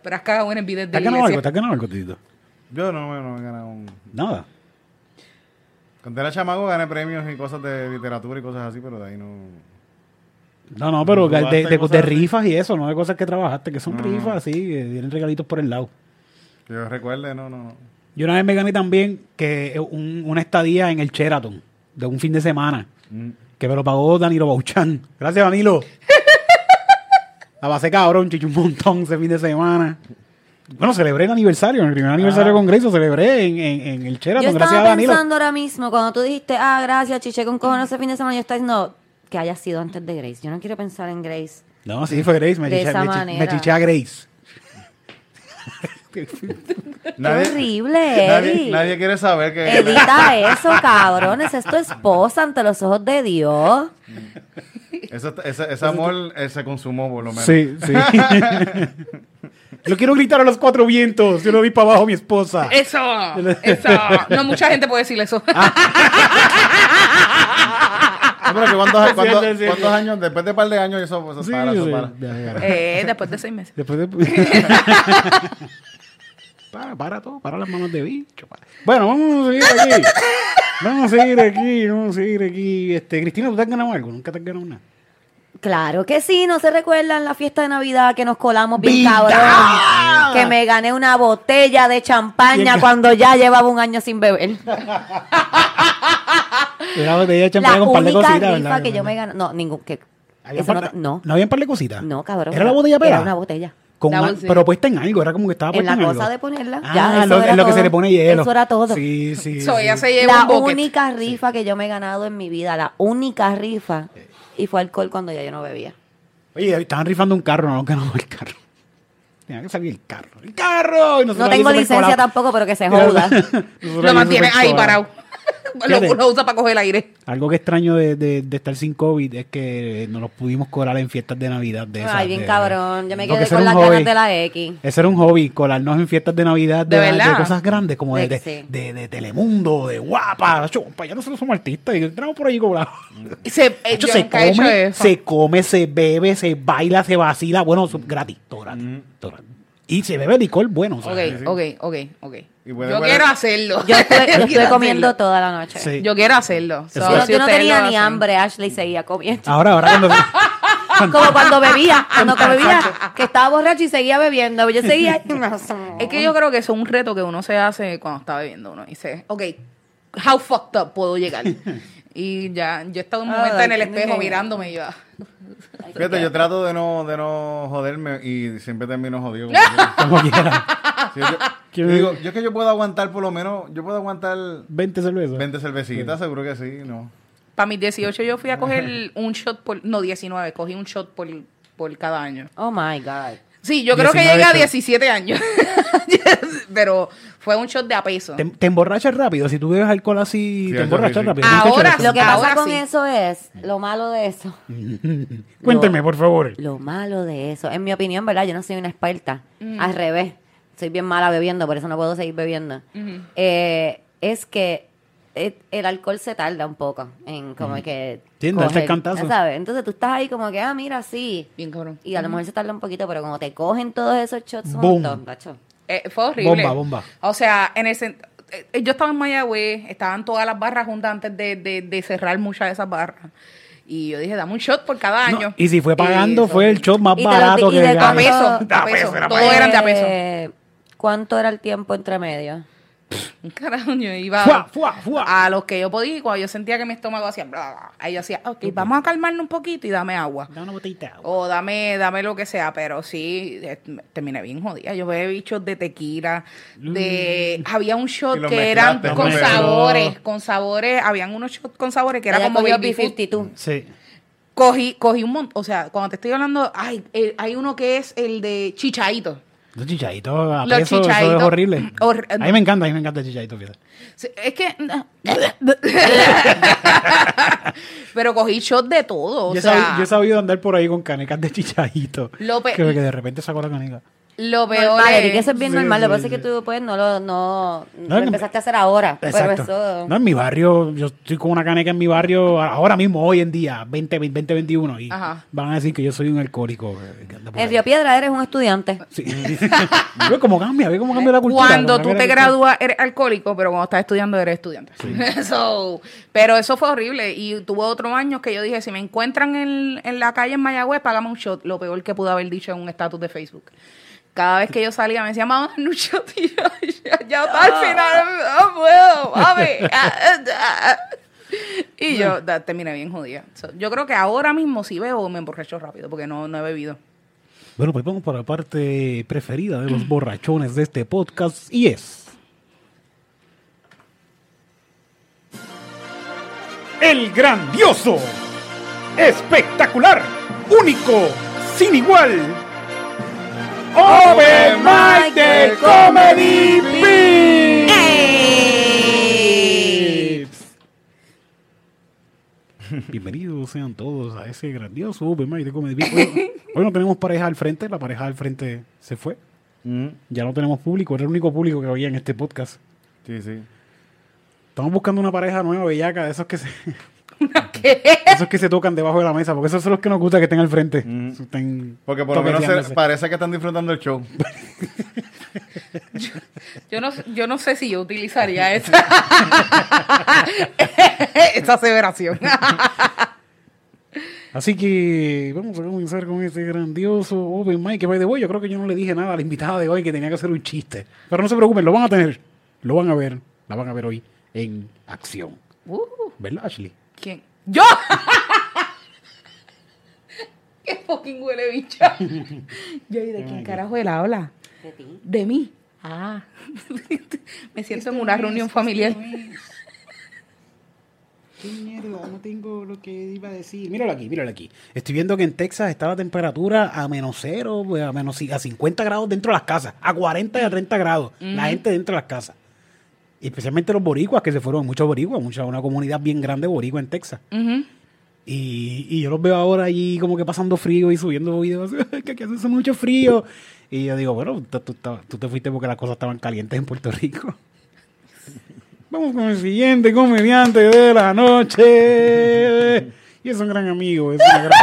Speaker 3: Pero has cagado en el video
Speaker 2: ¿Te
Speaker 3: de
Speaker 2: has ganado algo?
Speaker 3: iglesia.
Speaker 2: ¿Te has ganado algo, Tito?
Speaker 1: (laughs) Yo no, bueno, he ganado un...
Speaker 2: Nada.
Speaker 1: Cuando era chamaco gané premios y cosas de literatura y cosas así, pero de ahí no...
Speaker 2: No, no, pero de,
Speaker 1: Jugaste
Speaker 2: de- de
Speaker 1: cosas así. Mm.
Speaker 2: rifas y eso, no de cosas que trabajaste, que son
Speaker 1: No, no.
Speaker 2: rifas así, que tienen regalitos por el lado.
Speaker 1: Que yo recuerde, no, no, no.
Speaker 2: Yo una vez me gané también que un- una estadía en el Sheraton de un fin de semana
Speaker 1: Mm.
Speaker 2: que me lo pagó Danilo Bauchan. Gracias,
Speaker 6: (laughs)
Speaker 2: Danilo. La base cabrón, chicho, un montón ese fin de semana. Bueno, celebré el aniversario, el primer aniversario de Congreso, celebré en, en- en el
Speaker 6: Ah. Yo
Speaker 2: Sheraton. Gracias a
Speaker 6: estaba
Speaker 2: Danilo.
Speaker 6: pensando ahora mismo, cuando tú dijiste, ah, gracias, chiché con cojones ese fin de semana, yo estaba diciendo que haya sido antes de Grace. Yo no quiero pensar en Grace.
Speaker 2: No, sí, fue Grace, me,
Speaker 6: De
Speaker 2: chiché,
Speaker 6: esa
Speaker 2: me chi-
Speaker 6: manera.
Speaker 2: me chiché a Grace.
Speaker 6: Qué horrible,
Speaker 1: nadie,
Speaker 6: Eric.
Speaker 1: nadie quiere saber que...
Speaker 6: Evita eso, cabrones. Es tu esposa ante los ojos de Dios.
Speaker 1: (laughs) Eso, está- ese, ese amor eh, se consumó por lo menos.
Speaker 2: Sí, sí.
Speaker 6: (laughs)
Speaker 2: Yo quiero gritar a los cuatro vientos. Yo lo vi para abajo a mi esposa.
Speaker 6: Eh.
Speaker 3: Eso, eso. No, mucha gente puede decir eso.
Speaker 1: Ah, pero que (laughs) ¿cuántos,
Speaker 2: Sí,
Speaker 1: cuántos-
Speaker 2: sí, sí,
Speaker 1: cuántos
Speaker 2: sí.
Speaker 1: años? Después de un par de años eso, pues, eso
Speaker 2: Sí,
Speaker 1: para, eso
Speaker 2: sí.
Speaker 1: para.
Speaker 2: Ya, ya.
Speaker 3: (laughs) Eh, después de seis meses.
Speaker 2: Después de... (laughs) para, para todo, para las manos de bicho. para. Bueno, vamos a seguir aquí. Vamos a seguir aquí, vamos a seguir aquí. Este, Cristina, ¿tú te has ganado algo? Nunca te has ganado nada.
Speaker 6: Claro que sí, no se recuerdan la fiesta de Navidad que nos colamos bien cabrón. Que me gané una botella de champaña
Speaker 2: Bien.
Speaker 6: cuando ya llevaba un año sin beber.
Speaker 2: Era botella de champaña
Speaker 6: La
Speaker 2: con un par de
Speaker 6: única
Speaker 2: cositas,
Speaker 6: rifa
Speaker 2: ¿verdad?
Speaker 6: que yo me gané. No, ningún. Que,
Speaker 2: Había
Speaker 6: eso
Speaker 2: un
Speaker 6: no,
Speaker 2: par-
Speaker 6: no,
Speaker 2: no había un par de cositas.
Speaker 6: no, cabrón.
Speaker 2: Era la botella pera.
Speaker 6: Era una botella.
Speaker 2: Con
Speaker 3: La
Speaker 2: una-
Speaker 3: bolsilla.
Speaker 2: pero puesta en algo, era como que estaba
Speaker 6: En
Speaker 2: puesta en,
Speaker 6: la
Speaker 2: algo.
Speaker 6: cosa de ponerla.
Speaker 2: Ah,
Speaker 6: ya, eso
Speaker 2: lo,
Speaker 6: era
Speaker 2: en lo que se
Speaker 6: todo.
Speaker 2: le pone hielo.
Speaker 6: Eso era todo.
Speaker 2: Sí, sí.
Speaker 3: So,
Speaker 2: sí.
Speaker 3: ella se lleva
Speaker 6: La
Speaker 3: un bucket.
Speaker 6: única rifa que yo me he ganado en mi vida, la única rifa, y fue alcohol cuando ya yo no bebía.
Speaker 2: Oye, estaban rifando un carro, no nos ganamos el carro. Tenía que salir el carro. ¡El carro! Y nosotros
Speaker 6: No
Speaker 2: ahí
Speaker 6: tengo
Speaker 2: súper
Speaker 6: licencia
Speaker 2: colados.
Speaker 6: tampoco,
Speaker 2: (laughs)
Speaker 6: pero que se joda.
Speaker 2: Nosotros
Speaker 3: Lo
Speaker 2: ahí
Speaker 3: mantiene
Speaker 2: súper
Speaker 3: ahí
Speaker 2: colados.
Speaker 3: parado. (laughs) Lo,
Speaker 2: Fíjate.
Speaker 3: lo usa para coger el aire.
Speaker 2: Algo que extraño de, de- de estar sin COVID es que no nos pudimos colar en fiestas de Navidad. De esas,
Speaker 6: (laughs) Ay, bien
Speaker 2: de-
Speaker 6: cabrón. Yo me
Speaker 2: Porque
Speaker 6: quedé
Speaker 2: ese
Speaker 6: con
Speaker 2: era
Speaker 6: las
Speaker 2: un hobby.
Speaker 6: ganas de la
Speaker 2: (laughs)
Speaker 6: X.
Speaker 2: Ese era un hobby, colarnos en fiestas de Navidad de,
Speaker 3: ¿De
Speaker 2: de
Speaker 3: verdad?
Speaker 2: cosas grandes, como de,
Speaker 6: Sí,
Speaker 2: de,
Speaker 6: sí.
Speaker 2: de- de Telemundo, de guapa. Yo, pa, ya nosotros somos artistas y entramos por ahí colados.
Speaker 3: Y Se, eh,
Speaker 2: Nacho,
Speaker 3: yo
Speaker 2: se,
Speaker 3: nunca he hecho
Speaker 2: come,
Speaker 3: eso.
Speaker 2: se come, se bebe, se baila, se vacila. Bueno, su- gratis, todo gratis, todo gratis. Y se bebe licor bueno. o sea,
Speaker 3: Ok, ok, ok, ok.
Speaker 1: Y
Speaker 3: Yo
Speaker 1: huele, huele.
Speaker 3: quiero hacerlo. (laughs)
Speaker 6: Yo estuve, yo
Speaker 3: Yo
Speaker 6: estuve
Speaker 3: quiero
Speaker 6: comiendo
Speaker 3: hacerlo.
Speaker 6: toda la noche.
Speaker 2: sí.
Speaker 3: Yo quiero hacerlo. So,
Speaker 6: Yo, no-
Speaker 3: si
Speaker 6: yo no
Speaker 3: ustedes lo
Speaker 6: tenía ni
Speaker 3: hacen.
Speaker 6: hambre, Ashley seguía comiendo. (laughs)
Speaker 2: Ahora, ahora cuando...
Speaker 6: Como cuando bebía, cuando que bebía, que estaba borracho y seguía bebiendo. Yo seguía. (laughs)
Speaker 2: (laughs)
Speaker 3: Es que yo creo que eso es un reto que uno se hace cuando está bebiendo. Uno dice, ok, how fucked up puedo llegar. y ya, yo he estado un
Speaker 6: Ay,
Speaker 3: momento en el
Speaker 6: qué
Speaker 3: espejo
Speaker 6: lindo.
Speaker 3: mirándome y yo, ah,
Speaker 1: Fíjate, yo trato de no, de no joderme y siempre termino jodido.
Speaker 6: (laughs)
Speaker 2: Como quiera.
Speaker 1: Sí, (laughs) yo- yo, digo, yo es que yo puedo aguantar por lo menos, yo puedo aguantar
Speaker 2: 20 cervezas.
Speaker 1: 20 cervecitas, seguro que sí, ¿no?
Speaker 3: para mis 18 yo fui a coger un shot por, no, 19, cogí un shot por, por cada año.
Speaker 6: Oh my God.
Speaker 3: Sí, yo creo que
Speaker 2: 19
Speaker 3: llegué a
Speaker 2: shot.
Speaker 3: 17 años. (laughs) Pero fue un shot de a peso.
Speaker 2: Te, te emborrachas rápido. Si tú bebes alcohol así,
Speaker 1: Sí,
Speaker 2: te
Speaker 1: eso
Speaker 2: emborrachas
Speaker 1: sí, sí.
Speaker 2: rápido. ah,
Speaker 3: Ahora
Speaker 2: Nunca he hecho eso.
Speaker 6: Lo que pasa
Speaker 3: Ahora
Speaker 6: con
Speaker 3: sí.
Speaker 6: eso es, lo malo de eso,
Speaker 2: (laughs) Cuénteme, por favor.
Speaker 6: lo malo de eso, en mi opinión, ¿verdad? Yo no soy una experta. Al revés, soy bien mala bebiendo, por eso no puedo seguir bebiendo. Eh, es que eh, el alcohol se tarda un poco en como que...
Speaker 2: Sí, en darte
Speaker 6: coger,
Speaker 2: el cantazo.
Speaker 6: ¿sabes? Entonces tú estás ahí como que, ah, mira, sí.
Speaker 3: Bien cabrón.
Speaker 6: Y a lo mejor se tarda un poquito, pero como te cogen todos esos shots
Speaker 2: Boom.
Speaker 6: juntos, tacho.
Speaker 3: Eh, fue horrible.
Speaker 2: Bomba, bomba.
Speaker 3: O sea, en el cent- eh, eh, yo estaba en Mayagüez, estaban todas las barras juntas antes de, de- de cerrar muchas de esas barras. Y yo dije, dame un shot por cada
Speaker 2: No,
Speaker 3: año.
Speaker 2: y si fue pagando,
Speaker 3: Y eso-
Speaker 2: fue el show más
Speaker 6: Y te lo di-
Speaker 2: barato
Speaker 6: y
Speaker 2: que
Speaker 6: de
Speaker 2: hay. Ah,
Speaker 3: A peso, a
Speaker 6: Era
Speaker 3: peso,
Speaker 6: peso, era
Speaker 3: todo
Speaker 6: peso.
Speaker 3: eran de a peso.
Speaker 6: Eh, ¿Cuánto era el tiempo entre medio?
Speaker 3: Un (laughs) Carajo, yo iba
Speaker 2: Fuá, fuá, fuá.
Speaker 3: a los que yo podía y cuando yo sentía que mi estómago hacía bla, bla, bla, ahí yo hacía, ok, vamos a calmarnos un poquito y dame agua.
Speaker 2: Da una botellita de agua.
Speaker 3: O dame, dame lo que sea, pero sí, eh, me- terminé bien jodida. Yo bebé bichos de tequila, de... Había un
Speaker 1: Mm. Y
Speaker 3: shot
Speaker 1: lo
Speaker 3: que eran
Speaker 1: mezclaste,
Speaker 3: con
Speaker 2: lo mezcló.
Speaker 3: sabores, con sabores, habían unos shots con sabores que era
Speaker 6: Ella
Speaker 3: como
Speaker 6: cogió
Speaker 3: baby food.
Speaker 6: B50 tú.
Speaker 2: Sí.
Speaker 3: Cogí, cogí un montón, o sea, cuando te estoy hablando, ay, el- hay uno que es el de chichaito.
Speaker 2: Los chichaditos a
Speaker 3: Los
Speaker 2: peso, eso
Speaker 3: chichaditos.
Speaker 2: es horrible.
Speaker 3: Hor-
Speaker 2: a mí me encanta, a mí me encanta el chichadito. fíjate.
Speaker 3: Sí, Es que... (laughs) pero cogí shot de todo, o
Speaker 2: yo, he
Speaker 3: sea...
Speaker 2: sabi- yo he sabido andar por ahí con canecas de chichadito.
Speaker 3: Lope-
Speaker 2: Creo que de repente saco la caneca.
Speaker 3: Lo peor
Speaker 6: Normal, Eric,
Speaker 3: es...
Speaker 6: eso es bien
Speaker 2: Sí,
Speaker 6: normal. Lo que pasa
Speaker 2: sí,
Speaker 6: es que tú, pues, no lo, no,
Speaker 2: No,
Speaker 6: lo
Speaker 2: que-
Speaker 6: empezaste a hacer ahora. Pero
Speaker 2: Exacto.
Speaker 6: eso...
Speaker 2: No, en mi barrio, yo estoy con una caneca en mi barrio ahora mismo, hoy en día, 20, 20, 21. Y
Speaker 3: Ajá.
Speaker 2: van a decir que yo soy un alcohólico. eh, que anda por
Speaker 6: En
Speaker 2: ahí.
Speaker 6: Río Piedra eres un estudiante.
Speaker 2: Sí. (laughs) ve cómo cambia, ve cómo cambia la cultura.
Speaker 3: cuando
Speaker 2: cómo
Speaker 3: tú
Speaker 2: cambia
Speaker 3: te
Speaker 2: la cultura.
Speaker 3: gradúas eres alcohólico, pero cuando estás estudiando eres estudiante. (laughs) So, pero eso fue horrible y tuve otros años que yo dije, si me encuentran en, en la calle en Mayagüez, págame un shot. Lo peor que pude haber dicho en un estatus de Facebook. Cada vez que yo salía me decía, mamá, dame un shot (laughs) y yo, ya, ya está, al final no puedo, mami. (laughs) Ah, ah, ah. Y yo da, terminé bien jodida. So, yo creo que ahora mismo si bebo me emborracho rápido porque no, no he bebido.
Speaker 2: Bueno, pues vamos por la parte preferida de los borrachones de este podcast y es. El grandioso, espectacular, único, sin igual. Open Mic del Comedy Pips. Bienvenidos sean todos a ese grandioso Open Mic de Comedy Pips. Hoy,
Speaker 1: (laughs)
Speaker 2: no- hoy no tenemos pareja al frente, la pareja al frente se fue.
Speaker 1: Mm,
Speaker 2: Ya no tenemos público, era el único público que había en este podcast.
Speaker 1: sí, sí.
Speaker 2: Estamos buscando una pareja nueva, bellaca, de esos que se. (laughs) Esos que se tocan debajo de la mesa, porque esos son los que nos gusta que estén al frente.
Speaker 1: Mm.
Speaker 2: Estén
Speaker 1: Porque por lo menos se-
Speaker 2: toqueteándose.
Speaker 1: parece que están disfrutando el show.
Speaker 3: Yo no, yo no sé si yo (laughs) utilizaría esa, esa aseveración.
Speaker 2: Así que vamos a comenzar con este grandioso Open Mic. Que by the way, yo creo que yo no le dije nada a la invitada de hoy que tenía que hacer un chiste. Pero no se preocupen, lo van a tener. Lo van a ver. La van a ver hoy en acción.
Speaker 3: Uh,
Speaker 2: ¿Verdad, Ashley?
Speaker 3: ¿Quién? ¡Yo! (laughs) ¡Qué fucking huele bicha! (laughs) Yo, ¿y de quién carajo él habla?
Speaker 6: De ti.
Speaker 3: De mí. Ah. (laughs) Me siento en una reunión familiar.
Speaker 2: Qué mierda, no tengo lo que iba a decir. Míralo aquí, míralo aquí. Estoy viendo que en Texas está la temperatura a menos cero, pues, a menos ci- a 50 grados dentro de las casas, a 40 y a 30 grados, la gente dentro de las casas. Y especialmente los boricuas que se fueron, muchos boricuas, mucha, una comunidad bien grande boricua en Texas.
Speaker 3: Ujú.
Speaker 2: Y, y yo los veo ahora allí como que pasando frío y subiendo videos, (laughs) que aquí hace mucho frío. Y yo digo, bueno, tú, tú- tú te fuiste porque las cosas estaban calientes en Puerto Rico. (laughs) Vamos con el siguiente comediante de la noche. Y es un gran amigo, es una gran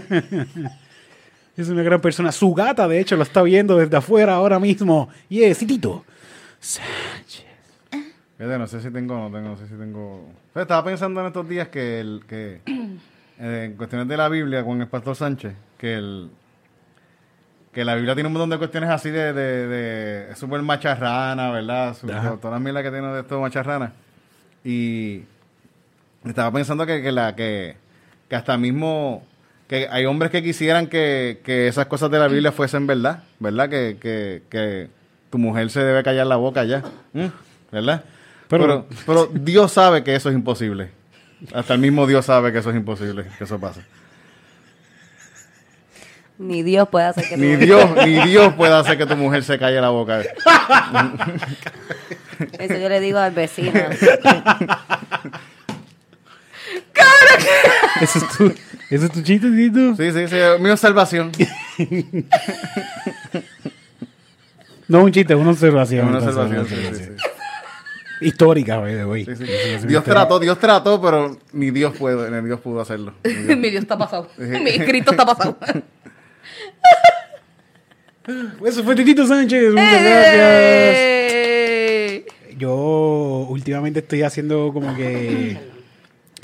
Speaker 2: persona. (laughs) es una gran persona. Su gata, de hecho, lo está viendo desde afuera ahora mismo. Y es Tito. (laughs)
Speaker 1: Fíjate, no sé si tengo, no tengo, no sé si tengo. Pero estaba pensando en estos días que (clears throat) el, que eh, en cuestiones de la Biblia con el pastor Sánchez, que el que la Biblia tiene un montón de cuestiones así de, de, de es súper macharrana, ¿verdad? Su-
Speaker 2: Ajá.
Speaker 1: todas las milas que tiene de esto macharrana. Y estaba pensando que, que la que, que hasta mismo que hay hombres que quisieran que, que esas cosas de la Biblia fuesen verdad, ¿verdad? Que, que, que tu mujer se debe callar la boca ya, ¿m? ¿verdad?
Speaker 2: Pero-
Speaker 1: Pero, pero Dios sabe que eso es imposible. Hasta el mismo Dios sabe que eso es imposible, que eso pasa.
Speaker 6: Ni Dios puede hacer que
Speaker 1: Ni
Speaker 6: tú-
Speaker 1: Dios, ni Dios puede hacer que tu mujer se calle la boca.
Speaker 6: Eso yo le digo al vecino.
Speaker 2: ¿Eso es tu, eso es tu chiste, Tito?
Speaker 1: Sí, sí, sí. Mío es salvación.
Speaker 2: No un chiste, una observación.
Speaker 1: Una
Speaker 2: entonces,
Speaker 1: salvación.
Speaker 2: una
Speaker 1: sí, sí,
Speaker 2: observación.
Speaker 1: sí.
Speaker 2: Histórica, by the way.
Speaker 1: Sí, sí. Dios trató, Dios trató, pero ni Dios pudo, ni Dios pudo hacerlo. Ni
Speaker 3: (laughs)
Speaker 1: Dios.
Speaker 3: Mi Dios está pasado. Mi Cristo está pasado.
Speaker 2: Eso fue Titito Sánchez. Muchas gracias.
Speaker 3: ¡Eh!
Speaker 2: Yo últimamente estoy haciendo como que.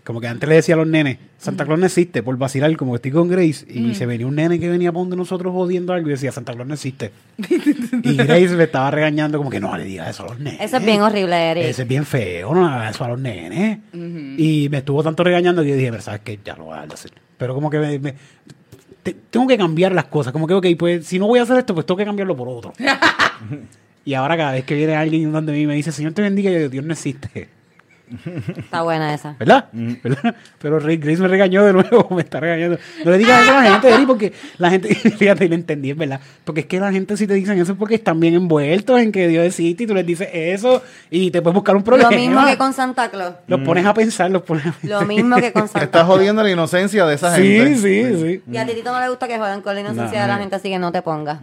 Speaker 2: Como que antes le decía a los nenes, Santa Claus no existe, por vacilar, como que estoy con Grace, y se venía un nene que venía por donde nosotros jodiendo algo y decía, Santa Claus no existe. y Grace le estaba regañando como que no le digas eso a los nenes.
Speaker 6: Eso es bien horrible, Eric.
Speaker 2: Ese es bien feo, no le hagas eso a los nenes. Y me estuvo tanto regañando que yo dije, pero sabes que ya lo voy a dejar de hacer. Pero como que me- me- te- tengo que cambiar las cosas. Como que, ok, pues si no voy a hacer esto, pues tengo que cambiarlo por
Speaker 6: (laughs)
Speaker 2: otro. y ahora cada vez que viene alguien donde mí y me dice, Señor te bendiga, yo digo, Dios no existe.
Speaker 6: Está buena esa.
Speaker 2: ¿Verdad? ¿Verdad? Pero Rick Grace me regañó de nuevo, (laughs) me está regañando. No le digas eso a la gente, Eri, porque la gente, (laughs) fíjate, y lo entendí, es verdad. Porque es que la gente si te dicen eso es porque están bien envueltos en que Dios existe y tú les dices eso y te puedes buscar un problema.
Speaker 6: Lo mismo que con Santa Claus.
Speaker 2: Los pones a pensar, los pones a pensar.
Speaker 6: Lo mismo que con Santa
Speaker 1: Estás
Speaker 6: Claus.
Speaker 1: jodiendo la inocencia de
Speaker 2: (laughs)
Speaker 1: esa
Speaker 2: Sí,
Speaker 1: gente.
Speaker 2: sí, sí.
Speaker 6: Y a Titito no le gusta que juegan con la inocencia
Speaker 2: No. Mm.
Speaker 6: de la gente, así que no te pongas.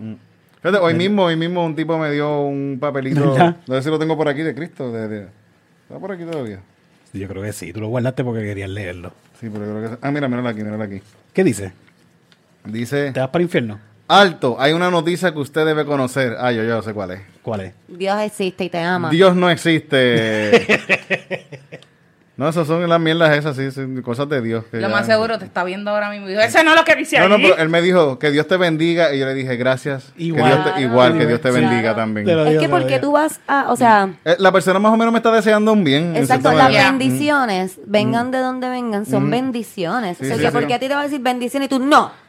Speaker 1: Fíjate, hoy mismo, hoy mismo un tipo me dio un papelito.
Speaker 2: ¿Verdad?
Speaker 1: No sé si lo tengo por aquí de Cristo. de- de- está por aquí todavía.
Speaker 2: Yo creo que sí, tú lo guardaste porque querías leerlo.
Speaker 1: Sí, pero creo que. Ah, mira, míralo aquí, míralo aquí.
Speaker 2: ¿Qué dice?
Speaker 1: Dice:
Speaker 2: ¿Te vas para el infierno?
Speaker 1: Alto, hay una noticia que usted debe conocer. Ah, yo, yo sé cuál es.
Speaker 2: ¿Cuál
Speaker 6: (laughs)
Speaker 2: es?
Speaker 6: Dios existe y te ama.
Speaker 1: Dios no existe. (laughs) no, esas son las mierdas esas, sí, sí, cosas de Dios. que
Speaker 3: Lo
Speaker 1: ya-
Speaker 3: más seguro te está viendo ahora mismo. y dijo, Ese no es lo que dice
Speaker 1: No, no,
Speaker 3: ahí".
Speaker 1: pero él me dijo que Dios te bendiga y yo le dije gracias.
Speaker 2: Igual.
Speaker 1: Igual, que Dios te, igual, que Dios te
Speaker 2: Sí.
Speaker 1: bendiga
Speaker 6: Claro.
Speaker 1: también.
Speaker 2: Te lo
Speaker 6: Es
Speaker 2: digo,
Speaker 6: que
Speaker 2: te lo
Speaker 6: porque
Speaker 2: digo.
Speaker 6: tú vas a, o sea,
Speaker 1: Eh, la persona más o menos me está deseando un bien. en
Speaker 6: exacto,
Speaker 1: cierta
Speaker 6: las
Speaker 1: manera.
Speaker 6: bendiciones, vengan de donde vengan, son bendiciones.
Speaker 1: Sí,
Speaker 6: o sea,
Speaker 1: sí,
Speaker 6: que
Speaker 1: sí.
Speaker 6: porque a ti te va a decir bendiciones y tú no.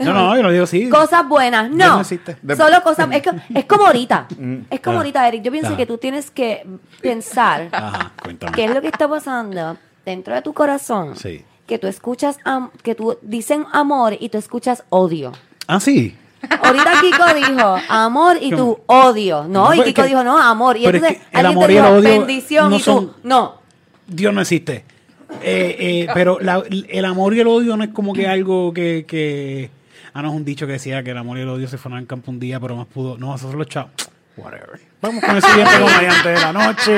Speaker 2: No, no, yo lo digo sí.
Speaker 6: Cosas buenas,
Speaker 2: Dios
Speaker 6: no.
Speaker 2: no existe.
Speaker 1: De-
Speaker 6: Solo cosas. Es, co- es como ahorita. Es como
Speaker 2: Ah.
Speaker 6: ahorita, Eric. Yo pienso
Speaker 2: Ajá.
Speaker 6: que tú tienes que
Speaker 2: (laughs)
Speaker 6: pensar
Speaker 2: Ajá, cuéntame.
Speaker 6: qué es lo que está pasando dentro de tu corazón.
Speaker 2: Sí.
Speaker 6: Que tú escuchas, am- que tú dicen amor y tú escuchas odio.
Speaker 2: Ah, sí.
Speaker 6: Ahorita Kiko dijo amor y tú odio. No,
Speaker 2: No,
Speaker 6: y
Speaker 2: pero
Speaker 6: Kiko
Speaker 2: es que-
Speaker 6: dijo no, amor. Y
Speaker 2: pero
Speaker 6: entonces
Speaker 2: es que el
Speaker 6: alguien
Speaker 2: amor
Speaker 6: te
Speaker 2: y el
Speaker 6: dijo
Speaker 2: odio
Speaker 6: bendición
Speaker 2: no
Speaker 6: y tú
Speaker 2: son-
Speaker 6: no.
Speaker 2: Dios no existe. Eh, eh, pero la- el amor y el odio no es como que algo que, que... Ah, no, es un dicho que decía que el amor y el odio se fueron en campo un día, pero más pudo... No, esos son los chavos. Whatever. Vamos con el siguiente comediante de la noche.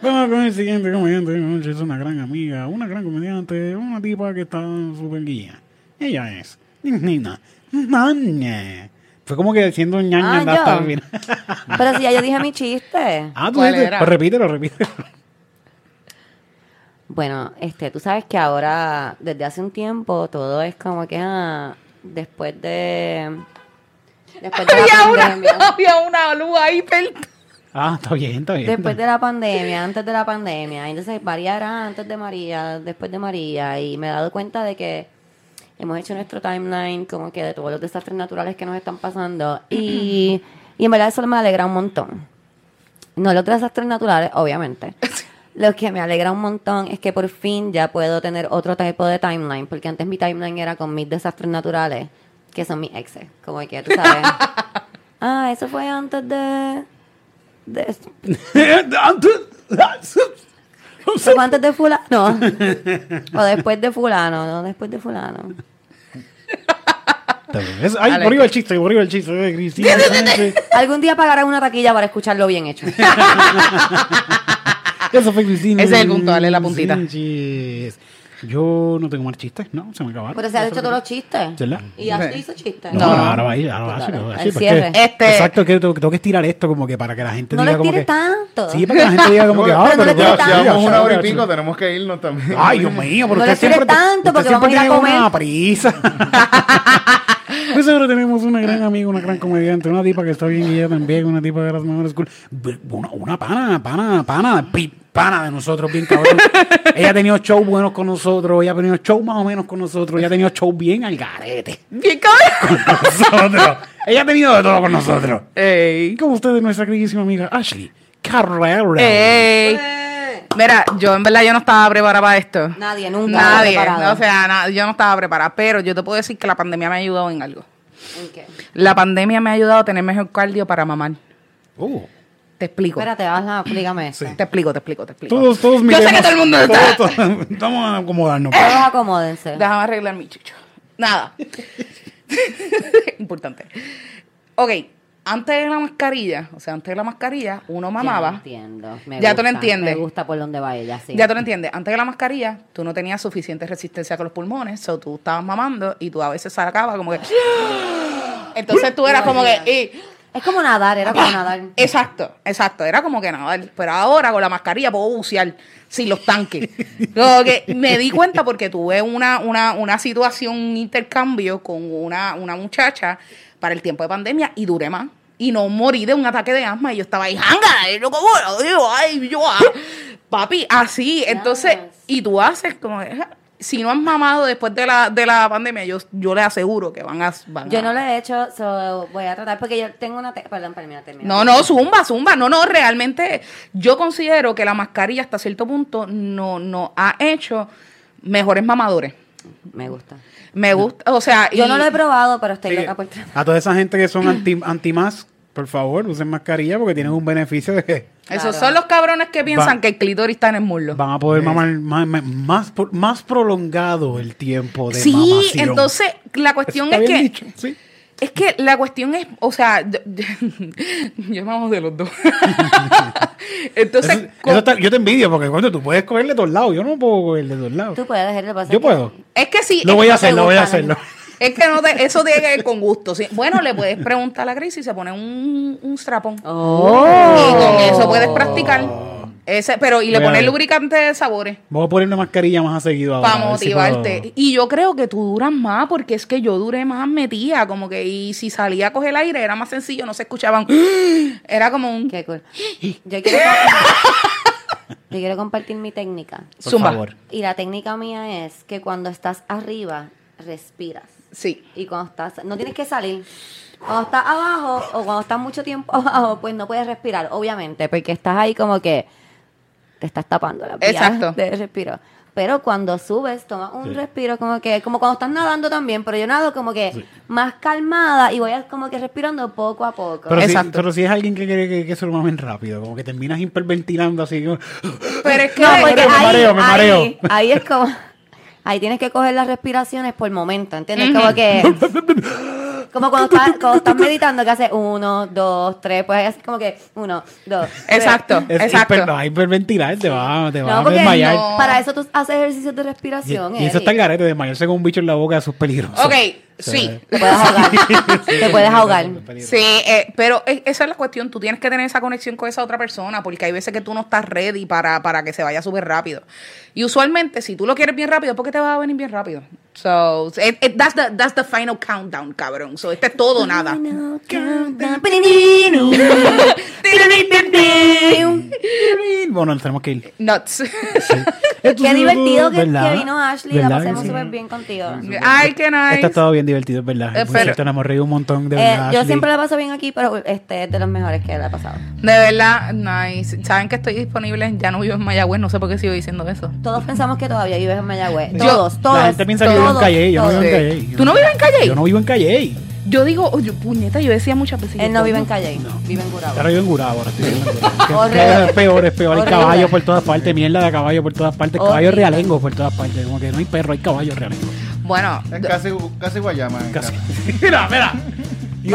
Speaker 2: Vamos con el siguiente comediante de la noche. Es una gran amiga, una gran comediante, una tipa que está súper guía. Ella es... Nina. Nana. Fue como que diciendo ñaña
Speaker 6: Ah,
Speaker 2: ñanda hasta
Speaker 6: yo.
Speaker 2: el final.
Speaker 6: Pero si ya yo dije mi chiste.
Speaker 2: (laughs) Ah, tú
Speaker 3: ¿Cuál
Speaker 2: dices,
Speaker 3: era?
Speaker 2: pues repítelo, repítelo.
Speaker 6: Bueno, este, tú sabes que ahora, desde hace un tiempo, todo es como que ah, después de. Después de la
Speaker 3: Había una,
Speaker 6: pandemia.
Speaker 3: (laughs) había una luz ahí, perdón.
Speaker 2: Ah, está bien, está bien.
Speaker 6: Después de la pandemia, antes de la pandemia. Entonces, María era antes de María, después de María. Y me he dado cuenta de que hemos hecho nuestro timeline como que de todos los desastres naturales que nos están pasando. Y, y en verdad eso me alegra un montón. No los desastres naturales, obviamente. Lo que me alegra un montón es que por fin ya puedo tener otro tipo de timeline, porque antes mi timeline era con mis desastres naturales, que son mis exes. Como que tú sabes. ah, eso fue antes de. de ¿Eso fue antes de fulano? No. O después de fulano, no, después de fulano.
Speaker 2: Está bien. Es- ay,
Speaker 3: Dale.
Speaker 2: por arriba el chiste, por arriba el chiste.
Speaker 3: (laughs)
Speaker 2: de Cristina Sánchez.
Speaker 6: Algún día pagará una taquilla para escucharlo bien hecho.
Speaker 2: Eso fue Cristina.
Speaker 3: Ese es el punto, dale la puntita.
Speaker 2: Sánchez. Yo no tengo mal chiste, ¿no? Se me acabaron.
Speaker 6: Pero se han hecho todos los chistes.
Speaker 2: ¿Verdad?
Speaker 6: Y Ashley hizo chistes.
Speaker 2: No, no, ahora va a ir, ahora va a ir, ahora va a ir,
Speaker 6: El
Speaker 2: porque-
Speaker 6: cierre.
Speaker 3: Este-
Speaker 2: Exacto, que tengo, tengo que estirar esto como que para que la gente
Speaker 6: No
Speaker 2: diga
Speaker 6: les
Speaker 2: como
Speaker 6: tire
Speaker 2: que...
Speaker 6: tanto.
Speaker 2: Sí, para que la gente diga como que... ah,
Speaker 1: Pero
Speaker 2: pero ya-
Speaker 1: ya-
Speaker 2: ya,
Speaker 1: llevamos
Speaker 2: ya,
Speaker 1: una hora y
Speaker 2: ya,
Speaker 1: pico,
Speaker 2: ya.
Speaker 1: tenemos que irnos también.
Speaker 2: Ay, Dios mío, pero
Speaker 6: No
Speaker 2: usted
Speaker 6: les tire
Speaker 2: siempre...
Speaker 6: tanto, porque
Speaker 2: usted siempre
Speaker 6: vamos a ir a
Speaker 2: tiene
Speaker 6: comer.
Speaker 2: una prisa.
Speaker 6: (laughs)
Speaker 2: Nosotros tenemos una gran amiga, una gran comediante, una tipa que está bien y ella también, una tipa de las mejores cool. Una, una pana, pana, pana, pi- pana de nosotros, bien cabrón. ella ha tenido shows buenos con nosotros, ella ha tenido shows más o menos con nosotros, ella ha tenido shows bien al garete
Speaker 3: Bien cabrón.
Speaker 2: con (laughs) nosotros. ella ha tenido de todo con nosotros. Y
Speaker 3: Ey.
Speaker 2: con ustedes, nuestra queridísima amiga Ashley Carrera.
Speaker 3: Ey.
Speaker 6: Eh,
Speaker 3: Mira, yo en verdad yo no estaba preparada para esto.
Speaker 6: Nadie, nunca.
Speaker 3: Nadie.
Speaker 6: preparado.
Speaker 3: O sea, na- yo no estaba preparada, pero yo te puedo decir que la pandemia me ha ayudado en algo.
Speaker 6: ¿En qué?
Speaker 3: La pandemia me ha ayudado a tener mejor cardio para mamar.
Speaker 2: Oh.
Speaker 3: Te explico.
Speaker 6: Espérate, vas a explícame eso.
Speaker 3: Te explico, te explico, te explico.
Speaker 2: Todos, todos
Speaker 3: Yo sé que
Speaker 2: miremos-
Speaker 3: todo el mundo está-
Speaker 2: todos- todos- Vamos a acomodarnos.
Speaker 6: Todos acomódense.
Speaker 3: Déjame arreglar mi chicho. Nada.
Speaker 6: (laughs)
Speaker 3: Importante. Ok, antes de la mascarilla, o sea, antes de la mascarilla, uno
Speaker 6: Ya
Speaker 3: mamaba.
Speaker 6: entiendo. Me
Speaker 3: Ya tú lo
Speaker 6: gusta,
Speaker 3: entiendes.
Speaker 6: Me gusta por dónde va ella, sí.
Speaker 3: Ya tú lo entiendes. Antes de la mascarilla, tú no tenías suficiente resistencia con los pulmones, o tú estabas mamando y tú a veces sacabas como que. (gasps) Entonces tú eras como que. y-
Speaker 6: Es como nadar, era
Speaker 3: Ah,
Speaker 6: como nadar.
Speaker 3: (laughs) Exacto, exacto. Era como que nada. Pero ahora con la mascarilla puedo bucear sin los
Speaker 6: (laughs)
Speaker 3: tanques. Como que me di cuenta porque tuve una, una, una situación, un intercambio con una, una muchacha para el tiempo de pandemia y duré más. Y no morí de un ataque de asma. Y yo estaba ahí, janga, eh, loco, bueno, digo, ay, yo,
Speaker 6: (laughs)
Speaker 3: ah". papi, así. Entonces, y tú haces como. que, "Ja". Si no han mamado después de la, de la pandemia, yo, yo les aseguro que van a. van
Speaker 6: Yo
Speaker 3: a-
Speaker 6: no lo he hecho, so voy a tratar porque yo tengo una... te- Perdón, termina, termina.
Speaker 3: No, no, zumba, zumba. No, no, realmente yo considero que la mascarilla hasta cierto punto no, no ha hecho mejores mamadores.
Speaker 6: Me gusta.
Speaker 3: Me gusta, o sea...
Speaker 6: Yo
Speaker 3: y-
Speaker 6: no lo he probado, pero estoy
Speaker 2: Sí.
Speaker 6: loca por tratar.
Speaker 2: A toda esa gente que son anti, anti-más, por favor, usen mascarilla porque tienen un beneficio de que
Speaker 3: Esos
Speaker 6: Claro.
Speaker 3: son los cabrones que piensan
Speaker 2: Va.
Speaker 3: que el clítoris está en el muslo.
Speaker 2: van a poder mamar más, más- más, pro- más prolongado el tiempo de
Speaker 3: Sí,
Speaker 2: mamación.
Speaker 3: entonces la cuestión
Speaker 2: Está
Speaker 3: es
Speaker 2: bien
Speaker 3: que...
Speaker 2: dicho, sí.
Speaker 3: Es que la cuestión es, o sea, (laughs) yo- yo vamos de los dos. (laughs) Entonces,
Speaker 2: Eso-
Speaker 3: con-
Speaker 2: eso está- yo te envidio porque cuando tú puedes cogerle de todos lados, yo no puedo cogerle de todos lados.
Speaker 6: Tú puedes, lo que pasa
Speaker 2: Yo
Speaker 6: es que-
Speaker 2: puedo.
Speaker 3: es que sí.
Speaker 2: Lo
Speaker 3: es
Speaker 2: voy
Speaker 3: que
Speaker 2: a
Speaker 3: no te
Speaker 2: hacer, lo voy a
Speaker 3: gusta,
Speaker 2: hacerlo.
Speaker 3: Es que no te- eso tiene que ver con gusto. sí. Bueno, le puedes preguntar a la crisis y se pone un, un strapón.
Speaker 6: Oh.
Speaker 3: Y con eso
Speaker 2: Oh.
Speaker 3: puedes practicar. Ese, pero y le
Speaker 2: Voy a
Speaker 3: pones
Speaker 2: ver.
Speaker 3: lubricante de sabores
Speaker 2: Voy a poner una mascarilla más a seguido ahora.
Speaker 3: para
Speaker 2: a ver si
Speaker 3: motivarte.
Speaker 2: puedo-
Speaker 3: Y yo creo que tú duras más porque es que yo duré más metida, como que y si salía a coger el aire era más sencillo, no se escuchaban. (gasps) Era como un
Speaker 6: Qué cool. Yo
Speaker 2: (gasps)
Speaker 6: quiero, compartir- yo quiero compartir mi técnica.
Speaker 2: Por
Speaker 3: zumba.
Speaker 2: favor.
Speaker 6: Y la técnica mía es que cuando estás arriba, respiras.
Speaker 3: Sí.
Speaker 6: Y cuando estás, no tienes que salir. Cuando estás abajo o cuando estás mucho tiempo (laughs) abajo, pues no puedes respirar, obviamente, porque estás ahí como que te estás tapando la
Speaker 3: Exacto.
Speaker 6: de respiro. Pero cuando subes, tomas un respiro como que, como cuando estás nadando también, pero yo nado como que más calmada y voy a- como que respirando poco a poco.
Speaker 2: Pero, si,
Speaker 3: Exacto.
Speaker 2: pero si es alguien que quiere que, que se lo mamen rápido, como que terminas hiperventilando así. como- (laughs)
Speaker 3: Pero es que
Speaker 6: No, porque
Speaker 2: me
Speaker 6: ahí,
Speaker 2: mareo, me
Speaker 6: ahí-
Speaker 2: mareo.
Speaker 6: ahí es como. Ahí tienes que coger las respiraciones por momento, ¿entiendes? Como
Speaker 2: (laughs)
Speaker 6: que. Como cuando estás, cuando estás meditando, que haces uno, dos, tres, pues es como que uno, dos. tres.
Speaker 3: exacto,
Speaker 2: Es
Speaker 3: exacto.
Speaker 2: hiper- no, hiperventilar, te va, te va
Speaker 6: No,
Speaker 2: a
Speaker 6: porque
Speaker 2: desmayar.
Speaker 3: no.
Speaker 6: para eso tú haces ejercicios de
Speaker 2: Y,
Speaker 6: respiración.
Speaker 2: y eso
Speaker 6: Eric.
Speaker 2: está el garete, desmayarse con un bicho en la boca, eso es peligroso. (laughs)
Speaker 3: Ok, sí.
Speaker 6: Te puedes ahogar. Te puedes ahogar.
Speaker 3: Sí, eh, pero e- esa es la cuestión. Tú tienes que tener esa conexión con esa otra persona porque hay veces que tú no estás ready para, para que se vaya súper rápido. Y usualmente, si tú lo quieres bien rápido, es porque te va a venir bien rápido. So, it- it- that's, the, that's the final countdown, cabrón. So, este es todo o nada.
Speaker 2: (laughs) Bueno, tenemos que ir.
Speaker 3: Nuts.
Speaker 6: (laughs)
Speaker 3: (laughs)
Speaker 6: Qué divertido que, que
Speaker 2: ¿Verdad?
Speaker 6: vino Ashley. La
Speaker 2: ¿Verdad que
Speaker 6: pasamos
Speaker 2: sí?
Speaker 6: súper bien contigo.
Speaker 3: Ay, qué
Speaker 2: Esto ha
Speaker 3: nice.
Speaker 2: estado bien divertido, es verdad.
Speaker 3: Eh,
Speaker 2: Muy
Speaker 3: pero-
Speaker 2: cierto, nos hemos reído un montón, de
Speaker 6: Eh,
Speaker 2: verdad.
Speaker 6: yo
Speaker 2: Ashley.
Speaker 6: siempre la paso bien aquí, pero este es de los mejores que la he pasado.
Speaker 3: De verdad, nice. Saben que estoy disponible. en- Ya no vivo en Mayagüez. No sé por qué sigo diciendo eso.
Speaker 6: Todos pensamos que todavía vives en Mayagüez.
Speaker 3: Yo-
Speaker 6: Todos, todos.
Speaker 2: La gente piensa que yo vivo en
Speaker 6: todos,
Speaker 2: Calle, yo no vivo en
Speaker 6: todos.
Speaker 2: Calle.
Speaker 3: ¿Tú no vives en Calle?
Speaker 2: Yo no vivo en Calle.
Speaker 3: Yo digo, oye, puñeta, yo decía muchas veces.
Speaker 6: Él
Speaker 3: yo,
Speaker 6: no vive en Calle, vive en Curabo.
Speaker 2: Ahora vivo en Gurabo, ahora estoy
Speaker 6: (laughs)
Speaker 2: viviendo en Gurabo. Que-
Speaker 6: Horrible.
Speaker 2: que Es peor, es peor. Hay
Speaker 6: Horrible.
Speaker 2: caballos por todas partes, mierda de caballo por todas partes, caballos
Speaker 6: Horrible.
Speaker 2: realengos por todas partes. Como que no hay perro, hay caballos realengos.
Speaker 3: Bueno,
Speaker 1: Es casi, casi Guayama. en
Speaker 2: Casi.
Speaker 1: casa.
Speaker 2: (laughs) mira, mira.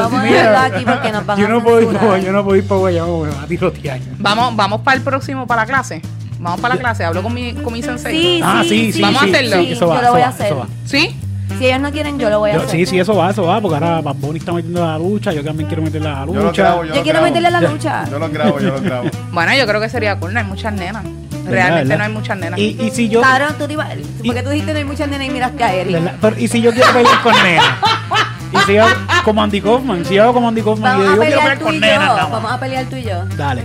Speaker 6: Vamos a dejarlo aquí porque nos van
Speaker 2: yo
Speaker 6: a
Speaker 2: no puedo ir
Speaker 6: censurar.
Speaker 2: para, yo no puedo ir para Guayama, me van a tirotear.
Speaker 3: vamos, vamos para el próximo, para la clase. Vamos para la clase, hablo con mi, con mi sensei.
Speaker 6: Sí,
Speaker 2: Ah, sí, sí,
Speaker 3: Vamos
Speaker 2: sí,
Speaker 3: a hacerlo.
Speaker 2: sí, eso va,
Speaker 6: yo lo
Speaker 2: eso
Speaker 6: voy a
Speaker 2: va,
Speaker 6: hacer.
Speaker 2: eso va.
Speaker 3: ¿Sí?
Speaker 6: Si ellos no quieren, yo lo voy a
Speaker 2: Yo-
Speaker 6: hacer.
Speaker 2: sí, sí, eso va, eso va, porque ahora Bad Bunny está metiendo la lucha, yo también quiero meter la
Speaker 1: Yo lo
Speaker 2: lucha.
Speaker 1: grabo, yo,
Speaker 6: Yo
Speaker 1: lo
Speaker 6: quiero
Speaker 1: grabo.
Speaker 6: meterle a la lucha.
Speaker 1: Yo lo grabo, yo lo grabo.
Speaker 3: Bueno, yo creo que sería cool. No hay muchas nenas. Realmente
Speaker 2: ¿verdad?
Speaker 3: no hay muchas nenas.
Speaker 2: y, y si yo
Speaker 6: Cabrón, tú te ibas- porque tú dijiste no hay muchas nenas y miraste a Eric.
Speaker 2: ¿verdad? Pero, y si yo quiero pelear con nena. Y si yo como Andy Kaufman, si yo hago como Andy Kaufman y
Speaker 6: Vamos
Speaker 2: yo
Speaker 6: a
Speaker 2: digo quiero pelear
Speaker 6: pelear tú
Speaker 2: con
Speaker 6: y
Speaker 2: nena,
Speaker 6: yo.
Speaker 2: no.
Speaker 6: Vamos a pelear tú y yo.
Speaker 2: Dale.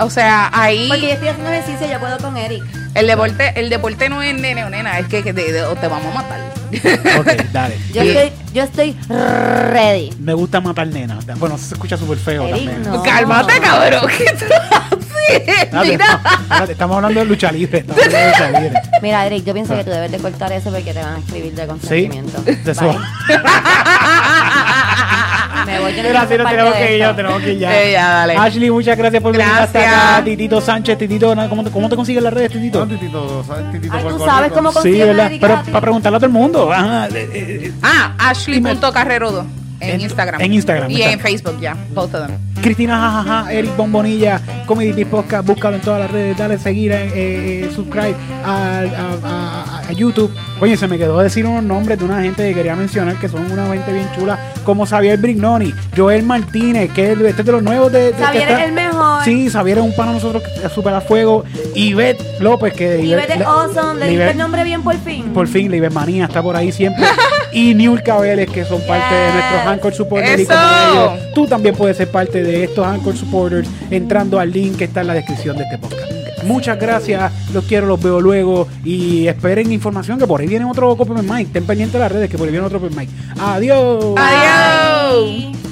Speaker 3: O sea, ahí
Speaker 6: Porque yo estoy haciendo ejercicio, yo puedo con Eric.
Speaker 3: el deporte el deporte no es nene o nena, es que, que te, de- o te vamos a matar.
Speaker 2: Ok, dale.
Speaker 6: Yo estoy, yo estoy ready.
Speaker 2: Me gusta matar nena. Bueno, eso se escucha súper feo
Speaker 6: Eric,
Speaker 2: también.
Speaker 3: (laughs)
Speaker 6: no.
Speaker 3: Cálmate, cabrón. ¿Qué tú haces?
Speaker 2: Espérate,
Speaker 3: Mira.
Speaker 2: espérate, estamos hablando de lucha libre. Estamos hablando de lucha libre.
Speaker 6: Mira, Eric, yo pienso que tú debes de cortar eso porque te van a escribir de
Speaker 2: Sí.
Speaker 6: consentimiento.
Speaker 2: De eso.
Speaker 6: Bye. Me voy, yo no
Speaker 2: Mira,
Speaker 6: quiero
Speaker 2: sí,
Speaker 6: ser
Speaker 2: nos
Speaker 6: parte
Speaker 2: tenemos
Speaker 6: de
Speaker 2: que ir ya,
Speaker 6: esto.
Speaker 2: tenemos que ir ya.
Speaker 3: Eh, ya, dale.
Speaker 2: Ashley, muchas gracias por venir hasta
Speaker 3: Gracias.
Speaker 2: acá. Titito Sánchez, Titito, ¿no? ¿cómo te, cómo te consigues las redes, Titito?
Speaker 1: No, titito, ¿sabes? Titito
Speaker 6: Ay,
Speaker 1: por
Speaker 6: tú
Speaker 1: correo.
Speaker 6: sabes cómo
Speaker 2: Sí,
Speaker 6: consigo
Speaker 2: ¿verdad?
Speaker 6: Eric
Speaker 2: Pero
Speaker 6: gratis.
Speaker 2: para preguntarle a todo el mundo. Ajá, eh, eh,
Speaker 3: (laughs) Ah, Ashley.carrerodo en
Speaker 2: En-
Speaker 3: Instagram.
Speaker 2: en Instagram,
Speaker 3: Y
Speaker 2: exacto.
Speaker 3: en Facebook, ya. Both of them.
Speaker 2: Cristina Jajaja, Eric Bombonilla, Comedy Beat Podcast, búscalo en todas las redes, dale seguir, eh, eh, subscribe a, a- a- a- a YouTube. Oye, se me quedó decir unos nombres de una gente que quería mencionar que son una gente bien chula, como Xavier Brignoni, Joel Martínez, que es- este es de los nuevos de... de- que
Speaker 6: Xavier es
Speaker 2: está-
Speaker 6: el mejor.
Speaker 2: Sí, Xavier es un pana de nosotros que supera fuego. Ivette López, que... de
Speaker 6: Y vete
Speaker 2: le-
Speaker 6: awesone, le
Speaker 2: de
Speaker 6: diste
Speaker 2: Ivette-
Speaker 6: el nombre bien por fin.
Speaker 2: por fin, la Ibermanía está por ahí siempre. y Niul Cabeles, que son parte de
Speaker 6: Yes.
Speaker 2: nuestros Anchor Supporters. Y
Speaker 3: ¡Eso!
Speaker 2: como ellos, tú también puedes ser parte de estos Anchor Supporters entrando al link que está en la descripción de este podcast. Muchas gracias, los quiero, los veo luego y esperen información que por ahí viene otro Open Mic. Ten pendiente de las redes que por ahí viene otro Open Mic. Adiós.
Speaker 3: Adiós.
Speaker 6: Bye.